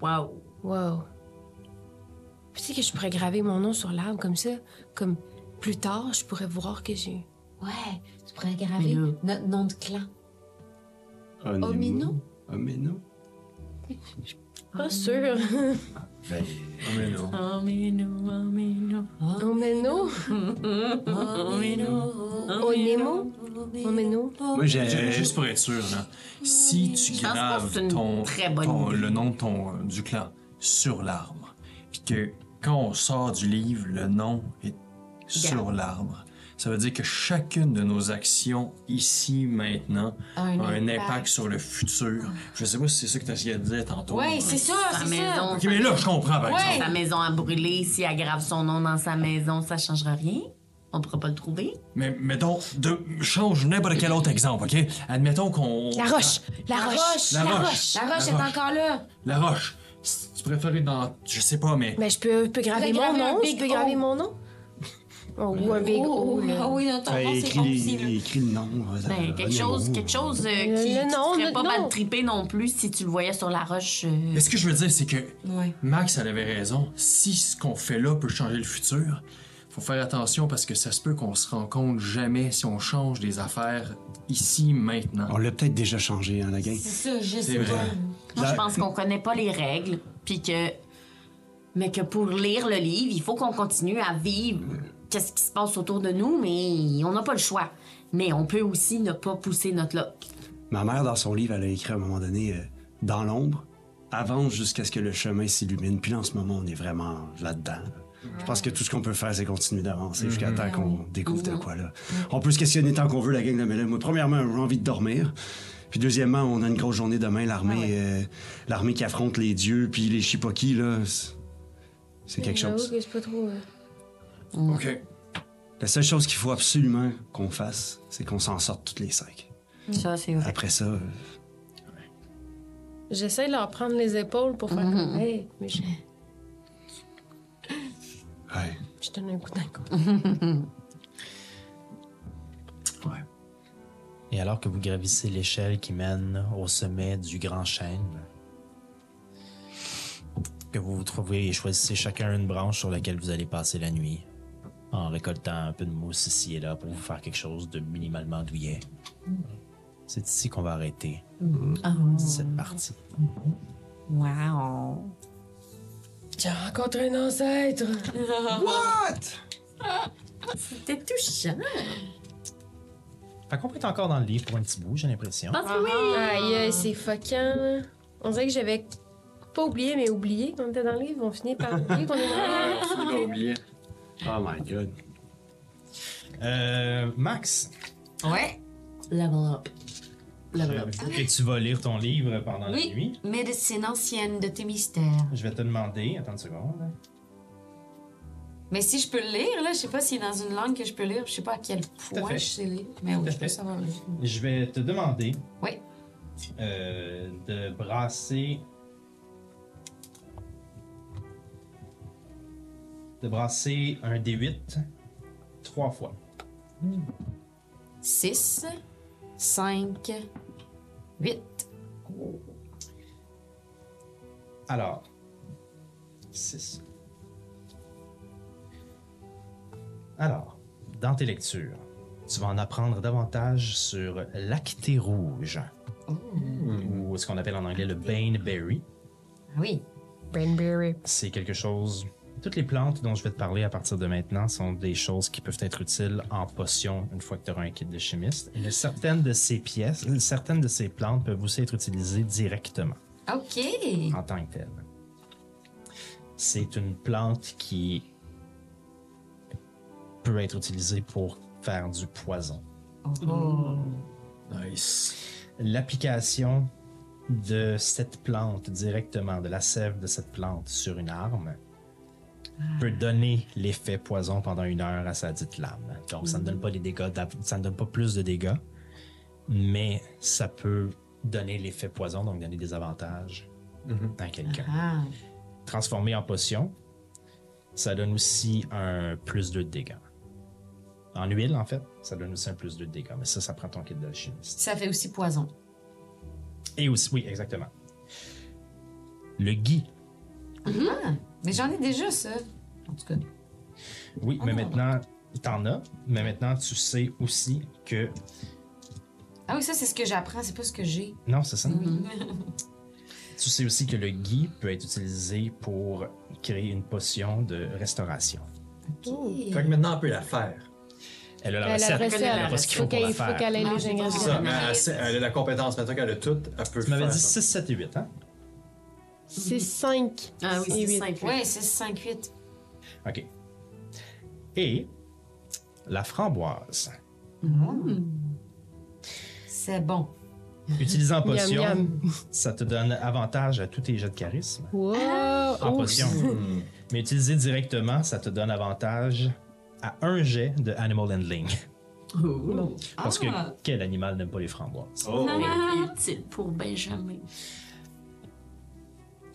Wow.
Wow. Tu sais que je pourrais graver mon nom sur l'arbre comme ça, comme plus tard, je pourrais voir que j'ai.
Ouais, tu pourrais graver
Mais là-
notre nom de clan.
Omino. Omino.
Pas sûr.
Ah, mais non.
Oh, mais non, oh, mais non.
Ah. Omeno. Oh, Onemo. Omeno.
Moi,
Ju-
j'ai.
Juste pour être sûr, là, si tu
pense pas que
graves
c'est une
ton,
très bonne
ton-
idée.
le nom de ton, euh, du clan sur l'arbre, puis que quand on sort du livre, le nom est sur l'arbre, ça veut dire que chacune de nos actions ici, maintenant,
Un
a un
impact.
impact sur le futur. Je sais pas si c'est ça que tu essayé de dire tantôt.
Ouais, c'est ça,
Sa
c'est ça.
maison.
Ok, mais là, je comprends, par exemple.
Sa maison a brûlé. Si elle grave son nom dans sa maison, ça changera rien. On pourra pas le trouver.
Mais mettons, de, change n'importe quel autre exemple, OK? Admettons qu'on...
La roche. La roche.
La roche.
La roche est
La roche.
encore là.
La roche. Si Tu préfères dans... Je sais pas, mais...
Mais je peux, je peux graver
Tu peux
mon
graver un
nom. Je
big
peux
O.
graver mon nom. Oh, ou un big
Oh,
O. là.
ah oui, notre
Ah,
nom,
il
c'est
écrit,
bon
il
aussi.
écrit le nom. euh,
Ben,
euh,
quelque chose,
Nemo.
quelque chose euh,
Le-
qui,
le
qui te
nom,
ferait
le
pas
nom.
mal triper non plus si tu le voyais sur la roche. euh,
Mais ce que je veux dire, c'est que
Ouais.
Max, elle avait raison. Si ce qu'on fait là peut changer le futur, faut faire attention parce que ça se peut qu'on se rencontre jamais si on change des affaires ici, maintenant.
On
Ah.
l'a peut-être déjà changé, hein, la gang.
C'est ça, je
C'est
sais
vrai.
pas.
Moi, je pense qu'on connaît pas les règles, puis que. Mais que pour lire le livre, il faut qu'on continue à vivre qu'est-ce qui se passe autour de nous, mais on n'a pas le choix. Mais on peut aussi ne pas pousser notre loc.
Ma mère, dans son livre, elle a écrit à un moment donné euh, Dans l'ombre, avance jusqu'à ce que le chemin s'illumine. Puis là, en ce moment, on est vraiment là-dedans. Je pense que tout ce qu'on peut faire, c'est continuer d'avancer jusqu'à temps qu'on découvre de quoi là. On peut se questionner tant qu'on veut, la gang de Mélène. Moi, premièrement, j'ai envie de dormir. Puis deuxièmement, on a une grosse journée demain, l'armée euh, l'armée qui affronte les dieux, puis les Chipokis, là. c'est- C'est quelque
J'avoue
chose.
que c'est pas trop. euh,
OK.
La seule chose qu'il faut absolument qu'on fasse, c'est qu'on s'en sorte toutes les cinq.
Ça, c'est vrai.
Après ça, euh,
J'essaie de leur prendre les épaules pour faire comme. Hey, mais je,
ouais.
je donne un coup d'un coup.
Et alors que vous gravissez l'échelle qui mène au sommet du grand chêne, que vous vous trouvez et choisissez chacun une branche sur laquelle vous allez passer la nuit, en récoltant un peu de mousse ici et là pour vous faire quelque chose de minimalement douillet. C'est ici qu'on va arrêter cette partie.
Wow.
J'ai rencontré un ancêtre.
C'était touchant.
Fait qu'on peut être encore dans le livre pour un petit bout, j'ai l'impression.
Ah.
Parce que oui.
Aïe, aïe, c'est fucking. On dirait que j'avais pas oublié, mais oublié qu'on était dans le livre. On finit par oublier qu'on est dans le livre.
Il a oublié.
Oh my god.
Euh, Max,
Ouais.
Level up.
euh, que tu vas lire ton livre pendant la nuit.
Oui, médecine ancienne de tes mystères.
Je vais te demander, attends une seconde.
Mais si je peux le lire, là, je sais pas s'il est dans une langue que je peux lire. Je sais pas à quel point
fait.
je sais lire. Mais
Tout à
oui, je
fait.
peux savoir lire.
Je vais te demander
Oui.
euh, de brasser. De brasser un D8 trois fois.
6, 5, 8.
Alors. 6. Alors, dans tes lectures, tu vas en apprendre davantage sur l'acté rouge. Ou ce qu'on appelle en anglais le Baneberry.
Oui.
Cranberry.
c'est quelque chose. Toutes les plantes dont je vais te parler à partir de maintenant sont des choses qui peuvent être utiles en potion une fois que tu auras un kit de chimiste. Et certaines de ces pièces, certaines de ces plantes peuvent aussi être utilisées directement
OK.
en tant que telle. C'est une plante qui peut être utilisée pour faire du poison.
Nice.
L'application de cette plante directement, de la sève de cette plante sur une arme, peut donner l'effet poison pendant une heure à sa dite lame. Donc, ça ne donne pas les dégâts, d'av- ça ne donne pas plus de dégâts, mais ça peut donner l'effet poison, donc donner des avantages à quelqu'un.
Ah.
Transformé en potion, ça donne aussi un plus 2 de dégâts. En huile, en fait, ça donne aussi un plus 2 de dégâts, mais ça, ça prend ton kit d'alchimiste.
Ça fait aussi poison.
Et aussi, oui, exactement. Le gui.
Mais j'en ai déjà ça. En tout cas,
Oui,
Ah.
mais maintenant, t'en as, mais maintenant, tu sais aussi que.
Ah oui, ça, c'est ce que j'apprends, c'est pas ce que j'ai.
Non, c'est ça.
Mm-hmm.
tu sais aussi que le gui peut être utilisé pour créer une potion de restauration.
Fait que maintenant, on peut la faire.
Elle a la
Elle a
recette, elle a pas ce qu'il faut
faut
pour la
qu'elle faut
faire.
qu'elle ait les
C'est
ingrédients.
ça, mais elle, sait- elle a la compétence. Maintenant qu'elle a tout, elle peut
Tu m'avais
faire
dit
ça.
6, 7 et 8, hein?
C'est 5
Ah oui,
et
c'est
8.
simple.
Ouais, 6, 5, 8.
OK. Et la framboise.
C'est bon.
Utilisant potion,
miam.
ça te donne avantage à tous tes jets de charisme.
Wow!
en
Oh,
potion. Mais utilisé directement, ça te donne avantage à un jet de Animal Handling. Parce
Ah.
que quel animal n'aime pas les framboises?
Oh!
Ah.
Utile pour Benjamin.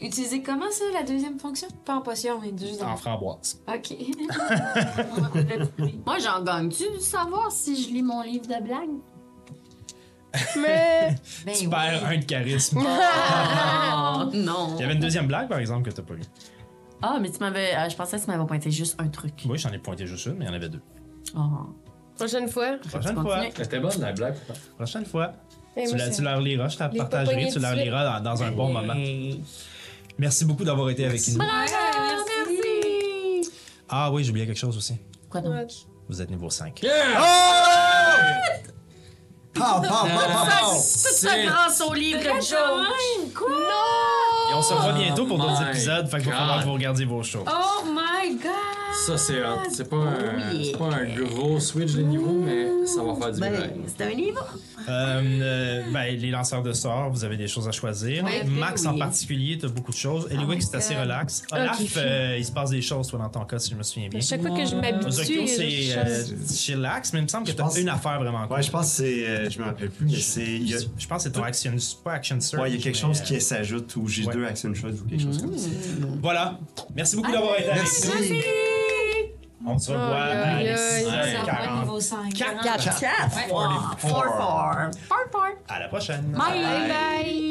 Utiliser comment ça, la deuxième fonction? Pas en potion, mais juste
En
en...
framboise.
OK.
Moi, j'en gagne-tu de savoir si je lis mon livre de blagues?
mais
Ben
tu
oui.
perds un de charisme.
Ah, non.
Il y avait une deuxième blague, par exemple, que t'as pas lue.
Ah, mais tu m'avais. euh, je pensais que tu m'avais pointé juste un truc.
Oui, j'en ai pointé juste une, mais il y en avait deux.
Ah.
prochaine fois.
Prochaine
Tu
fois.
continues?
C'était bonne la blague.
Prochaine fois.
Eh,
Tu,
moi,
la,
c'est-
tu leur liras, je te la
Les
partagerai,
papoyer
tu leur
de suite.
liras dans, dans un bon moment.
Hey.
Merci beaucoup d'avoir été avec nous.
Ah,
Ouais, merci.
Ah oui, j'ai oublié quelque chose aussi.
Quoi
Ah,
donc?
Vous êtes niveau 5.
Pow, pow, pow, pow, pow.
Ça grâce au livre de
Ah,
Joe.
Et on se revoit bientôt pour
Oh
d'autres
my
épisodes, fait qu'il va
God.
falloir que vous regardiez vos shows.
Oh my god!
Ça, c'est un- c'est pas, un- c'est pas un gros switch de niveau, mais ça va faire
Ben,
du bien.
C'est un livre.
Euh, euh, ben, les lanceurs de sorts, vous avez des choses à choisir. Max en particulier, t'as beaucoup de choses. Eliwick, c'est assez relax. Olaf, euh, il se passe des choses, toi, dans ton cas, si je me souviens bien.
À chaque fois que je
Ozokyo,
m'habitue,
c'est
je
euh, chillax, mais il me semble que
Je
t'as
pense-
une affaire vraiment cool.
Ouais, je pense que c'est. euh, je me rappelle plus, mais c'est. il y a-
Je pense que c'est ton action, c'est pas action search.
Ouais, il y a quelque
mais,
chose
euh,
qui s'ajoute ou j'ai
ouais.
deux action shots ou quelque chose comme ça.
euh, Voilà. Merci beaucoup d'avoir été avec nous.
Merci.
On se revoit à
Aïe, aïe,
Ça va être
40.
niveau 5.
Quatre.
Quatre. Four. Four, four. Four, four.
À la prochaine.
Bye.
Bye bye!